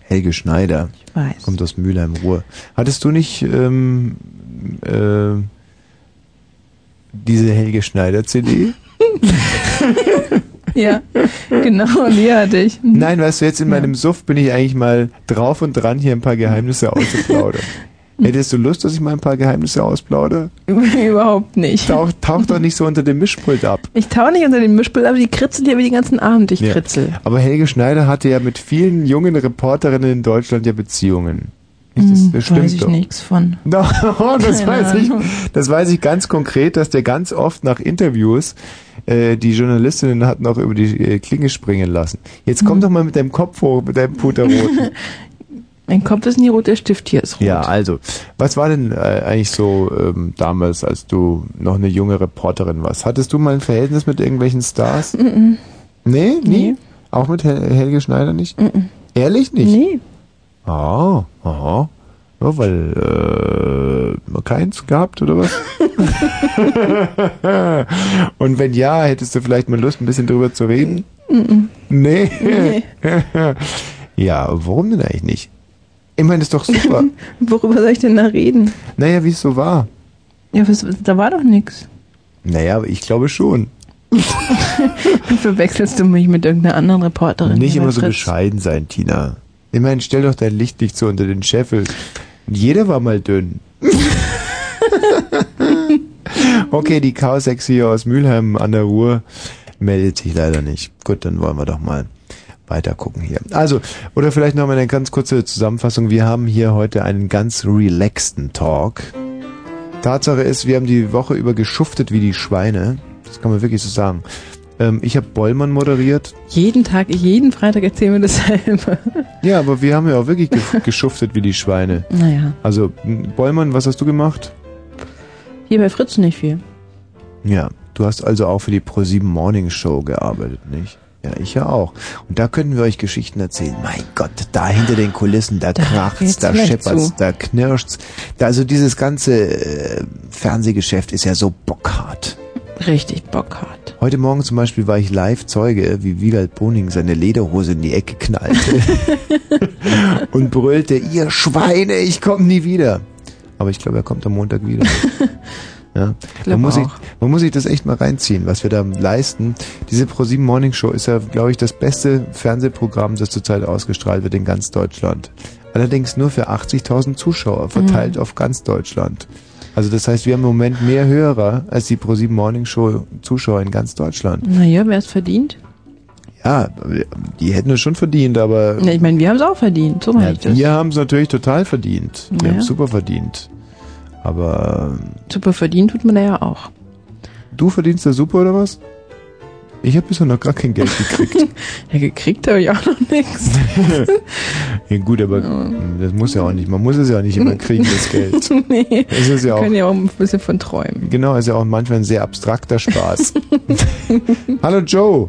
[SPEAKER 1] Helge Schneider.
[SPEAKER 2] Ich weiß.
[SPEAKER 1] Kommt aus Mülheim-Ruhr. Hattest du nicht ähm, äh, diese Helge
[SPEAKER 2] Mhm.
[SPEAKER 1] Schneider-CD?
[SPEAKER 2] Ja, genau, die hatte ich.
[SPEAKER 1] Nein, weißt du, jetzt in meinem Suff bin ich eigentlich mal drauf und dran, hier ein paar Geheimnisse auszuplaudern.
[SPEAKER 2] Mhm.
[SPEAKER 1] Hättest du Lust, dass ich mal ein paar Geheimnisse ausplaudere?
[SPEAKER 2] Überhaupt nicht.
[SPEAKER 1] Tauch, tauch doch nicht so unter dem Mischpult ab.
[SPEAKER 2] Ich tau nicht unter den Mischpult, aber die kritzelt ja wie den ganzen Abend. Ich
[SPEAKER 1] Ja.
[SPEAKER 2] kritzel.
[SPEAKER 1] Aber Helge Schneider hatte ja mit vielen jungen Reporterinnen in Deutschland ja Beziehungen.
[SPEAKER 2] Hm,
[SPEAKER 1] das stimmt
[SPEAKER 2] weiß ich
[SPEAKER 1] doch.
[SPEAKER 2] nichts von.
[SPEAKER 1] No, das
[SPEAKER 2] Keine
[SPEAKER 1] weiß ich.
[SPEAKER 2] Ahnung.
[SPEAKER 1] Das weiß ich ganz konkret, dass der ganz oft nach Interviews äh, die Journalistinnen hatten auch über die äh, Klinge springen lassen. Jetzt
[SPEAKER 2] Mhm.
[SPEAKER 1] komm doch mal mit deinem Kopf hoch, mit deinem Puterroten.
[SPEAKER 2] Mein Kopf ist nie rot, der Stift hier ist rot.
[SPEAKER 1] ja, also, was war denn äh, eigentlich so ähm, damals, als du noch eine junge Reporterin warst? Hattest du mal ein Verhältnis mit irgendwelchen Stars?
[SPEAKER 2] Mhm.
[SPEAKER 1] Nee, nie? Auch mit Hel Helge Schneider nicht? Ehrlich nicht?
[SPEAKER 2] Nee.
[SPEAKER 1] Ah, aha. Ja, weil äh, keins gehabt oder was? Und wenn ja, hättest du vielleicht mal Lust, ein bisschen drüber zu reden?
[SPEAKER 2] Mhm.
[SPEAKER 1] Nee. ja, warum denn eigentlich nicht? Ich meine, das ist doch super.
[SPEAKER 2] Worüber soll ich denn da reden?
[SPEAKER 1] naja, wie es so war.
[SPEAKER 2] Ja, was, da war doch nichts.
[SPEAKER 1] Naja, aber ich glaube schon.
[SPEAKER 2] Du verwechselst du mich mit irgendeiner anderen Reporterin.
[SPEAKER 1] Nicht immer so
[SPEAKER 2] Fritz.
[SPEAKER 1] bescheiden sein, Tina. Immerhin stell doch dein Licht nicht so unter den Scheffel. Jeder war mal dünn. okay, die Chaos-Ex hier aus Mülheim an der Ruhr meldet sich leider nicht. Gut, dann wollen wir doch mal weiter gucken hier. Also, oder vielleicht noch mal eine ganz kurze Zusammenfassung. Wir haben hier heute einen ganz relaxten Talk. Tatsache ist, wir haben die Woche über geschuftet wie die Schweine. Das kann man wirklich so sagen. Ähm, ich habe Bollmann moderiert.
[SPEAKER 2] Jeden Tag, jeden Freitag erzählen wir dasselbe.
[SPEAKER 1] Ja, aber wir haben ja auch wirklich ge- geschuftet wie die Schweine.
[SPEAKER 2] Naja.
[SPEAKER 1] Also, m, Bollmann, was hast du gemacht?
[SPEAKER 2] Hier bei Fritz nicht viel.
[SPEAKER 1] Ja, du hast also auch für die Pro7 Morning Show gearbeitet, nicht? Ja, ich ja auch. Und da könnten wir euch Geschichten erzählen. Mein Gott, da hinter den Kulissen, da, kracht's,
[SPEAKER 16] geht's
[SPEAKER 1] da
[SPEAKER 16] gleich
[SPEAKER 1] scheppert's,
[SPEAKER 16] zu.
[SPEAKER 1] da knirscht's. Da, also dieses ganze äh, Fernsehgeschäft ist ja so bockhart.
[SPEAKER 2] Richtig bockhart.
[SPEAKER 1] Heute Morgen zum Beispiel war ich live Zeuge, wie Wiegald Boning seine Lederhose in die Ecke knallte und brüllte, ihr Schweine, ich komme nie wieder. Aber ich glaube, er kommt am Montag wieder. Ja.
[SPEAKER 16] Glaub
[SPEAKER 1] Man, muss sich,
[SPEAKER 16] auch.
[SPEAKER 1] man muss sich das echt mal reinziehen, was wir da leisten. Diese Pro7 Morning Show ist ja, glaube ich, das beste Fernsehprogramm, das zurzeit ausgestrahlt wird in ganz Deutschland. Allerdings nur für 80.000 Zuschauer,
[SPEAKER 16] Mhm.
[SPEAKER 1] verteilt auf ganz Deutschland. Also das heißt, wir haben im Moment mehr Hörer als die Pro7 Morning Show Zuschauer in ganz Deutschland.
[SPEAKER 2] Naja, wer es verdient?
[SPEAKER 1] Ja, die hätten es schon verdient, aber
[SPEAKER 2] Ja, ich meine, wir haben es auch verdient. So meine ich das.
[SPEAKER 1] wir haben es natürlich total verdient. Wir
[SPEAKER 2] Ja.
[SPEAKER 1] haben es super verdient. Aber ähm,
[SPEAKER 2] Super verdient tut man da ja auch.
[SPEAKER 1] Du verdienst da super oder was? Ich habe bisher noch gar kein Geld gekriegt.
[SPEAKER 2] Ja, gekriegt habe ich auch noch nichts.
[SPEAKER 1] ja, gut, aber das muss ja auch nicht. Man muss es ja auch nicht immer kriegen, das Geld.
[SPEAKER 2] nee.
[SPEAKER 1] Es ist ja auch-
[SPEAKER 2] Können ja auch ein bisschen von träumen.
[SPEAKER 1] Genau, ist ja auch manchmal ein sehr abstrakter Spaß. Hallo Joe.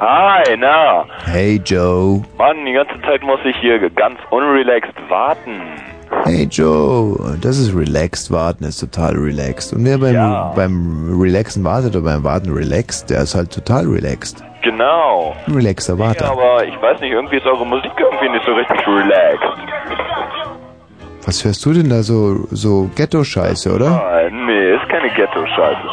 [SPEAKER 12] Hi, na.
[SPEAKER 1] Hey Joe.
[SPEAKER 12] Mann, die ganze Zeit muss ich hier ganz unrelaxed warten.
[SPEAKER 1] Hey Joe. Das ist relaxed. Warten ist total relaxed. Und wer beim, beim Relaxen wartet oder beim Warten relaxt, der ist halt total relaxed.
[SPEAKER 12] Genau.
[SPEAKER 1] Ein relaxer
[SPEAKER 12] Ja,
[SPEAKER 1] Warter.
[SPEAKER 12] aber ich weiß nicht, irgendwie ist eure Musik irgendwie nicht so richtig relaxed.
[SPEAKER 1] Was hörst du denn da so, so Ghetto-Scheiße, oder?
[SPEAKER 12] Ah, nee, ist keine Ghetto-Scheiße.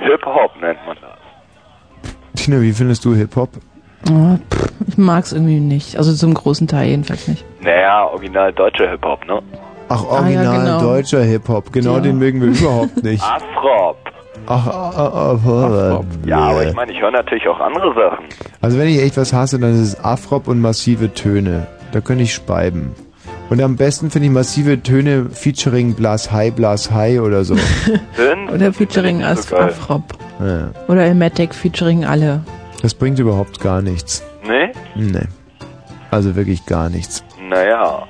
[SPEAKER 12] Hip-Hop nennt man das.
[SPEAKER 1] Tina, wie findest du Hip-Hop?
[SPEAKER 2] Oh, pff, ich mag es irgendwie nicht. Also zum großen Teil jedenfalls nicht.
[SPEAKER 12] Naja, original deutscher Hip-Hop, ne?
[SPEAKER 1] Ach,
[SPEAKER 2] Ah, ja,
[SPEAKER 1] original
[SPEAKER 2] genau.
[SPEAKER 1] deutscher Hip-Hop. Genau
[SPEAKER 12] Ja.
[SPEAKER 1] den mögen wir überhaupt nicht.
[SPEAKER 12] Afrop.
[SPEAKER 1] Ach, ah, ach, ach, ach,
[SPEAKER 12] Ja, aber ich meine, ich höre natürlich auch andere Sachen.
[SPEAKER 1] Also wenn ich echt was hasse, dann ist es Afrop und massive Töne. Da könnte ich speiben. Und am besten finde ich massive Töne featuring Blas High, Blas High oder so.
[SPEAKER 2] Oder featuring As
[SPEAKER 1] geil.
[SPEAKER 2] Afrop.
[SPEAKER 1] ja.
[SPEAKER 2] Oder Elmatic featuring alle.
[SPEAKER 1] Das bringt überhaupt gar nichts.
[SPEAKER 12] Nee?
[SPEAKER 1] Nee. Also wirklich gar nichts.
[SPEAKER 12] Naja.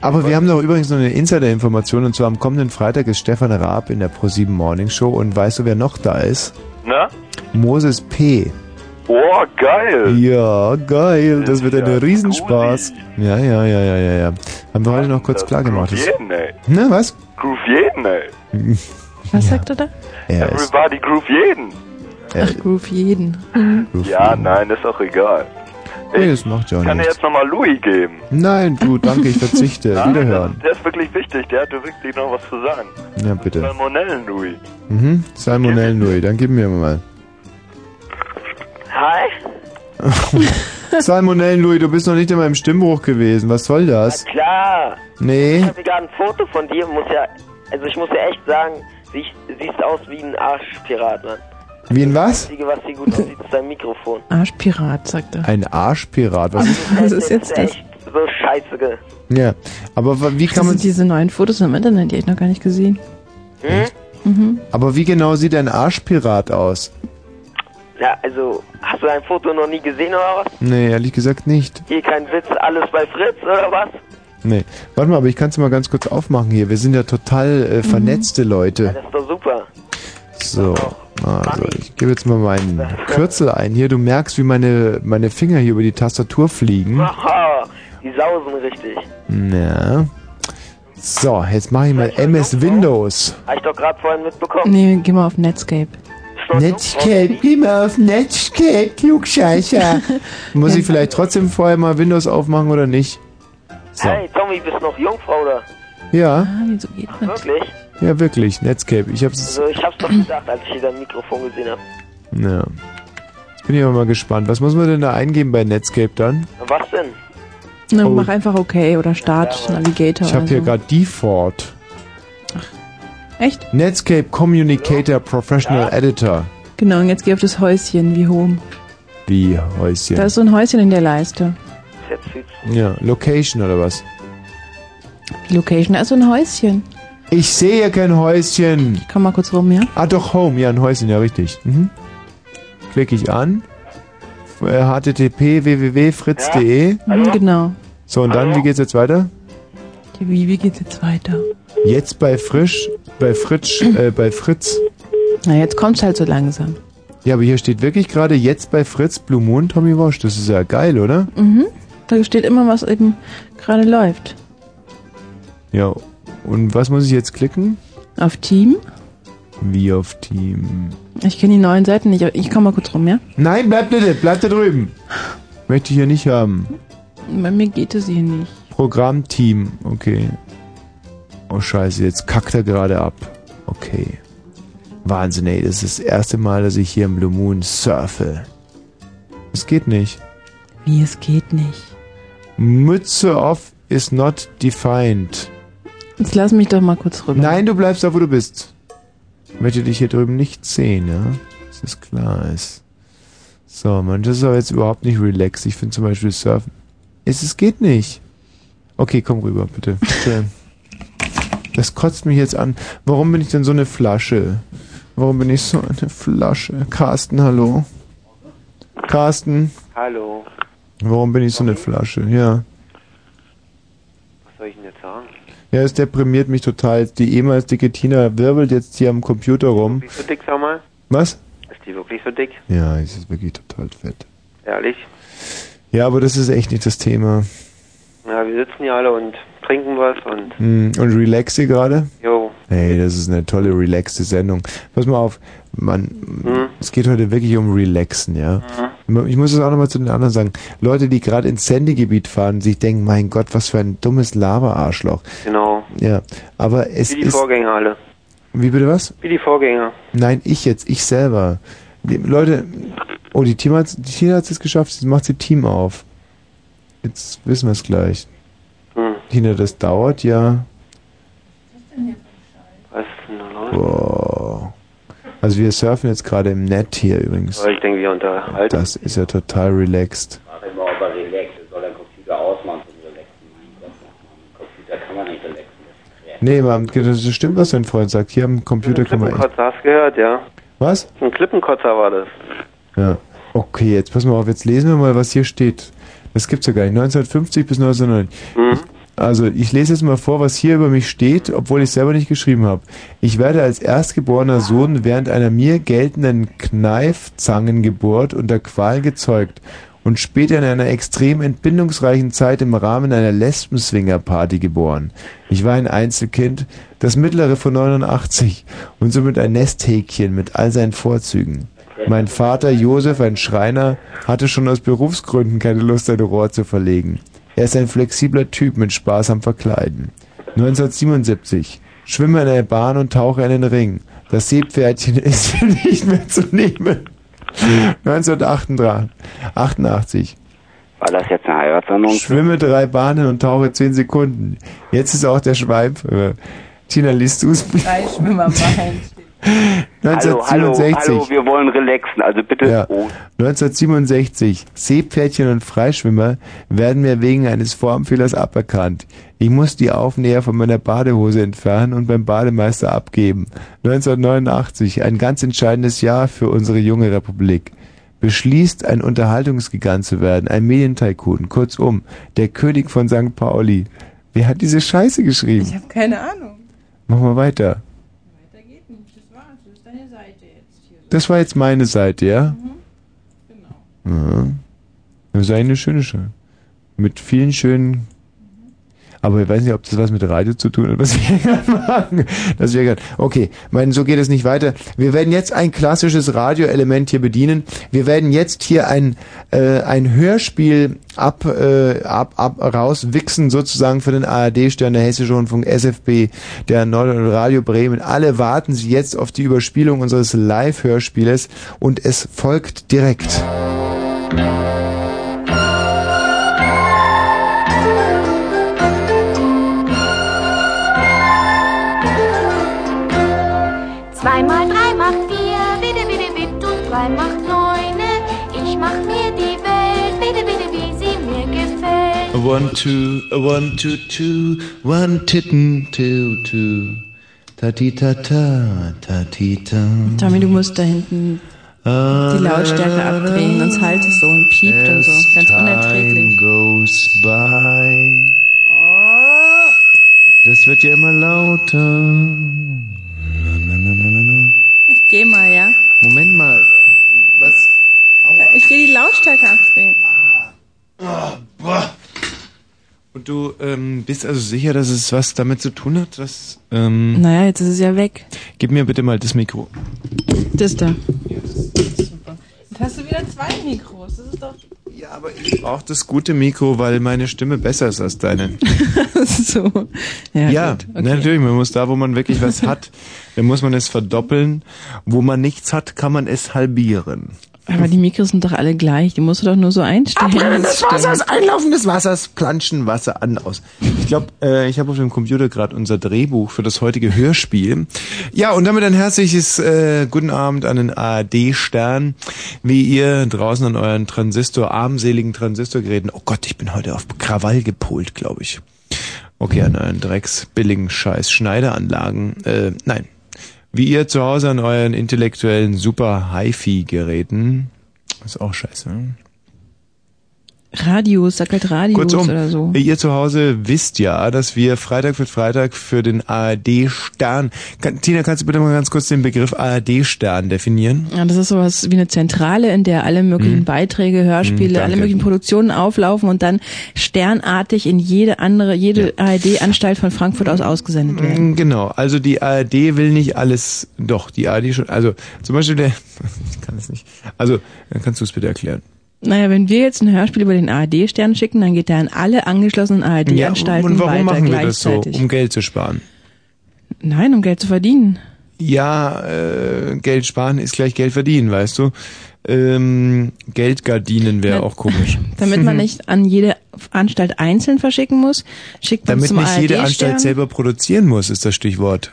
[SPEAKER 1] Aber wir haben doch übrigens noch eine Insider-Information und zwar am kommenden Freitag ist Stefan Raab in der Pro7 Morning Show und weißt du, wer noch da ist?
[SPEAKER 12] Na?
[SPEAKER 1] Moses P.
[SPEAKER 12] Oh, geil.
[SPEAKER 1] Ja, geil. Das wird ein Riesenspaß. Ja, ja, ja, ja, ja, ja. Haben wir heute noch kurz klar gemacht. Das-
[SPEAKER 12] Jeden, ey.
[SPEAKER 1] Ne, was?
[SPEAKER 12] Groove jeden, ey.
[SPEAKER 2] Was sagt er da?
[SPEAKER 1] Er ist,
[SPEAKER 12] Everybody groove jeden.
[SPEAKER 1] er
[SPEAKER 2] Ach, Groove jeden. Mhm.
[SPEAKER 12] Ja, nein, ist auch egal.
[SPEAKER 1] nee, das macht ja
[SPEAKER 12] Ich
[SPEAKER 1] auch
[SPEAKER 12] kann dir
[SPEAKER 1] nichts.
[SPEAKER 12] jetzt nochmal Louis geben.
[SPEAKER 1] Nein, du, danke, ich verzichte. Wiederhören.
[SPEAKER 12] Der ist wirklich wichtig, der hatte wirklich noch was zu sagen.
[SPEAKER 1] Ja, bitte.
[SPEAKER 12] Salmonellen, Louis.
[SPEAKER 1] Mhm. Salmonellen, Louis, dann gib mir mal.
[SPEAKER 17] Hi.
[SPEAKER 1] Salmonellen, Louis, du bist noch nicht in meinem Stimmbruch gewesen. Was soll das?
[SPEAKER 17] Klar. Ich
[SPEAKER 1] Nee.
[SPEAKER 17] habe sogar ein Foto von dir. Muss ja, also ich muss ja echt sagen, siehst, siehst aus wie ein Arschpirat, Mann.
[SPEAKER 1] Wie ein
[SPEAKER 17] Das
[SPEAKER 1] was?
[SPEAKER 17] Einzige, was dir gut aussieht, ist dein Mikrofon.
[SPEAKER 2] Arschpirat, sagt er.
[SPEAKER 1] Ein Arschpirat. Was ist
[SPEAKER 2] Was ist jetzt das?
[SPEAKER 17] Echt so scheiße. ge-
[SPEAKER 1] Ja, aber wa- wie
[SPEAKER 2] Das
[SPEAKER 1] kann man.
[SPEAKER 2] sind Also diese neuen Fotos im Internet, die hab ich noch gar nicht gesehen.
[SPEAKER 17] hm?
[SPEAKER 2] Mhm.
[SPEAKER 1] Aber wie genau sieht ein Arschpirat aus?
[SPEAKER 17] Ja, also hast du dein Foto noch nie gesehen oder was?
[SPEAKER 1] Nee, ehrlich gesagt nicht.
[SPEAKER 17] Hier kein Witz, alles bei Fritz oder was?
[SPEAKER 1] Nee. Warte mal, aber ich kann es mal ganz kurz aufmachen hier. Wir sind ja total
[SPEAKER 15] Mhm.
[SPEAKER 2] Mhm.
[SPEAKER 1] äh, vernetzte
[SPEAKER 17] Ja,
[SPEAKER 1] Leute.
[SPEAKER 17] das ist doch super.
[SPEAKER 1] So. Also, ich gebe jetzt mal meinen Kürzel ein hier. Du merkst, wie meine, meine Finger hier über die Tastatur fliegen.
[SPEAKER 17] Haha, die sausen richtig.
[SPEAKER 1] Ja. So, jetzt mache ich mal MS Windows.
[SPEAKER 17] Hab ich doch gerade vorhin mitbekommen.
[SPEAKER 2] Nee, geh mal auf Netscape.
[SPEAKER 1] Netscape, geh mal auf Netscape, Klugscheißer. Muss ich vielleicht trotzdem vorher mal Windows aufmachen oder nicht? So.
[SPEAKER 17] Hey, Tommy, bist noch Jungfrau oder?
[SPEAKER 1] Ja,
[SPEAKER 15] Ah, wieso geht
[SPEAKER 17] Ach, wirklich?
[SPEAKER 1] ja wirklich, Netscape. Ich hab's.
[SPEAKER 17] Also, ich hab's doch gesagt, als ich hier dein Mikrofon gesehen hab.
[SPEAKER 1] Ja. Jetzt bin ich aber mal gespannt. Was muss man denn da eingeben bei Netscape dann?
[SPEAKER 17] Was denn?
[SPEAKER 2] Na, mach einfach okay oder Start Navigator.
[SPEAKER 1] Oh. Ich habe
[SPEAKER 2] oder
[SPEAKER 1] hier
[SPEAKER 2] so.
[SPEAKER 1] gerade Default.
[SPEAKER 2] Echt?
[SPEAKER 1] Netscape Communicator Professional Editor.
[SPEAKER 2] Genau, und jetzt geh auf das Häuschen wie Home.
[SPEAKER 1] Wie Häuschen.
[SPEAKER 2] Da ist so ein Häuschen in der Leiste.
[SPEAKER 1] ja, Location oder was?
[SPEAKER 2] Die Location, da ist so ein Häuschen.
[SPEAKER 1] Ich sehe hier kein Häuschen. Ich
[SPEAKER 2] komm mal kurz rum, ja?
[SPEAKER 1] Ah, doch, Home. Ja, ein Häuschen, ja, richtig. Mhm. Klicke ich an. F- äh, http www.fritz.de.
[SPEAKER 2] Mhm, genau.
[SPEAKER 1] E. So, und dann, wie geht's jetzt weiter?
[SPEAKER 2] Ja, Wie, wie geht's jetzt weiter?
[SPEAKER 1] Jetzt bei Frisch, bei Fritsch, äh, bei Fritz.
[SPEAKER 2] Na, jetzt kommt's halt so langsam.
[SPEAKER 1] Ja, aber hier steht wirklich gerade jetzt bei Fritz Blue Moon Tommy Walsh. Das ist ja geil, oder?
[SPEAKER 2] Mhm. Da steht immer, was eben gerade läuft.
[SPEAKER 1] Ja. Und was muss ich jetzt klicken?
[SPEAKER 2] Auf Team.
[SPEAKER 1] Wie auf Team.
[SPEAKER 2] Ich kenne die neuen Seiten nicht, aber ich komm mal kurz rum, ja?
[SPEAKER 1] Nein, bleib bitte, bleib da drüben. Möchte ich hier nicht haben.
[SPEAKER 2] Bei mir geht es hier nicht.
[SPEAKER 1] Programmteam, okay. Oh scheiße, jetzt kackt er gerade ab. Okay. Wahnsinn, ey, das ist das erste Mal, dass ich hier im Blue Moon surfe. Es geht nicht.
[SPEAKER 2] Wie, es geht nicht.
[SPEAKER 1] Mütze off is not defined.
[SPEAKER 2] Jetzt lass mich doch mal kurz rüber.
[SPEAKER 1] Nein, du bleibst da, wo du bist. Ich möchte dich hier drüben nicht sehen, ja? Dass das klar ist. So, man, das ist aber jetzt überhaupt nicht relaxed. Ich finde zum Beispiel Surfen. Es, es geht nicht. Okay, komm rüber, bitte. Bitte. Das kotzt mich jetzt an. Warum bin ich denn so eine Flasche? Warum bin ich so eine Flasche? Carsten, hallo. Carsten,
[SPEAKER 10] Hallo.
[SPEAKER 1] warum bin ich so eine Flasche? Ja.
[SPEAKER 10] Was soll ich denn jetzt sagen?
[SPEAKER 1] Ja, es deprimiert mich total. Die ehemals dicke Tina wirbelt jetzt hier am Computer rum.
[SPEAKER 10] Ist die so dick, sag mal?
[SPEAKER 1] Was?
[SPEAKER 10] Ist die wirklich so dick?
[SPEAKER 1] Ja, es ist wirklich total fett.
[SPEAKER 10] Ehrlich?
[SPEAKER 1] Ja, aber das ist echt nicht das Thema.
[SPEAKER 10] Ja, wir sitzen hier alle und trinken was und.
[SPEAKER 1] Hm, Und relax hier gerade?
[SPEAKER 10] Jo.
[SPEAKER 1] Hey, das ist eine tolle, relaxte Sendung. Pass mal auf, man,
[SPEAKER 10] Hm?
[SPEAKER 1] es geht heute wirklich um Relaxen, ja. Ich muss es auch nochmal zu den anderen sagen. Leute, die gerade ins Sendegebiet fahren, sich denken, mein Gott, was für ein dummes Laberarschloch.
[SPEAKER 10] Genau.
[SPEAKER 1] Ja, aber es
[SPEAKER 10] Wie die
[SPEAKER 1] ist...
[SPEAKER 10] Vorgänger alle.
[SPEAKER 1] Wie bitte was?
[SPEAKER 10] Wie die Vorgänger.
[SPEAKER 1] Nein, ich jetzt, ich selber. Die Leute, oh, die, Team hat's, die Tina hat es geschafft, jetzt macht sie Team auf. Jetzt wissen wir es gleich.
[SPEAKER 10] Hm.
[SPEAKER 1] Tina, das dauert ja.
[SPEAKER 10] Was ist denn da los?
[SPEAKER 1] Wow. Also wir surfen jetzt gerade im Netz hier übrigens.
[SPEAKER 10] Aber Ich denke, wir unterhalten.
[SPEAKER 1] Das ist ja total relaxed.
[SPEAKER 18] Frage immer, ob er relaxt. Er soll den Computer ausmachen zum Relaxen. Mein Gott, sag mal, mit dem Computer kann man nicht relaxen.
[SPEAKER 1] Nee, aber das stimmt, was dein Freund sagt. Hier am
[SPEAKER 10] Hm,
[SPEAKER 1] Computer kann man echt.
[SPEAKER 10] Klippenkotzer, hast gehört, ja?
[SPEAKER 1] Was?
[SPEAKER 10] Ein Klippenkotzer war das.
[SPEAKER 1] Ja. Okay, jetzt pass mal auf, jetzt lesen wir mal, was hier steht. Das gibt's ja gar nicht. 1950 bis 1990. Also, ich lese jetzt mal vor, was hier über mich steht, obwohl ich selber nicht geschrieben habe. Ich werde als erstgeborener Sohn während einer mir geltenden Kneifzangengeburt unter Qual gezeugt und später in einer extrem entbindungsreichen Zeit im Rahmen einer Lesben-Swinger-Party geboren. Ich war ein Einzelkind, das mittlere von 89 und somit ein Nesthäkchen mit all seinen Vorzügen. Mein Vater Josef, ein Schreiner, hatte schon aus Berufsgründen keine Lust, sein Rohr zu verlegen. Er ist ein flexibler Typ mit Spaß am Verkleiden. 1977. Schwimme in der Bahn und tauche in den Ring. Das Seepferdchen ist für mich nicht mehr zu nehmen. 1988.
[SPEAKER 18] War das jetzt eine Heiratsanung?
[SPEAKER 1] Schwimme drei Bahnen und tauche 10 Sekunden. Jetzt ist auch der Schweib. äh, Tina, liest du es?
[SPEAKER 15] Drei Schwimmer waren.
[SPEAKER 1] 1967.
[SPEAKER 18] Hallo, hallo, hallo, wir wollen relaxen, also bitte.
[SPEAKER 1] Ja. 1967. Seepferdchen und Freischwimmer werden mir wegen eines Formfehlers aberkannt. Ich muss die Aufnäher von meiner Badehose entfernen und beim Bademeister abgeben. 1989. Ein ganz entscheidendes Jahr für unsere junge Republik. Beschließt, ein Unterhaltungsgigant zu werden, ein Medientycoon, kurzum, der König von St. Pauli. Wer hat diese Scheiße geschrieben?
[SPEAKER 15] Keine Ahnung.
[SPEAKER 1] Mach mal weiter. Das war jetzt Mhm. meine Seite, ja? Mhm. Genau. Ja. Das ist eigentlich eine schöne Scheibe. Mit vielen schönen. Aber ich weiß nicht, ob das was mit Radio zu tun hat, was wir gerade machen. Das wäre gerade. Okay, ich meine, so geht es nicht weiter. Wir werden jetzt ein klassisches Radioelement hier bedienen. Wir werden jetzt hier ein, äh, ein Hörspiel ab, äh, ab, ab rauswichsen, sozusagen für den ARD-Stern der Hessische Rundfunk SFB, der Nord- und Radio Bremen. Alle warten Sie jetzt auf die Überspielung unseres Live-Hörspieles und es folgt direkt.
[SPEAKER 19] Zwei mal drei macht vier, bitte, bitte, bitte, und drei macht neune. Ich mach mir die Welt, bitte, bitte, wie sie mir gefällt.
[SPEAKER 20] A One, two, a one, two, two, one titten, two, two. Ta-ti-ta-ta, ta-ti-ta.
[SPEAKER 2] Tommy, du musst da hinten
[SPEAKER 20] Ah,
[SPEAKER 2] die Lautstärke abdrehen, sonst halt es so und piept und so.
[SPEAKER 20] as
[SPEAKER 2] Ganz
[SPEAKER 20] time
[SPEAKER 2] unerträglich.
[SPEAKER 20] goes by.
[SPEAKER 15] Oh,
[SPEAKER 20] Das wird ja immer lauter. Na, na, na, na, na, na.
[SPEAKER 15] Ich geh mal, ja?
[SPEAKER 1] Moment mal. Was?
[SPEAKER 15] Ich geh die Lautstärke abdrehen.
[SPEAKER 1] Und du ähm, bist also sicher, dass es was damit zu tun hat? Dass, ähm,
[SPEAKER 2] Naja, jetzt ist es ja weg.
[SPEAKER 1] Gib mir bitte mal das Mikro.
[SPEAKER 2] Das da.
[SPEAKER 15] Jetzt hast du wieder zwei Mikros. Das ist doch.
[SPEAKER 1] Ja, aber ich. Brauch das gute Mikro, weil meine Stimme besser ist als deine.
[SPEAKER 2] so. Ja, gut, okay.
[SPEAKER 1] natürlich. Man muss da, wo man wirklich was hat, dann muss man es verdoppeln. Wo man nichts hat, kann man es halbieren.
[SPEAKER 2] Aber die Mikros sind doch alle gleich. Die musst du doch nur so einstellen.
[SPEAKER 1] Ablaufen des
[SPEAKER 2] Das stimmt.
[SPEAKER 1] Wassers, Einlaufen des Wassers, Planschen, Wasser an, aus. Ich glaube, äh, ich habe auf dem Computer gerade unser Drehbuch für das heutige Hörspiel. Ja, und damit ein herzliches äh, Guten Abend an den ARD-Stern, wie ihr draußen an euren Transistor, armseligen Transistorgeräten. Oh Gott, ich bin heute auf Krawall gepolt, glaube ich. Okay, an euren drecksbilligen Scheiß Schneideranlagen. Äh, nein. Wie ihr zu Hause an euren intellektuellen Super-Hi-Fi-Geräten. Ist auch scheiße, ne?
[SPEAKER 2] Radios, sackelt Radios
[SPEAKER 1] Kurzum,
[SPEAKER 2] oder so.
[SPEAKER 1] ihr zu Hause wisst ja, dass wir Freitag für Freitag für den ARD-Stern. Kann, Tina, kannst du bitte mal ganz kurz den Begriff ARD-Stern definieren?
[SPEAKER 2] Ja, das ist sowas wie eine Zentrale, in der alle möglichen
[SPEAKER 1] Hm.
[SPEAKER 2] Beiträge,
[SPEAKER 1] Hm,
[SPEAKER 2] Hörspiele,
[SPEAKER 1] danke.
[SPEAKER 2] alle möglichen Produktionen auflaufen und dann sternartig in jede andere, jede ARD-Anstalt von Frankfurt aus ausgesendet werden.
[SPEAKER 1] Mm, Genau, also die ARD will nicht alles, doch, die ARD schon, also zum Beispiel der, ich kann es nicht, also dann kannst du es bitte erklären.
[SPEAKER 2] Naja, wenn wir jetzt ein Hörspiel über den ARD-Stern schicken, dann geht der an alle angeschlossenen ARD-Anstalten
[SPEAKER 1] und warum
[SPEAKER 2] weiter
[SPEAKER 1] machen wir das so,
[SPEAKER 2] gleichzeitig.
[SPEAKER 1] um Geld zu sparen?
[SPEAKER 2] Nein, um Geld zu verdienen.
[SPEAKER 1] Ja, äh, Geld sparen ist gleich Geld verdienen, weißt du? Ähm, Geldgardinen wäre
[SPEAKER 2] Na-
[SPEAKER 1] auch komisch.
[SPEAKER 2] Damit
[SPEAKER 1] Mhm.
[SPEAKER 2] man nicht an jede Anstalt einzeln verschicken muss, schickt man
[SPEAKER 1] Damit
[SPEAKER 2] zum
[SPEAKER 1] nicht jede
[SPEAKER 2] ARD-Stern.
[SPEAKER 1] Anstalt selber produzieren muss, ist das Stichwort.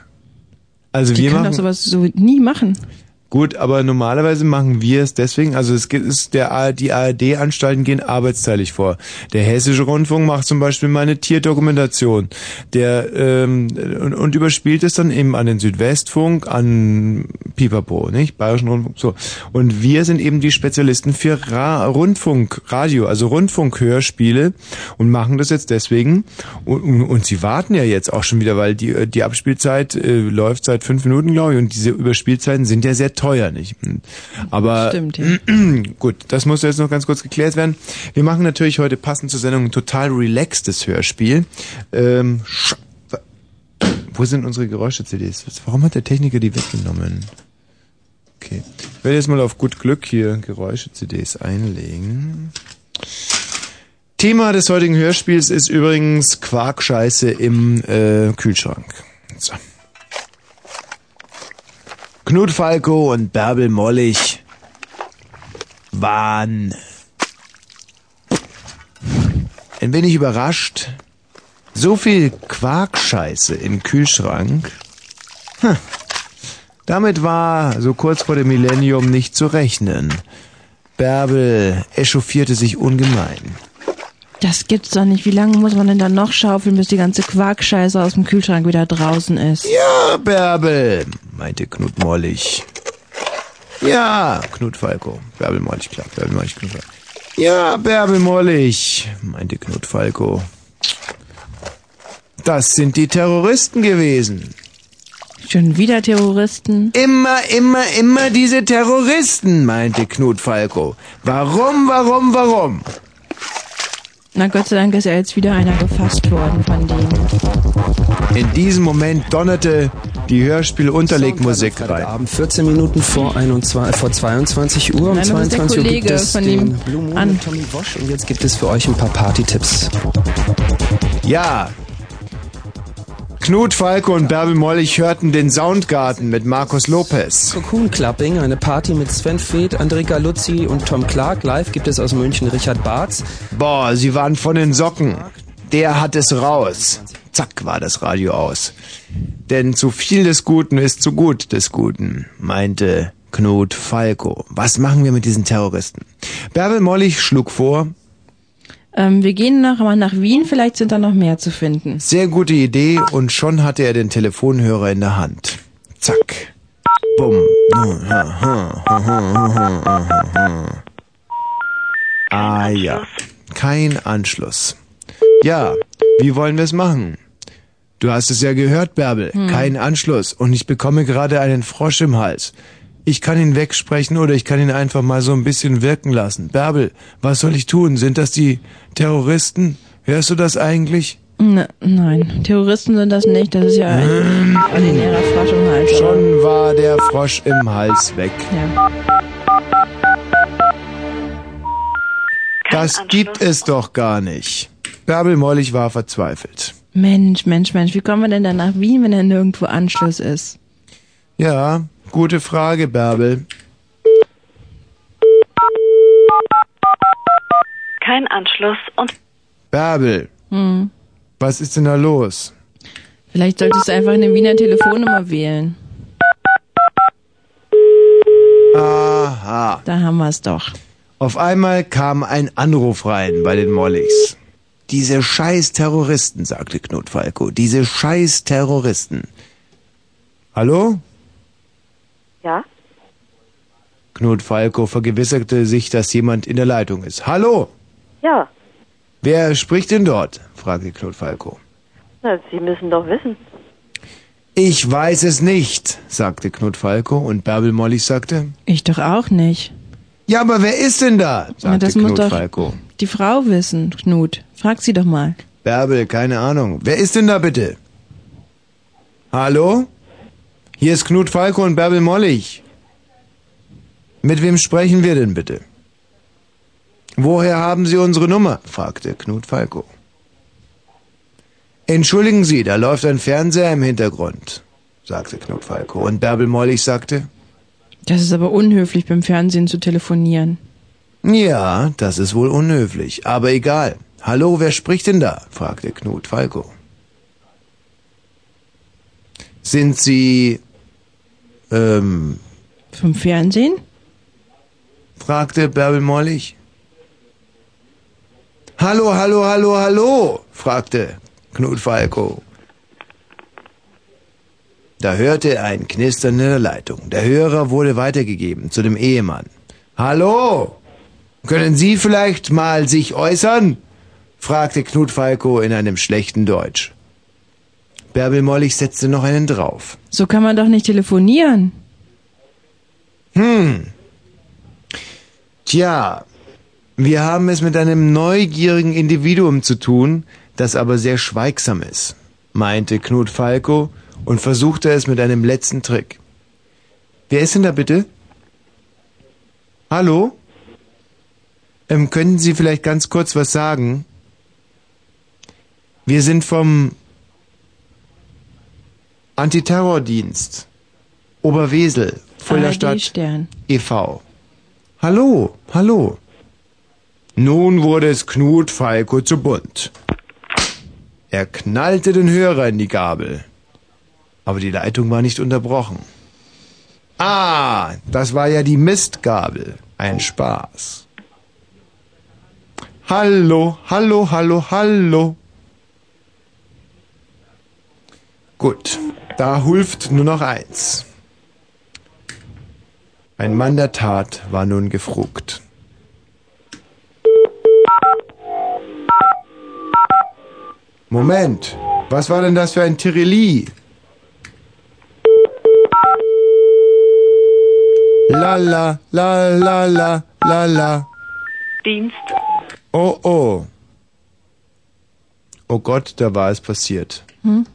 [SPEAKER 1] Also
[SPEAKER 2] Die
[SPEAKER 1] wir
[SPEAKER 2] können doch
[SPEAKER 1] machen
[SPEAKER 2] sowas so nie machen.
[SPEAKER 1] gut, aber normalerweise machen wir es deswegen. Also es gibt es der A- die ARD-Anstalten gehen arbeitsteilig vor. Der Hessische Rundfunk macht zum Beispiel mal eine Tierdokumentation, der ähm, und, und überspielt es dann eben an den Südwestfunk, an Pipapo, nicht Bayerischen Rundfunk. So und wir sind eben die Spezialisten für Ra Rundfunk, Radio, also Rundfunkhörspiele und machen das jetzt deswegen. Und, und, und sie warten ja jetzt auch schon wieder, weil die, äh, die Abspielzeit äh, läuft seit fünf Minuten, glaube ich, und diese Überspielzeiten sind ja sehr teuer, nicht? Hm. Aber
[SPEAKER 2] Stimmt, ja.
[SPEAKER 1] gut, das muss jetzt noch ganz kurz geklärt werden. Wir machen natürlich heute passend zur Sendung ein total relaxtes Hörspiel. Ähm, sch- wo sind unsere Geräusche-CDs? Warum hat der Techniker die weggenommen? Okay. Ich werde jetzt mal auf gut Glück hier Geräusche-CDs einlegen. Thema des heutigen Hörspiels ist übrigens Quarkscheiße im äh, Kühlschrank. So. Knut Falco und Bärbel Mollig waren ein wenig überrascht. So viel Quarkscheiße im Kühlschrank. Hm. Damit war so kurz vor dem Millennium nicht zu rechnen. Bärbel echauffierte sich ungemein.
[SPEAKER 2] Das gibt's doch nicht. Wie lange muss man denn dann noch schaufeln, bis die ganze Quarkscheiße aus dem Kühlschrank wieder draußen ist?
[SPEAKER 1] Ja, Bärbel, meinte Knut Mollig. Ja, Knut Falco. Bärbel Mollig, klar. Bärbel Mollig, Knut Falco. Ja, Bärbel Mollig, meinte Knut Falco. Das sind die Terroristen gewesen.
[SPEAKER 2] Schon wieder Terroristen?
[SPEAKER 1] Immer, immer, immer diese Terroristen, meinte Knut Falco. Warum, warum, warum?
[SPEAKER 2] Na Gott sei Dank ist ja jetzt wieder einer gefasst worden von denen.
[SPEAKER 1] In diesem Moment donnerte die Hörspiel-Unterlegmusik rein.
[SPEAKER 21] Abend 14 Minuten vor, 21, vor 22 Uhr. Um
[SPEAKER 2] Nein, du
[SPEAKER 21] 22
[SPEAKER 2] bist der
[SPEAKER 21] Uhr gibt
[SPEAKER 2] Kollege
[SPEAKER 21] es
[SPEAKER 2] von
[SPEAKER 21] den
[SPEAKER 2] dem
[SPEAKER 21] Blue Moon
[SPEAKER 2] an.
[SPEAKER 21] mit Tommy Bosch und jetzt gibt es für euch ein paar Party-Tipps.
[SPEAKER 1] Ja. Knut Falke und Bärbel Mollig hörten den Soundgarten mit Markus Lopez.
[SPEAKER 21] Cocoon Clubbing, eine Party mit Sven Feth, Andrika Luzzi und Tom Clark. Live gibt es aus München Richard Barz.
[SPEAKER 1] Boah, sie waren von den Socken. Der hat es raus. Zack war das Radio aus. Denn zu viel des Guten ist zu gut des Guten, meinte Knut Falco. Was machen wir mit diesen Terroristen? Bärbel Mollig schlug vor,
[SPEAKER 2] Ähm, wir gehen noch mal nach Wien, vielleicht sind da noch mehr zu finden.
[SPEAKER 1] sehr gute Idee und schon hatte er den Telefonhörer in der Hand. Zack. Bumm. Ah ja, kein Anschluss. Ja, wie wollen wir es machen? Du hast es ja gehört, Bärbel.
[SPEAKER 20] Hm.
[SPEAKER 1] Kein Anschluss. Und ich bekomme gerade einen Frosch im Hals. Ich kann ihn wegsprechen oder ich kann ihn einfach mal so ein bisschen wirken lassen. Bärbel, was soll ich tun? Sind das die Terroristen? Hörst du das eigentlich?
[SPEAKER 2] Ne, nein, Terroristen sind das nicht, das ist ja ein ordinärer Frosch im Hals.
[SPEAKER 1] Schon war der Frosch im Hals weg.
[SPEAKER 2] Ja.
[SPEAKER 1] Das gibt es doch gar nicht. Bärbel Mollig war verzweifelt.
[SPEAKER 2] Mensch, Mensch, Mensch, wie kommen wir denn dann nach Wien, wenn da nirgendwo Anschluss ist?
[SPEAKER 1] Ja, gute Frage, Bärbel.
[SPEAKER 22] Kein Anschluss und
[SPEAKER 1] Bärbel,
[SPEAKER 2] Hm.
[SPEAKER 1] was ist denn da los?
[SPEAKER 2] Vielleicht solltest du einfach eine Wiener Telefonnummer wählen.
[SPEAKER 1] Aha.
[SPEAKER 2] Da haben wir es doch.
[SPEAKER 1] Auf einmal kam ein Anruf rein bei den Molligs. Diese scheiß Terroristen, sagte Knut Falco. Diese scheiß Terroristen. Hallo?
[SPEAKER 7] Ja?
[SPEAKER 1] Knut Falco vergewisserte sich, dass jemand in der Leitung ist. Hallo?
[SPEAKER 7] Ja.
[SPEAKER 1] Wer spricht denn dort? fragte Knut Falco.
[SPEAKER 7] Na, Sie müssen doch wissen.
[SPEAKER 1] Ich weiß es nicht, sagte Knut Falco und Bärbel Mollig sagte.
[SPEAKER 2] Ich doch auch nicht.
[SPEAKER 1] Ja, aber wer ist denn da? sagte
[SPEAKER 2] Na, das muss
[SPEAKER 1] Knut
[SPEAKER 2] doch
[SPEAKER 1] Falco.
[SPEAKER 2] die Frau wissen, Knut. Frag sie doch mal.
[SPEAKER 1] Bärbel, keine Ahnung. Wer ist denn da bitte? Hallo? Hier ist Knut Falco und Bärbel Mollig. Mit wem sprechen wir denn bitte? Woher haben Sie unsere Nummer? fragte Knut Falco. Entschuldigen Sie, da läuft ein Fernseher im Hintergrund, sagte Knut Falco. Und Bärbel Mollig sagte,
[SPEAKER 2] Das ist aber unhöflich, beim Fernsehen zu telefonieren.
[SPEAKER 1] ja, das ist wohl unhöflich, aber egal. Hallo, wer spricht denn da? fragte Knut Falco. Sind Sie, ähm,
[SPEAKER 2] Vom Fernsehen?
[SPEAKER 1] fragte Bärbel Mollig. Hallo, hallo, hallo, hallo, fragte Knut Falco. Da hörte er ein Knistern in der Leitung. Der Hörer wurde weitergegeben zu dem Ehemann. Hallo, können Sie vielleicht mal sich äußern? fragte Knut Falco in einem schlechten Deutsch. Bärbel Mollig setzte noch einen drauf.
[SPEAKER 2] So kann man doch nicht telefonieren.
[SPEAKER 1] Hm. Tja, wir haben es mit einem neugierigen Individuum zu tun, das aber sehr schweigsam ist, meinte Knut Falco und versuchte es mit einem letzten Trick. Wer ist denn da bitte? Hallo? Ähm, könnten Sie vielleicht ganz kurz was sagen? Wir sind vom Antiterrordienst Oberwesel,
[SPEAKER 2] ARD
[SPEAKER 1] Fulda-Stadt
[SPEAKER 2] Stern.
[SPEAKER 1] e.V. Hallo, hallo. Nun wurde es Knut Falco zu bunt. Er knallte den Hörer in die Gabel. Aber die Leitung war nicht unterbrochen. Ah, das war ja die Mistgabel. Ein Spaß. Hallo, hallo, hallo, hallo. Gut, da hilft nur noch eins. Ein Mann der Tat war nun gefrugt. Moment, was war denn das für ein Tirili? La la la la la la la.
[SPEAKER 22] Dienst.
[SPEAKER 1] Oh oh. Oh Gott, da war es passiert.
[SPEAKER 2] Hm?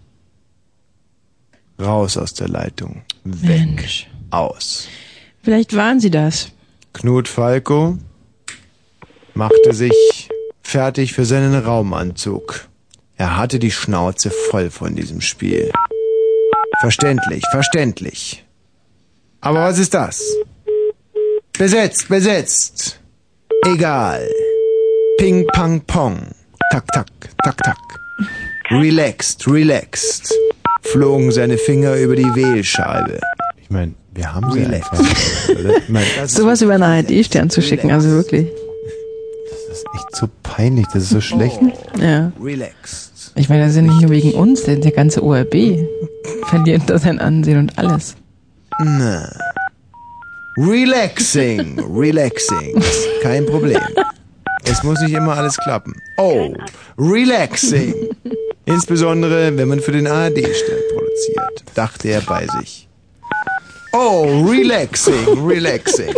[SPEAKER 1] Raus aus der Leitung. Weg. Aus.
[SPEAKER 2] Vielleicht waren sie das.
[SPEAKER 1] Knut Falco machte sich fertig für seinen Raumanzug. Er hatte die Schnauze voll von diesem Spiel. Verständlich, verständlich. Aber was ist das? Besetzt, besetzt. Egal. Ping, pang, pong. Tak, tak, tak, tak. Relaxed, relaxed. Flogen seine Finger über die Wählscheibe. Ich meine, wir haben sie
[SPEAKER 2] Relaxed.
[SPEAKER 1] einfach. Oder? Ich mein, das
[SPEAKER 2] Sowas über eine ARD-Stern zu schicken, also wirklich.
[SPEAKER 1] ist echt so peinlich, das ist so schlecht.
[SPEAKER 2] Ja.
[SPEAKER 1] Relaxed.
[SPEAKER 2] Ich meine, das ist ja nicht nur wegen uns, denn der ganze ORB verliert da sein Ansehen und alles.
[SPEAKER 1] Na. Relaxing, relaxing. Kein Problem. Es muss nicht immer alles klappen. Oh, relaxing. Insbesondere, wenn man für den ARD-Stern produziert, dachte er bei sich. Oh, relaxing, relaxing.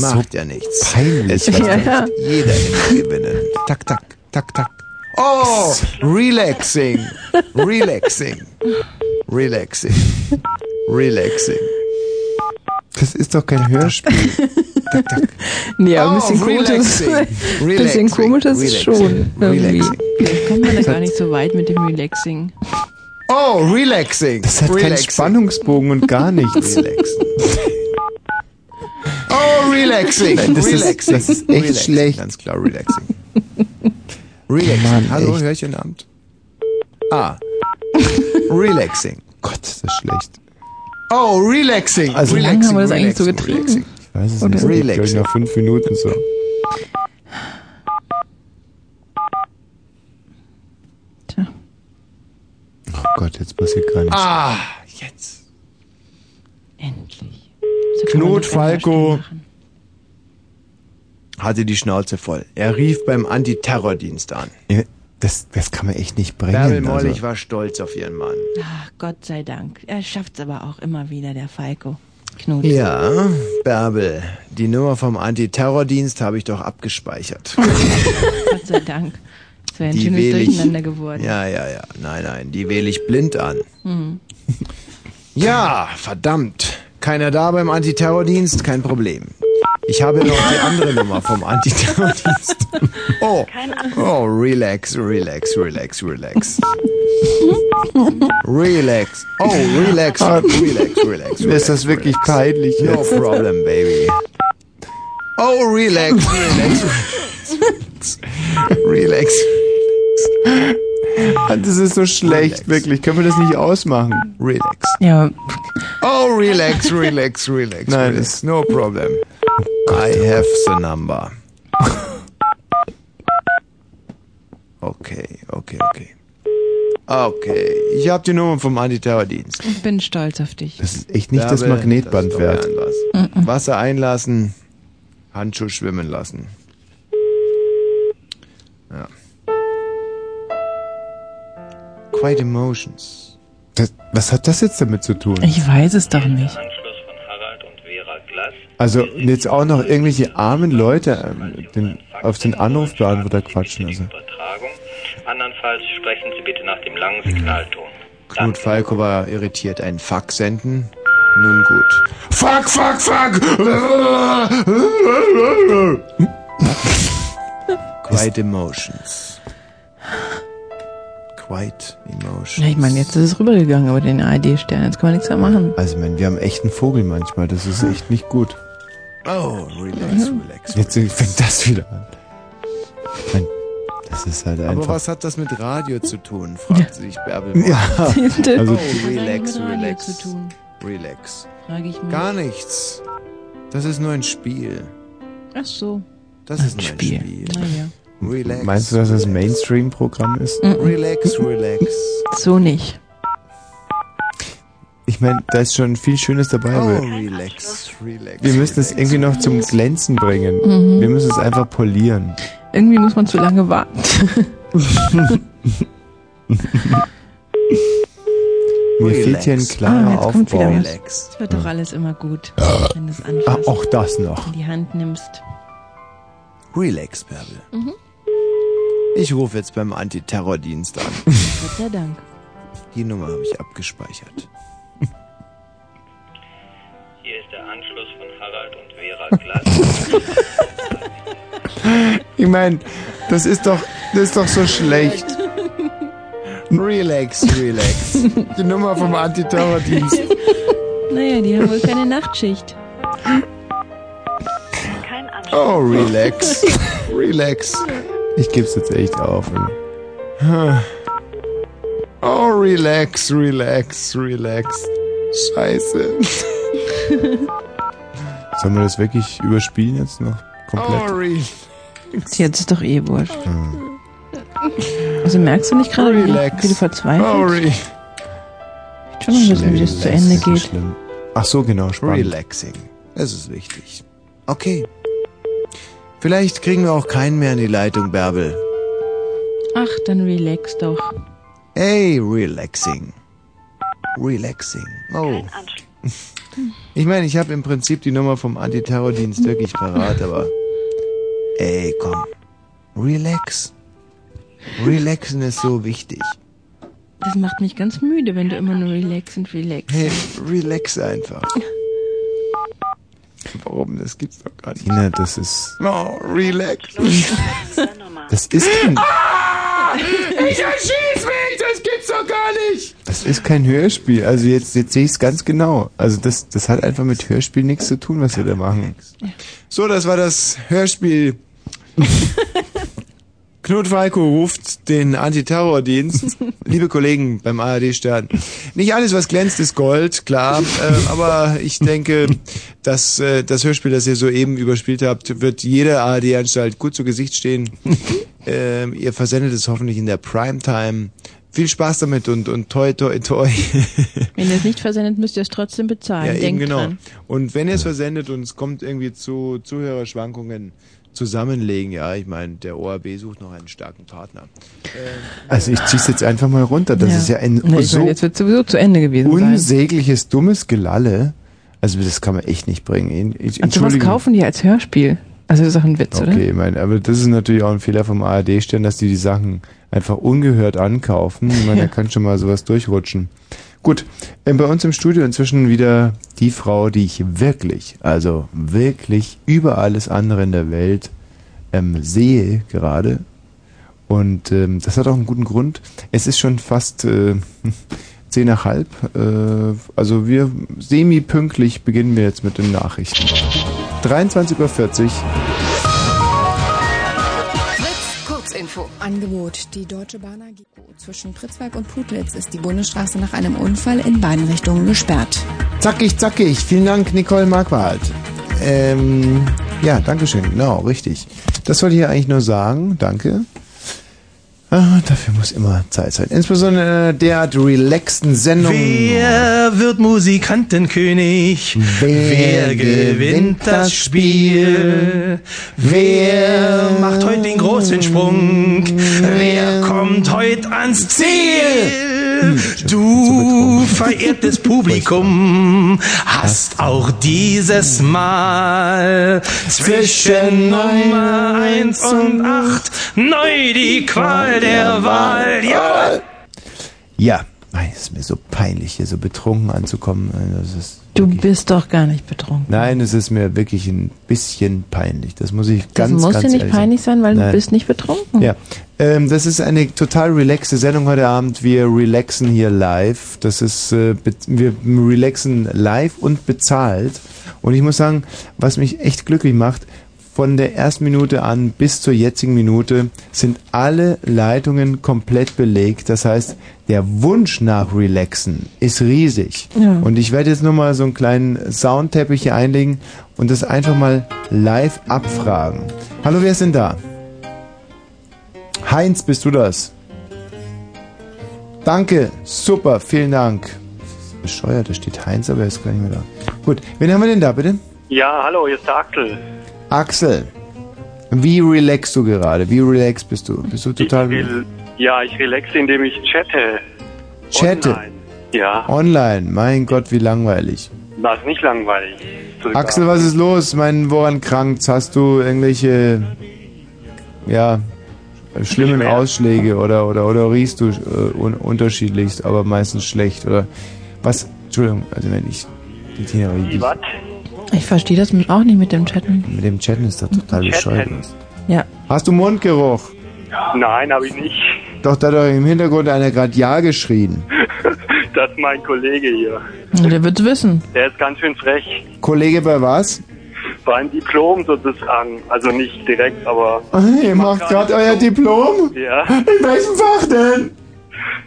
[SPEAKER 1] Macht ja nichts. Peinlich. Es
[SPEAKER 16] Ja,
[SPEAKER 1] wird
[SPEAKER 16] ja.
[SPEAKER 1] jeder immer gewinnen. Tak, tak, tak, tak. Oh, relaxing, relaxing, relaxing, relaxing. Das ist doch kein Hörspiel.
[SPEAKER 2] Nee, aber
[SPEAKER 1] Oh,
[SPEAKER 2] ein bisschen komisch ist
[SPEAKER 1] relaxing,
[SPEAKER 2] ein
[SPEAKER 1] relaxing,
[SPEAKER 2] bisschen komisch ist es schon.
[SPEAKER 1] relaxing,
[SPEAKER 2] Irgendwie.
[SPEAKER 1] relaxing.
[SPEAKER 2] Vielleicht kommt man da gar nicht so weit mit dem Relaxing.
[SPEAKER 1] Oh, relaxing. Das
[SPEAKER 2] hat keinen
[SPEAKER 1] Spannungsbogen und gar nichts. Oh, relaxing.
[SPEAKER 16] Nein, das ist-
[SPEAKER 1] relaxing.
[SPEAKER 16] das ist echt
[SPEAKER 1] schlecht. Ganz klar, relaxing. Relaxing.
[SPEAKER 16] Mann,
[SPEAKER 1] Hallo,
[SPEAKER 16] echt.
[SPEAKER 1] höre ich den Abend? Ah. relaxing. Gott, ist das schlecht. Oh, relaxing. relaxing.
[SPEAKER 16] Also, wie lange haben wir das eigentlich so
[SPEAKER 1] relaxing,
[SPEAKER 16] getrieben?
[SPEAKER 1] relaxing.
[SPEAKER 16] Ich weiß es
[SPEAKER 1] Oder-
[SPEAKER 16] nicht. Es geht, glaub ich,
[SPEAKER 1] Relaxing.
[SPEAKER 16] nach fünf Minuten so.
[SPEAKER 1] Oh Gott, jetzt passiert gar nichts. Ah, jetzt.
[SPEAKER 2] Endlich.
[SPEAKER 1] Knut Falco hatte die Schnauze voll. Er rief beim Antiterrordienst an.
[SPEAKER 4] Das, das kann man echt nicht bringen.
[SPEAKER 1] Bärbel
[SPEAKER 4] also.
[SPEAKER 1] Mollig war stolz auf ihren Mann.
[SPEAKER 2] Ach, Gott sei Dank. Er schafft's aber auch immer wieder, der Falco. Knut.
[SPEAKER 1] Ja, Bärbel, die Nummer vom Antiterrordienst habe ich doch abgespeichert.
[SPEAKER 2] Gott sei Dank. Das wäre ein
[SPEAKER 1] Die
[SPEAKER 2] schönes
[SPEAKER 1] wähle ich.
[SPEAKER 2] Durcheinander geworden.
[SPEAKER 1] Ja, ja, ja. Nein, nein, die wähle ich blind an.
[SPEAKER 2] Hm.
[SPEAKER 1] Ja, verdammt. Keiner da beim Antiterrordienst, kein Problem. Ich habe noch die andere Nummer vom Antiterrordienst. Oh, oh, relax, relax, relax, relax. Relax. Oh, relax, relax, relax.
[SPEAKER 4] Mir ist das
[SPEAKER 1] wirklich peinlich. No
[SPEAKER 4] jetzt.
[SPEAKER 1] problem, baby. Oh, relax, relax, relax.
[SPEAKER 4] Ah, Das ist so schlecht, wirklich. Können wir das nicht ausmachen?
[SPEAKER 1] Relax.
[SPEAKER 2] Ja.
[SPEAKER 1] Oh, relax, relax, relax.
[SPEAKER 4] Nein,
[SPEAKER 1] relax. no problem. I have the number. Okay, okay, okay. Okay, ich habe die Nummer vom Antiterrordienst.
[SPEAKER 2] Ich bin stolz auf dich.
[SPEAKER 1] Das ist
[SPEAKER 4] echt nicht das Magnetband wert.
[SPEAKER 2] Mhm.
[SPEAKER 1] Wasser einlassen, Handschuh schwimmen lassen. Ja. Quite emotions.
[SPEAKER 4] Das, was hat das jetzt damit zu tun?
[SPEAKER 2] Ich weiß es doch nicht.
[SPEAKER 4] Also jetzt auch noch irgendwelche armen Leute ähm, den, auf den Anrufbeantworter quatschen. Also.
[SPEAKER 5] Andernfalls sprechen Sie bitte nach dem langen Signalton.
[SPEAKER 1] Knut Falco war irritiert. Ein Fuck senden? Nun gut.
[SPEAKER 16] Fuck, fuck, fuck!
[SPEAKER 1] Quite emotions. Quite emotions.
[SPEAKER 2] Ja, ich meine, jetzt ist es rübergegangen über den ARD-Stern. Jetzt kann man nichts mehr machen.
[SPEAKER 4] Also, ich meine, wir haben echt einen Vogel manchmal. Das ist echt nicht gut.
[SPEAKER 1] Oh, relax,
[SPEAKER 2] Ja.
[SPEAKER 1] relax.
[SPEAKER 4] Jetzt fängt das wieder an. Ich meine, das ist halt
[SPEAKER 1] Aber
[SPEAKER 4] einfach.
[SPEAKER 1] was hat das mit Radio zu tun, fragt sich Bärbel.
[SPEAKER 4] Ja. Also-
[SPEAKER 1] also
[SPEAKER 4] Was hat
[SPEAKER 1] oh,
[SPEAKER 4] das mit
[SPEAKER 1] relax,
[SPEAKER 2] Radio
[SPEAKER 1] relax.
[SPEAKER 2] zu tun?
[SPEAKER 1] Relax.
[SPEAKER 2] Frage ich mich.
[SPEAKER 1] Gar nichts. Das ist nur ein Spiel.
[SPEAKER 2] Ach so.
[SPEAKER 1] Das ist nur ein Spiel.
[SPEAKER 2] Naja.
[SPEAKER 1] Relax.
[SPEAKER 4] Meinst du, dass das ein Mainstream-Programm ist?
[SPEAKER 1] Relax, relax.
[SPEAKER 2] So nicht.
[SPEAKER 4] Ich meine, da ist schon viel Schönes dabei.
[SPEAKER 1] Oh,
[SPEAKER 4] Aber
[SPEAKER 1] relax, relax.
[SPEAKER 4] wir müssen es irgendwie noch zum Glänzen bringen.
[SPEAKER 2] Mhm.
[SPEAKER 4] Wir müssen es einfach polieren.
[SPEAKER 2] Irgendwie muss man zu lange warten.
[SPEAKER 4] Mir fehlt hier ein
[SPEAKER 2] ah,
[SPEAKER 4] klarer
[SPEAKER 2] jetzt kommt
[SPEAKER 4] Aufbau.
[SPEAKER 2] wieder was. Es wird
[SPEAKER 1] Hm.
[SPEAKER 2] doch alles immer gut, wenn du es
[SPEAKER 4] Ah,
[SPEAKER 2] anfasst.
[SPEAKER 4] auch das noch.
[SPEAKER 2] In die Hand nimmst.
[SPEAKER 1] Relax, Bärbel.
[SPEAKER 2] Mhm.
[SPEAKER 1] Ich rufe jetzt beim Antiterrordienst an.
[SPEAKER 2] Gott sei Dank.
[SPEAKER 1] Die Nummer habe ich abgespeichert.
[SPEAKER 23] Hier ist der Anschluss von Harald und Vera Glass.
[SPEAKER 17] Ich meine, das ist doch, das ist doch so schlecht. Relax, relax. Die Nummer vom Antiterrordienst.
[SPEAKER 2] Naja, die haben wohl keine Nachtschicht.
[SPEAKER 17] Oh, relax. Relax. Ich geb's jetzt echt auf. ey. Oh, relax, relax, relax. Scheiße.
[SPEAKER 1] Sollen wir das wirklich überspielen jetzt noch komplett? Hm.
[SPEAKER 17] Oh, relax.
[SPEAKER 2] Jetzt ist doch eh wurscht.
[SPEAKER 1] Oh.
[SPEAKER 2] Also merkst du nicht gerade, wie, du- wie du
[SPEAKER 17] Oh,
[SPEAKER 2] verzweifelst?
[SPEAKER 17] re
[SPEAKER 2] Ich schon mal wissen, wie das zu Ende
[SPEAKER 1] Relax, das ist
[SPEAKER 2] geht.
[SPEAKER 1] schlimm. Ach so, genau, spannend.
[SPEAKER 17] Relaxing. Das ist wichtig. Okay. Vielleicht kriegen wir auch keinen mehr in die Leitung, Bärbel.
[SPEAKER 2] Ach, dann relax doch.
[SPEAKER 17] Hey, relaxing. Relaxing. Oh. Ich meine, ich habe im Prinzip die Nummer vom Antiterrordienst wirklich parat, aber. Ey, komm. Relax. Relaxen ist so wichtig.
[SPEAKER 2] Das macht mich ganz müde, wenn du immer nur relax und relax.
[SPEAKER 17] Hey, relax einfach. Warum? Das gibt's doch gar nicht.
[SPEAKER 1] Tina, das ist.
[SPEAKER 17] Oh, relax.
[SPEAKER 1] Das ist kein,
[SPEAKER 24] Ich erschieß mich, das gibt's doch gar nicht.
[SPEAKER 1] das ist kein Hörspiel. Also jetzt, jetzt sehe ich es ganz genau. Also das, das hat einfach mit Hörspiel nichts zu tun, was wir da machen.
[SPEAKER 17] So, das war das Hörspiel. Knut Falco ruft den Antiterrordienst. Liebe Kollegen beim ARD-Stern. Nicht alles, was glänzt, ist Gold, klar. Äh, aber ich denke, dass äh, das Hörspiel, das ihr soeben überspielt habt, wird jeder ARD-Anstalt gut zu Gesicht stehen. Ähm, ihr versendet es hoffentlich in der Primetime. Viel Spaß damit und, und toi, toi, toi.
[SPEAKER 2] Wenn ihr es nicht versendet, müsst ihr es trotzdem bezahlen.
[SPEAKER 17] Ja, eben
[SPEAKER 2] Denkt
[SPEAKER 17] genau.
[SPEAKER 2] dran.
[SPEAKER 17] Und wenn ihr es versendet und es kommt irgendwie zu Zuhörerschwankungen zusammenlegen, ja, ich meine, der ORB sucht noch einen starken Partner.
[SPEAKER 1] Also ich zieh's jetzt einfach mal runter. Das
[SPEAKER 17] Ja.
[SPEAKER 1] ist ja ein
[SPEAKER 17] Na, ich meine,
[SPEAKER 1] so
[SPEAKER 17] jetzt
[SPEAKER 2] wird sowieso zu Ende gewesen
[SPEAKER 17] sein.
[SPEAKER 1] unsägliches, dummes Gelalle. Also das kann man echt nicht bringen. Ich,
[SPEAKER 2] Und sowas
[SPEAKER 1] Entschuldigung.
[SPEAKER 2] kaufen die als Hörspiel. Also das ist doch ein Witz, oder?
[SPEAKER 1] Okay, ich meine, aber das ist natürlich auch ein Fehler vom ARD-Stern, dass die die Sachen einfach ungehört ankaufen. Ich meine,
[SPEAKER 2] Ja.
[SPEAKER 1] da kann schon mal sowas durchrutschen. Gut, ähm, bei uns im Studio inzwischen wieder die Frau, die ich wirklich, also wirklich über alles andere in der Welt ähm, sehe gerade. Und ähm, das hat auch einen guten Grund. Es ist schon fast äh, zehn nach halb. Äh, also wir semi-pünktlich beginnen wir jetzt mit den Nachrichten. 23.40 Uhr.
[SPEAKER 9] Fritz, Kurzinfo. Angebot. Die Deutsche Bahn AG. Zwischen Pritzwalk und Putlitz ist die Bundesstraße nach einem Unfall in beiden Richtungen gesperrt.
[SPEAKER 17] Zackig, zackig. Vielen Dank, Nicole Marquardt. Ähm, ja, Dankeschön. Genau, richtig. Das wollte ich ja eigentlich nur sagen. Danke. Ah, dafür muss immer Zeit sein. Insbesondere in der derart relaxten Sendung.
[SPEAKER 4] Wer wird Musikantenkönig? Wer gewinnt das Spiel? Wer macht heute den großen Sprung? Wer kommt heute ans Ziel? Du verehrtes Publikum, hast auch dieses Mal zwischen Nummer 1 und 8 neu die Qual der Wahl. Ja!
[SPEAKER 17] Ja, Nein, es ist mir so peinlich, hier so betrunken anzukommen. Das ist,
[SPEAKER 2] Du bist doch gar nicht betrunken.
[SPEAKER 1] nein, es ist mir wirklich ein bisschen peinlich. Das muss ich
[SPEAKER 2] Das
[SPEAKER 1] ganz,
[SPEAKER 2] muss
[SPEAKER 1] ganz
[SPEAKER 2] dir nicht
[SPEAKER 1] ehrlich sagen.
[SPEAKER 2] peinlich sein, weil du
[SPEAKER 1] Nein.
[SPEAKER 2] bist nicht betrunken.
[SPEAKER 1] Ja, ähm, das ist eine total relaxte Sendung heute Abend. Wir relaxen hier live. Das ist, äh, be- wir relaxen live und bezahlt. Und ich muss sagen, was mich echt glücklich macht, von der ersten Minute an bis zur jetzigen Minute sind alle Leitungen komplett belegt. Das heißt, der Wunsch nach Relaxen ist riesig.
[SPEAKER 17] Ja.
[SPEAKER 1] Und ich werde jetzt nur mal so einen kleinen Soundteppich hier einlegen und das einfach mal live abfragen. Hallo, wer ist denn da? Heinz, bist du das? Danke, super, vielen Dank. Das ist bescheuert, da steht Heinz, aber er ist gar nicht mehr da. Gut, wen haben wir denn da bitte?
[SPEAKER 12] Ja, hallo, hier ist der Axel.
[SPEAKER 1] Axel, wie relaxst du gerade? Wie relaxed bist du? Bist du total
[SPEAKER 12] Rel- Ja, ich relaxe, indem ich chatte.
[SPEAKER 1] chatte?
[SPEAKER 12] Ja,
[SPEAKER 1] Online, mein Gott, wie langweilig.
[SPEAKER 12] das ist nicht langweilig. Zurück-
[SPEAKER 1] Axel, was ist los? Mein, woran krankst? Hast du irgendwelche, ja, schlimmen Ausschläge oder, oder, oder riechst du äh, un unterschiedlichst, aber meistens schlecht oder was, Entschuldigung, also wenn ich die Tina
[SPEAKER 2] Die was? Ich verstehe das mit- auch nicht mit dem Chatten.
[SPEAKER 1] mit dem Chatten ist das total
[SPEAKER 2] Chatten.
[SPEAKER 1] bescheuert.
[SPEAKER 2] Ja.
[SPEAKER 1] Hast du Mundgeruch?
[SPEAKER 12] Nein, habe ich nicht.
[SPEAKER 1] Doch, da hat doch im Hintergrund einer gerade Ja geschrien.
[SPEAKER 12] Das ist mein Kollege hier.
[SPEAKER 2] Der wird's wissen.
[SPEAKER 12] Der ist ganz schön frech.
[SPEAKER 1] Kollege bei was?
[SPEAKER 12] Beim Diplom sozusagen. Also nicht direkt, aber
[SPEAKER 1] Ah, Ihr macht gerade euer Diplom?
[SPEAKER 12] Ja.
[SPEAKER 1] In welchem Fach denn?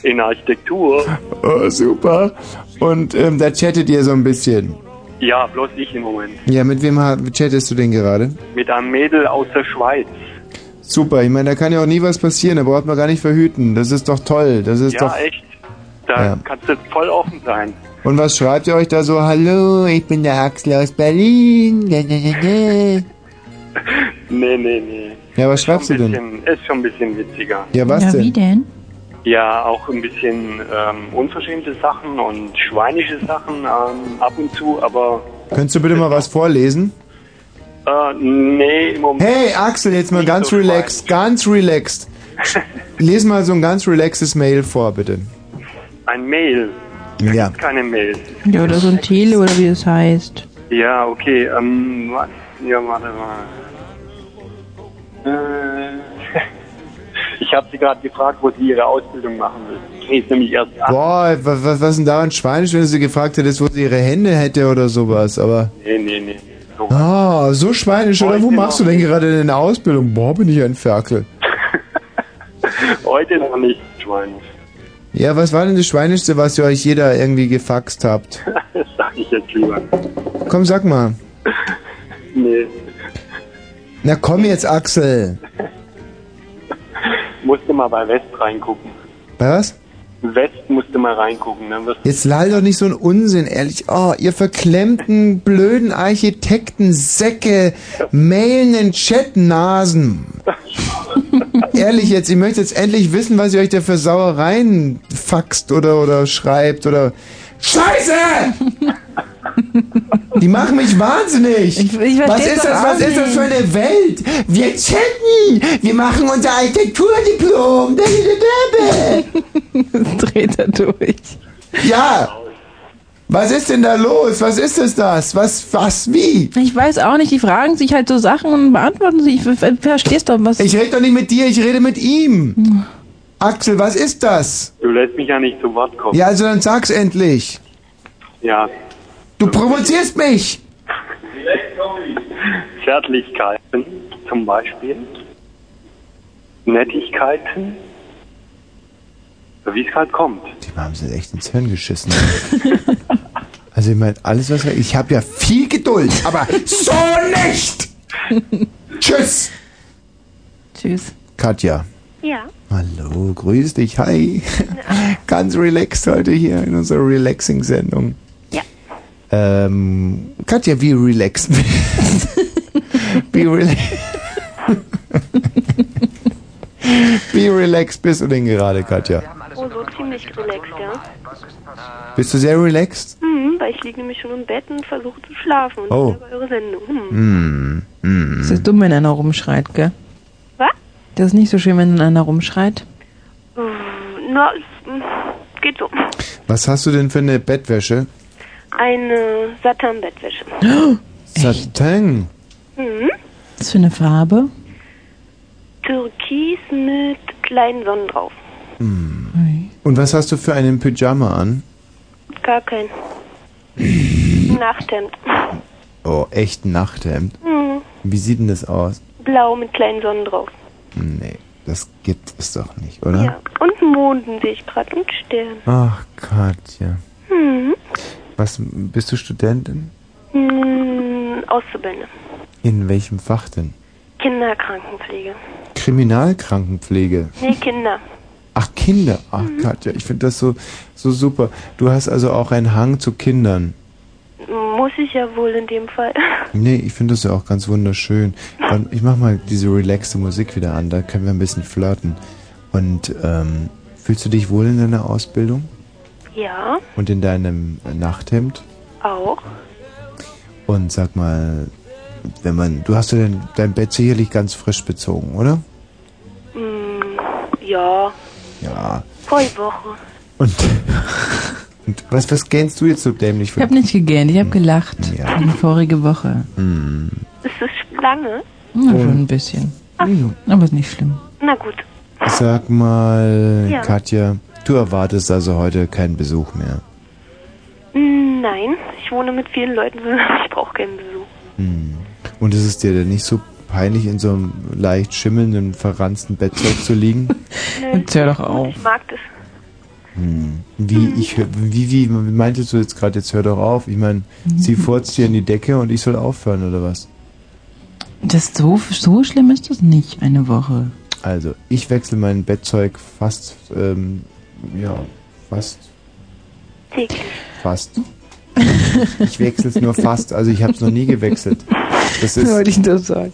[SPEAKER 12] in der Architektur.
[SPEAKER 1] Oh, super. Und ähm, da chattet ihr so ein bisschen.
[SPEAKER 12] Ja, bloß ich im Moment.
[SPEAKER 1] Ja, mit wem ha- chattest du denn gerade?
[SPEAKER 12] Mit einem Mädel aus der Schweiz.
[SPEAKER 1] Super, ich meine, da kann ja auch nie was passieren, da braucht man gar nicht verhüten. Das ist doch toll, das ist
[SPEAKER 12] ja,
[SPEAKER 1] doch...
[SPEAKER 12] echt. Da
[SPEAKER 1] Ja.
[SPEAKER 12] kannst du voll offen sein.
[SPEAKER 1] Und was schreibt ihr euch da so? Hallo, ich bin der Axel aus Berlin. Da, da, da, da.
[SPEAKER 12] Nee, nee, nee.
[SPEAKER 1] Ja, was schreibst du denn?
[SPEAKER 12] Bisschen- Ist schon ein bisschen witziger.
[SPEAKER 1] Ja, was denn?
[SPEAKER 12] Ja, auch ein bisschen ähm, unverschämte Sachen und schweinische Sachen ähm, ab und zu, aber
[SPEAKER 1] Könntest du bitte mal was vorlesen?
[SPEAKER 12] äh, nee, im Moment.
[SPEAKER 1] Hey, Axel, jetzt mal ganz relaxed, ganz relaxed. Lies mal so ein ganz relaxes Mail vor, bitte.
[SPEAKER 12] Ein Mail.
[SPEAKER 1] Ja.
[SPEAKER 12] Keine Mail.
[SPEAKER 2] Ja, oder so ein Tele oder wie es heißt.
[SPEAKER 12] Ja, okay. Ähm, was? Ja, warte mal. Äh, ich habe sie gerade gefragt, wo sie ihre Ausbildung machen will. Sie ist nämlich erst acht.
[SPEAKER 1] Boah, was, was ist denn daran schweinisch, wenn du sie gefragt hättest, wo sie ihre Hände hätte oder sowas, aber...
[SPEAKER 12] Nee, nee, nee. So.
[SPEAKER 1] Ah, so schweinisch, oder? Wo machst du denn gerade deine Ausbildung? Boah, bin ich ein Ferkel.
[SPEAKER 12] Heute noch nicht, Schwein.
[SPEAKER 1] Ja, was war denn das Schweinischste, was ihr euch jeder irgendwie gefaxt habt?
[SPEAKER 12] Das sag ich jetzt lieber.
[SPEAKER 1] Komm, sag mal.
[SPEAKER 12] Nee.
[SPEAKER 1] Na komm jetzt, Axel.
[SPEAKER 12] Musste mal bei West reingucken.
[SPEAKER 1] Bei was?
[SPEAKER 12] West musste mal reingucken, dann wirst
[SPEAKER 1] Jetzt lall doch nicht so einen Unsinn, ehrlich. Oh, ihr verklemmten, blöden Architekten, Säcke, mailenden Chatnasen. ehrlich jetzt, ich möchte jetzt endlich wissen, was ihr euch da für Sauereien faxt oder, oder schreibt oder... Scheiße! Die machen mich wahnsinnig! was
[SPEAKER 4] versteh's
[SPEAKER 1] ist
[SPEAKER 4] doch
[SPEAKER 1] das?
[SPEAKER 4] auch
[SPEAKER 1] Was ist das für
[SPEAKER 4] nicht.
[SPEAKER 1] eine Welt? Wir chatten! Wir machen unser Architekturdiplom! Da, da,
[SPEAKER 4] Hm.
[SPEAKER 1] da, da.
[SPEAKER 2] Dreht er durch.
[SPEAKER 1] Ja! Was ist denn da los? Was ist es das? Was, was, wie?
[SPEAKER 2] Ich weiß auch nicht, die fragen sich halt so Sachen und beantworten sie. Ich ver- ver- versteh's doch was.
[SPEAKER 1] Ich rede doch nicht mit dir, ich rede mit ihm. Axel, was ist das?
[SPEAKER 12] du. Du lässt mich ja nicht zu Wort kommen.
[SPEAKER 1] Ja, also dann sag's endlich.
[SPEAKER 12] Ja.
[SPEAKER 1] Du provozierst mich!
[SPEAKER 12] Zärtlichkeiten zum Beispiel. Nettigkeiten. Wie es halt kommt.
[SPEAKER 1] Die haben sie echt ins Hirn geschissen. also ich meine, alles was... Ich habe ja viel Geduld, aber so nicht! Tschüss!
[SPEAKER 2] Tschüss.
[SPEAKER 1] Katja.
[SPEAKER 4] Ja.
[SPEAKER 1] Hallo, grüß dich, hi. Ganz relaxed heute hier in unserer Relaxing-Sendung.
[SPEAKER 4] Ja.
[SPEAKER 1] Ähm, Katja, wie relaxen wir? wie, rela wie relaxed bist du denn gerade, Katja?
[SPEAKER 9] Oh, so ziemlich relaxed, ja.
[SPEAKER 1] Bist du sehr relaxed?
[SPEAKER 9] Hm, weil ich liege nämlich schon im Bett und versuche zu schlafen und
[SPEAKER 1] Oh.
[SPEAKER 9] höre eure Sendung. Hm.
[SPEAKER 1] Hm. Hm.
[SPEAKER 2] Das ist dumm, wenn einer rumschreit, gell?
[SPEAKER 9] Was?
[SPEAKER 2] Das ist nicht so schön, wenn einer rumschreit.
[SPEAKER 9] Hm, Na, es, hm, geht so.
[SPEAKER 1] Was hast du denn für eine Bettwäsche?
[SPEAKER 9] Eine Satan-Bettwäsche.
[SPEAKER 1] Satin.
[SPEAKER 9] Hm.
[SPEAKER 2] Was für eine Farbe?
[SPEAKER 9] Türkis mit kleinen Sonnen drauf.
[SPEAKER 1] Hm. Und was hast du für einen Pyjama an?
[SPEAKER 9] Gar kein. Nachthemd.
[SPEAKER 1] Oh, echt ein Nachthemd.
[SPEAKER 9] Hm.
[SPEAKER 1] Wie sieht denn das aus?
[SPEAKER 9] Blau mit kleinen Sonnen drauf.
[SPEAKER 1] Nee, das gibt es doch nicht, oder?
[SPEAKER 9] Ja. Und Monden sehe ich gerade und Stern.
[SPEAKER 1] Ach, Katja.
[SPEAKER 9] Hm.
[SPEAKER 1] Was, bist du Studentin?
[SPEAKER 9] Hm, Auszubildende.
[SPEAKER 1] In welchem Fach denn?
[SPEAKER 9] Kinderkrankenpflege.
[SPEAKER 1] Kriminalkrankenpflege.
[SPEAKER 9] Nee, Kinder.
[SPEAKER 1] Ach, Kinder. Ach, Katja, ich finde das so, so super. Du hast also auch einen Hang zu Kindern.
[SPEAKER 9] Muss ich ja wohl in dem Fall.
[SPEAKER 1] Nee, ich finde das ja auch ganz wunderschön. Und ich mach mal diese relaxte Musik wieder an, da können wir ein bisschen flirten. Und ähm, fühlst du dich wohl in deiner Ausbildung
[SPEAKER 9] Ja,
[SPEAKER 1] und in deinem Nachthemd?
[SPEAKER 9] auch.
[SPEAKER 1] Und sag mal, wenn man, du hast ja dein, dein Bett sicherlich ganz frisch bezogen, oder?
[SPEAKER 9] Hm, Ja,
[SPEAKER 25] Ja.
[SPEAKER 9] vor die Woche.
[SPEAKER 25] Und, und was, was gähnst du jetzt so dämlich
[SPEAKER 2] Ich
[SPEAKER 25] für?
[SPEAKER 2] habe nicht gegähnt, ich habe gelacht. Wie vorige Woche.
[SPEAKER 25] Hm.
[SPEAKER 9] Ist es schon lange?
[SPEAKER 2] Na, schon
[SPEAKER 1] Hm.
[SPEAKER 2] ein bisschen. Aber ist nicht schlimm.
[SPEAKER 9] Na gut.
[SPEAKER 1] Sag mal,
[SPEAKER 9] Ja.
[SPEAKER 1] Katja, du erwartest also heute keinen Besuch mehr.
[SPEAKER 9] Hm, Nein, ich wohne mit vielen Leuten zusammen. Ich brauche keinen Besuch.
[SPEAKER 1] Hm. Und ist es dir denn nicht so peinlich, in so einem leicht schimmelnden, verranzten Bettzeug zu liegen?
[SPEAKER 9] Nö.
[SPEAKER 1] Jetzt hör doch auf.
[SPEAKER 9] Ich mag das.
[SPEAKER 1] Hm. Wie, ich, hör- wie, wie meintest du jetzt gerade, jetzt hör doch auf? Ich meine, sie furzt dir in die Decke und ich soll aufhören, oder was?
[SPEAKER 2] Das so, so schlimm ist das nicht, eine Woche.
[SPEAKER 1] Also, ich wechsle mein Bettzeug fast, ähm, ja, fast.
[SPEAKER 9] Täglich.
[SPEAKER 1] Fast. Ich wechsle es nur fast, also ich habe es noch nie gewechselt. Das ist,
[SPEAKER 2] Wollte ich nur sagen.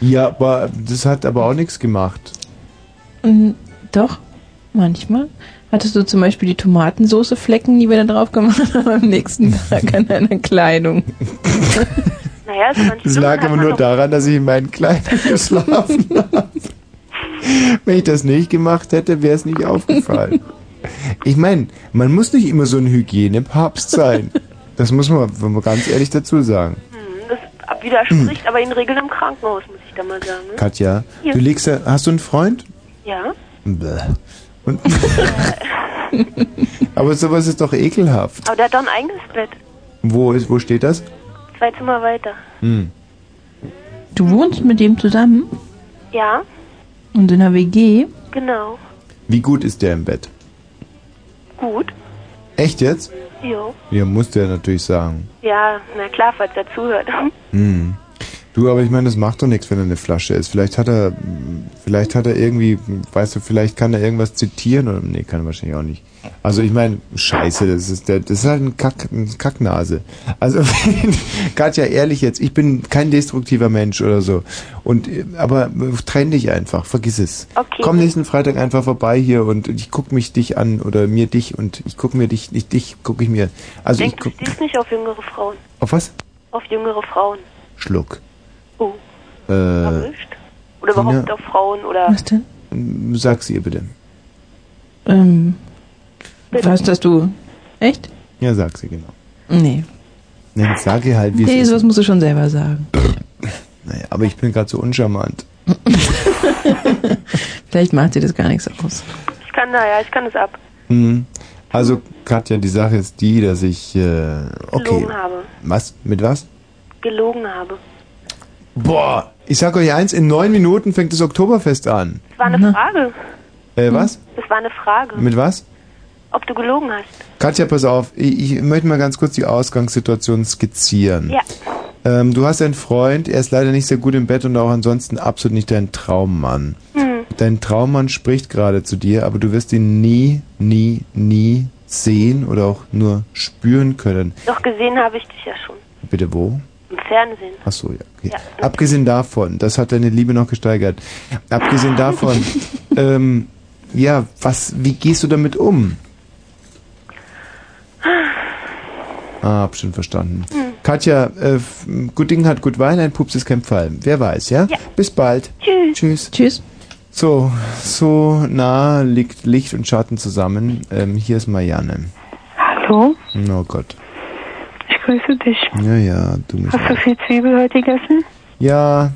[SPEAKER 1] ja, aber das hat aber auch nichts gemacht.
[SPEAKER 2] Mm, Doch, manchmal. Hattest du zum Beispiel die Tomatensoße-Flecken, die wir da drauf gemacht haben, am nächsten Tag an deiner Kleidung?
[SPEAKER 9] Naja, so manche
[SPEAKER 1] Das lag aber nur daran, dass ich in meinen Kleidern geschlafen habe. Wenn ich das nicht gemacht hätte, wäre es nicht aufgefallen. Ich meine, man muss nicht immer so ein Hygienepapst sein. Das muss man ganz ehrlich dazu sagen.
[SPEAKER 9] Hm, das widerspricht aber den Regeln im Krankenhaus, muss ich da mal sagen. ne?
[SPEAKER 1] Katja,
[SPEAKER 9] Ja.
[SPEAKER 1] du legst ja, hast du einen Freund?
[SPEAKER 9] Ja.
[SPEAKER 1] Bäh. Und aber sowas ist doch ekelhaft.
[SPEAKER 9] Aber der hat doch ein eigenes Bett.
[SPEAKER 1] Wo ist, wo steht das?
[SPEAKER 9] Zwei Zimmer weiter.
[SPEAKER 1] Hm.
[SPEAKER 2] Du wohnst mit dem zusammen
[SPEAKER 9] Ja,
[SPEAKER 2] und in einer WG?
[SPEAKER 9] genau.
[SPEAKER 1] Wie gut ist der im Bett?
[SPEAKER 9] Gut.
[SPEAKER 1] Echt jetzt?
[SPEAKER 9] Jo.
[SPEAKER 1] Ja, musst du ja natürlich sagen.
[SPEAKER 9] Ja, na klar, falls er zuhört.
[SPEAKER 1] Hm. Du, aber ich meine, das macht doch nichts, wenn er eine Flasche ist. Vielleicht hat er, mh, vielleicht hat er irgendwie, mh, weißt du, vielleicht kann er irgendwas zitieren oder, nee, kann er wahrscheinlich auch nicht. Also ich meine, scheiße, das ist der, das ist halt ein Kack, ein Kacknase. Also, Katja, ehrlich jetzt, ich bin kein destruktiver Mensch oder so. Und, äh, aber äh, trenn dich einfach, vergiss es.
[SPEAKER 9] Okay.
[SPEAKER 1] Komm nächsten Freitag einfach vorbei hier und ich guck mich dich an oder mir dich und ich guck mir dich, nicht dich, guck ich mir. Also ich
[SPEAKER 9] Denk, du
[SPEAKER 1] guck,
[SPEAKER 9] stehst nicht auf jüngere Frauen.
[SPEAKER 1] auf was?
[SPEAKER 9] Auf jüngere Frauen.
[SPEAKER 1] Schluck.
[SPEAKER 9] Oh,
[SPEAKER 1] Äh,
[SPEAKER 9] oder
[SPEAKER 1] Tina?
[SPEAKER 9] überhaupt auf Frauen oder.
[SPEAKER 2] Was denn?
[SPEAKER 1] Sag's ihr bitte.
[SPEAKER 2] Ähm, was, dass du... Echt?
[SPEAKER 1] Ja, sag's ihr genau.
[SPEAKER 2] Nee.
[SPEAKER 1] Nein, sag ihr halt, wie
[SPEAKER 2] Nee,
[SPEAKER 1] es ist.
[SPEAKER 2] sowas musst du schon selber sagen.
[SPEAKER 1] Naja, aber ich bin gerade so uncharmant.
[SPEAKER 2] Vielleicht macht sie das gar nichts aus.
[SPEAKER 9] Ich kann, naja, ich kann es ab.
[SPEAKER 1] Mhm. Also, Katja, die Sache ist die, dass ich, äh, okay.
[SPEAKER 9] Gelogen habe.
[SPEAKER 1] Was? Mit was?
[SPEAKER 9] Gelogen habe.
[SPEAKER 1] Boah, ich sag euch eins, in neun Minuten fängt das Oktoberfest an.
[SPEAKER 9] Das war eine Frage. Hm.
[SPEAKER 1] Äh, was?
[SPEAKER 9] Das war eine Frage.
[SPEAKER 1] Mit was?
[SPEAKER 9] Ob du gelogen hast.
[SPEAKER 1] Katja, pass auf, ich, ich möchte mal ganz kurz die Ausgangssituation skizzieren.
[SPEAKER 9] Ja.
[SPEAKER 1] Ähm, du hast einen Freund, er ist leider nicht sehr gut im Bett und auch ansonsten absolut nicht dein Traummann.
[SPEAKER 9] Hm.
[SPEAKER 1] Dein Traummann spricht gerade zu dir, aber du wirst ihn nie, nie, nie sehen oder auch nur spüren können.
[SPEAKER 9] Doch gesehen habe ich dich ja schon.
[SPEAKER 1] Bitte wo?
[SPEAKER 9] Im Fernsehen.
[SPEAKER 1] Ach so, ja. Okay.
[SPEAKER 9] Ja.
[SPEAKER 1] Abgesehen davon, das hat deine Liebe noch gesteigert. Abgesehen davon, ähm, ja, was, wie gehst du damit um? Ah, hab schon verstanden.
[SPEAKER 4] Hm.
[SPEAKER 1] Katja, äh, f- gut Ding hat gut Wein, ein Pups ist kein Pfeil. Wer weiß, ja?
[SPEAKER 4] Ja.
[SPEAKER 1] Bis bald.
[SPEAKER 9] Tschüss.
[SPEAKER 1] Tschüss.
[SPEAKER 2] Tschüss.
[SPEAKER 1] So, so nah liegt Licht und Schatten zusammen. Ähm, hier ist Marianne.
[SPEAKER 16] Hallo,
[SPEAKER 1] Oh Gott.
[SPEAKER 16] ich grüße dich.
[SPEAKER 1] Ja, ja, du mich.
[SPEAKER 16] Hast du viel Zwiebel heute gegessen?
[SPEAKER 1] Ja.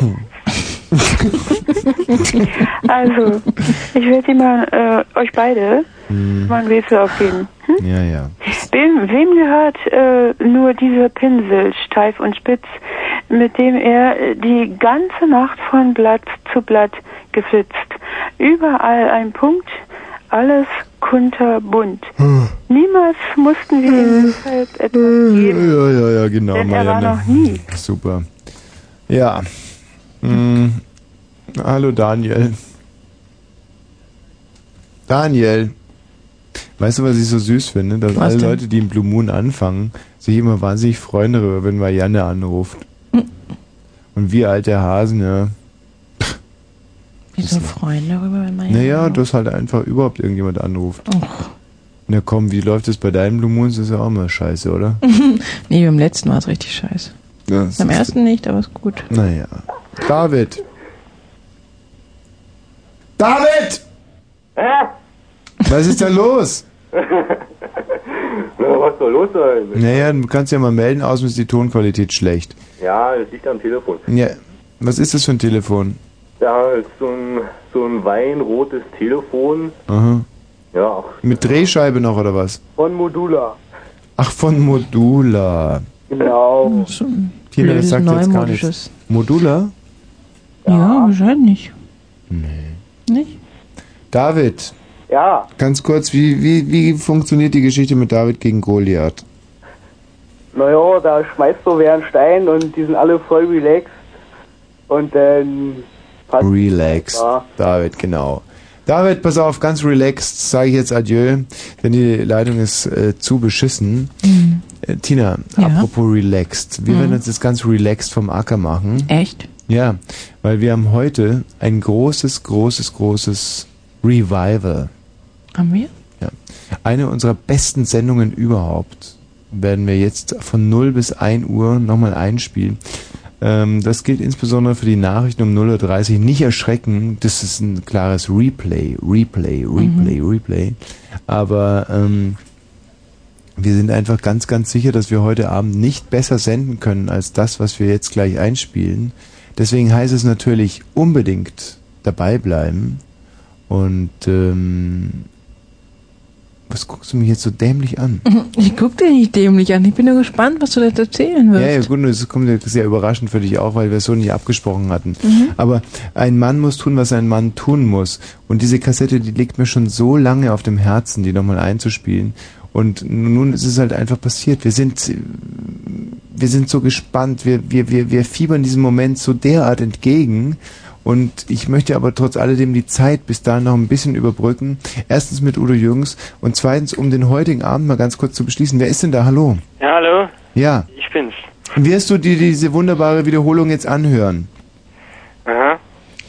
[SPEAKER 1] Hm.
[SPEAKER 16] also, ich werde dir mal äh, euch beide mal ein Rätsel aufgeben.
[SPEAKER 1] Hm.
[SPEAKER 16] Hm?
[SPEAKER 1] Ja, ja.
[SPEAKER 16] Wem, wem gehört äh, nur dieser Pinsel, steif und spitz, mit dem er äh, die ganze Nacht von Blatt zu Blatt geflitzt? Überall ein Punkt, alles kunterbunt.
[SPEAKER 1] Hm.
[SPEAKER 16] Niemals mussten wir ihm deshalb etwas geben.
[SPEAKER 1] Ja, ja, ja, genau,
[SPEAKER 16] Denn er war
[SPEAKER 1] Marianne.
[SPEAKER 16] noch nie.
[SPEAKER 1] Super. Ja. Mm. Hallo, Daniel. Daniel. Weißt du, was ich so süß finde? Dass
[SPEAKER 2] Was
[SPEAKER 1] alle
[SPEAKER 2] denn?
[SPEAKER 1] Leute, die im Blue Moon anfangen, sich immer wahnsinnig freuen darüber, wenn Marianne anruft. Und wir alte Hasen, ja.
[SPEAKER 2] Wieso freuen darüber, wenn man...
[SPEAKER 1] Naja, dass halt einfach überhaupt irgendjemand anruft. Na komm, wie läuft es bei deinem Blue Moon? Das ist ja auch mal scheiße, oder?
[SPEAKER 2] nee, beim letzten war es richtig scheiße.
[SPEAKER 1] Ja, das
[SPEAKER 2] Beim
[SPEAKER 1] ist-
[SPEAKER 2] ersten nicht, aber ist gut.
[SPEAKER 1] Naja. David.
[SPEAKER 26] David!
[SPEAKER 12] Ja?
[SPEAKER 26] Was ist da los?
[SPEAKER 12] Na, was soll los sein?
[SPEAKER 1] Naja, du kannst ja mal melden, außen ist die Tonqualität schlecht.
[SPEAKER 12] Ja, das liegt am Telefon.
[SPEAKER 1] Ja, was ist das für ein Telefon?
[SPEAKER 12] Ja, ist so ein, so ein weinrotes Telefon.
[SPEAKER 1] Aha.
[SPEAKER 12] Ja,
[SPEAKER 1] Mit Drehscheibe noch oder was?
[SPEAKER 12] von Modula.
[SPEAKER 1] Ach, von Modula.
[SPEAKER 2] Oh.
[SPEAKER 12] Genau.
[SPEAKER 1] Tina, das sagt jetzt gar nichts.
[SPEAKER 2] Neumodisches.
[SPEAKER 1] Modula?
[SPEAKER 2] Ja, wahrscheinlich.
[SPEAKER 1] David,
[SPEAKER 12] Ja,
[SPEAKER 1] ganz kurz, wie, wie, wie funktioniert die Geschichte mit David gegen Goliath?
[SPEAKER 12] naja, da schmeißt so wer einen Stein und die sind alle voll relaxed. Und dann passt
[SPEAKER 1] Relaxed.
[SPEAKER 12] Ja.
[SPEAKER 1] David, genau. David, pass auf, ganz relaxed sage ich jetzt Adieu, denn die Leitung ist äh, zu beschissen. Äh, Tina, apropos relaxed. Wir
[SPEAKER 2] Mhm.
[SPEAKER 1] werden uns jetzt ganz relaxed vom Acker machen.
[SPEAKER 2] Echt?
[SPEAKER 1] Ja, weil wir haben heute ein großes, großes, großes Revival.
[SPEAKER 2] Haben wir?
[SPEAKER 1] Ja. Eine unserer besten Sendungen überhaupt werden wir jetzt von 0 bis 1 Uhr nochmal einspielen. Ähm, das gilt insbesondere für die Nachrichten um 0.30 Uhr. Nicht erschrecken, das ist ein klares Replay, Replay, Replay, Replay. Aber ähm, wir sind einfach ganz, ganz sicher, dass wir heute Abend nicht besser senden können als das, was wir jetzt gleich einspielen. Deswegen heißt es natürlich unbedingt dabei bleiben. Und ähm, was guckst du mich jetzt so dämlich an?
[SPEAKER 2] Ich guck dir nicht dämlich an. Ich bin nur gespannt, was du jetzt erzählen
[SPEAKER 1] Ja, ja,
[SPEAKER 2] wirst.
[SPEAKER 1] gut, das kommt ja sehr überraschend für dich auch, weil wir es so nicht abgesprochen hatten.
[SPEAKER 2] Mhm.
[SPEAKER 1] Aber ein Mann muss tun, was ein Mann tun muss. Und diese Kassette, die liegt mir schon so lange auf dem Herzen, die nochmal einzuspielen. Und nun ist es halt einfach passiert. Wir sind, wir sind so gespannt. Wir, wir, wir, wir fiebern diesem Moment so derart entgegen. Und ich möchte aber trotz alledem die Zeit bis dahin noch ein bisschen überbrücken. Erstens mit Udo Jürgens und zweitens, um den heutigen Abend mal ganz kurz zu beschließen. Wer ist denn da? Hallo?
[SPEAKER 4] Ja, hallo,
[SPEAKER 1] Ja.
[SPEAKER 4] ich bin's.
[SPEAKER 1] Wirst du dir diese wunderbare Wiederholung jetzt anhören?
[SPEAKER 4] Aha.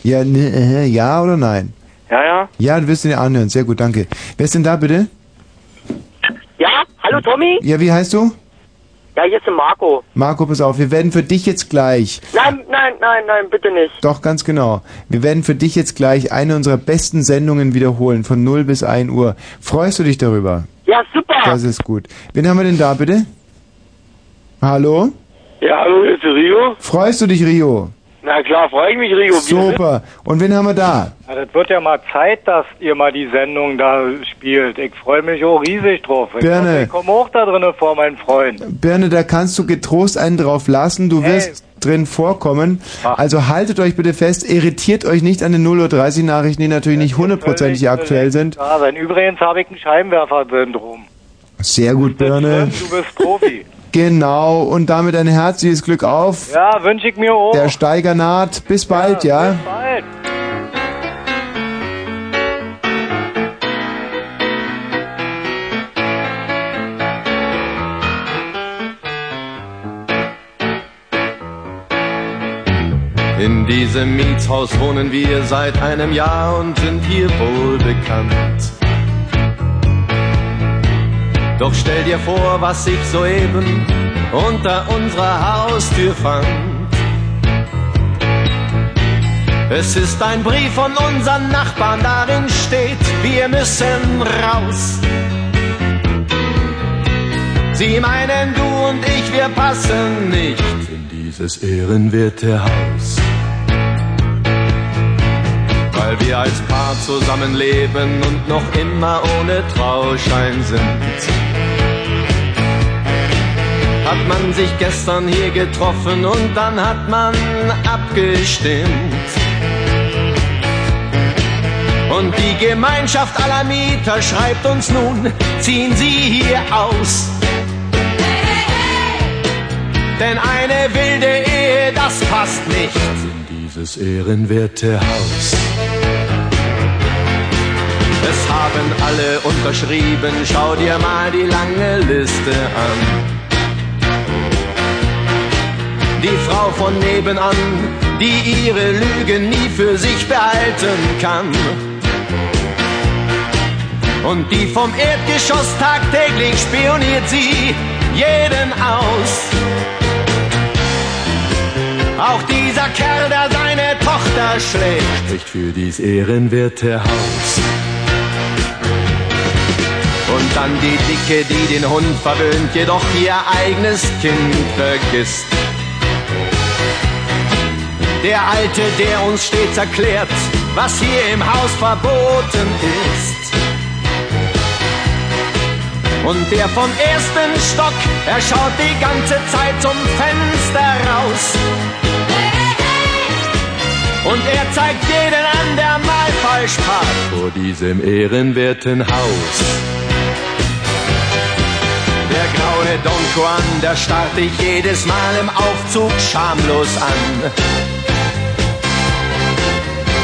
[SPEAKER 1] Ja, ne, äh, ja oder nein?
[SPEAKER 4] Ja, ja.
[SPEAKER 1] Ja, du wirst ihn dir anhören. Sehr gut, danke. Wer ist denn da bitte?
[SPEAKER 17] Ja, hallo Tommy?
[SPEAKER 1] Ja, wie heißt du?
[SPEAKER 17] Ja, hier ist der Marco.
[SPEAKER 1] Marco, pass auf, wir werden für dich jetzt gleich,
[SPEAKER 17] Nein, nein, nein, nein, bitte nicht.
[SPEAKER 1] doch ganz genau, wir werden für dich jetzt gleich eine unserer besten Sendungen wiederholen, von 0 bis 1 Uhr. Freust du dich darüber?
[SPEAKER 17] Ja, super.
[SPEAKER 1] Das ist gut. Wen haben wir denn da bitte? Hallo?
[SPEAKER 3] Ja, hallo, hier ist der Rio.
[SPEAKER 1] Freust du dich, Rio?
[SPEAKER 3] Na klar, freue ich mich, Rio.
[SPEAKER 1] Super. Und wen haben wir
[SPEAKER 3] Ja,
[SPEAKER 1] da?
[SPEAKER 3] das Also wird ja mal Zeit, dass ihr mal die Sendung da spielt. Ich freue mich auch riesig drauf. Ich
[SPEAKER 1] Gerne.
[SPEAKER 3] hoffe, Ich komme auch da drinnen vor, mein Freund.
[SPEAKER 1] Birne, da kannst du getrost einen drauf lassen. Du wirst drin vorkommen. Also haltet euch bitte fest, irritiert euch nicht an den 0.30 Uhr Nachrichten, die natürlich nicht hundertprozentig aktuell sind.
[SPEAKER 3] Ja, sein. Übrigens habe ich ein Scheinwerfer-Syndrom.
[SPEAKER 1] Sehr gut, Birne.
[SPEAKER 3] Du bist Profi.
[SPEAKER 1] Genau, und damit ein herzliches Glück auf.
[SPEAKER 3] ja, wünsche ich mir auch.
[SPEAKER 1] Der Steiger naht. Bis bald, ja?
[SPEAKER 3] Bis bald.
[SPEAKER 16] In diesem Mietshaus wohnen wir seit einem Jahr und sind hier wohl bekannt. Doch stell dir vor, was ich soeben unter unserer Haustür fand. Es ist ein Brief von unseren Nachbarn, darin steht, wir müssen raus. Sie meinen, du und ich, wir passen nicht in dieses ehrenwerte Haus. Weil wir als Paar zusammenleben und noch immer ohne Trauschein sind. Hat man sich gestern hier getroffen und dann hat man abgestimmt. Und die Gemeinschaft aller Mieter schreibt uns nun, ziehen Sie hier aus. Denn eine wilde Ehe, das passt nicht in dieses ehrenwerte Haus. Es haben alle unterschrieben, schau dir mal die lange Liste an. Die Frau von nebenan, die ihre Lügen nie für sich behalten kann. Und die vom Erdgeschoss tagtäglich spioniert sie jeden aus. Auch dieser Kerl, der seine Tochter war schlecht.
[SPEAKER 27] Spricht für dies ehrenwerte Haus.
[SPEAKER 16] Und dann die Dicke, die den Hund verwöhnt, jedoch ihr eigenes Kind vergisst. Der Alte, der uns stets erklärt, was hier im Haus verboten ist. Und der vom ersten Stock, er schaut die ganze Zeit zum Fenster raus. Und er zeigt jeden an, der mal falsch parkt.
[SPEAKER 27] Vor diesem ehrenwerten Haus.
[SPEAKER 16] Der graue Don Juan, der starrt dich jedes Mal im Aufzug schamlos an.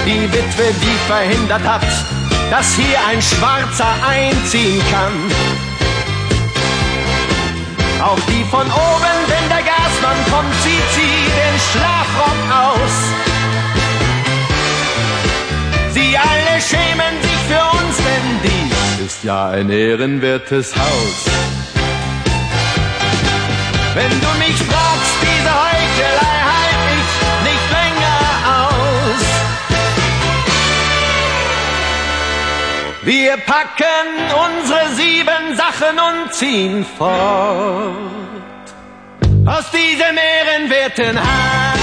[SPEAKER 16] Die Witwe, die verhindert hat, dass hier ein Schwarzer einziehen kann. Auch die von oben, wenn der Gasmann kommt, zieht sie den Schlafrock aus. Sie alle schämen sich für uns, denn dies
[SPEAKER 27] Ist ja ein ehrenwertes Haus.
[SPEAKER 16] Wenn du mich fragst, diese Heuchelei halt ich nicht länger aus. Wir packen unsere sieben Sachen und ziehen fort aus diesem ehrenwerten Haus.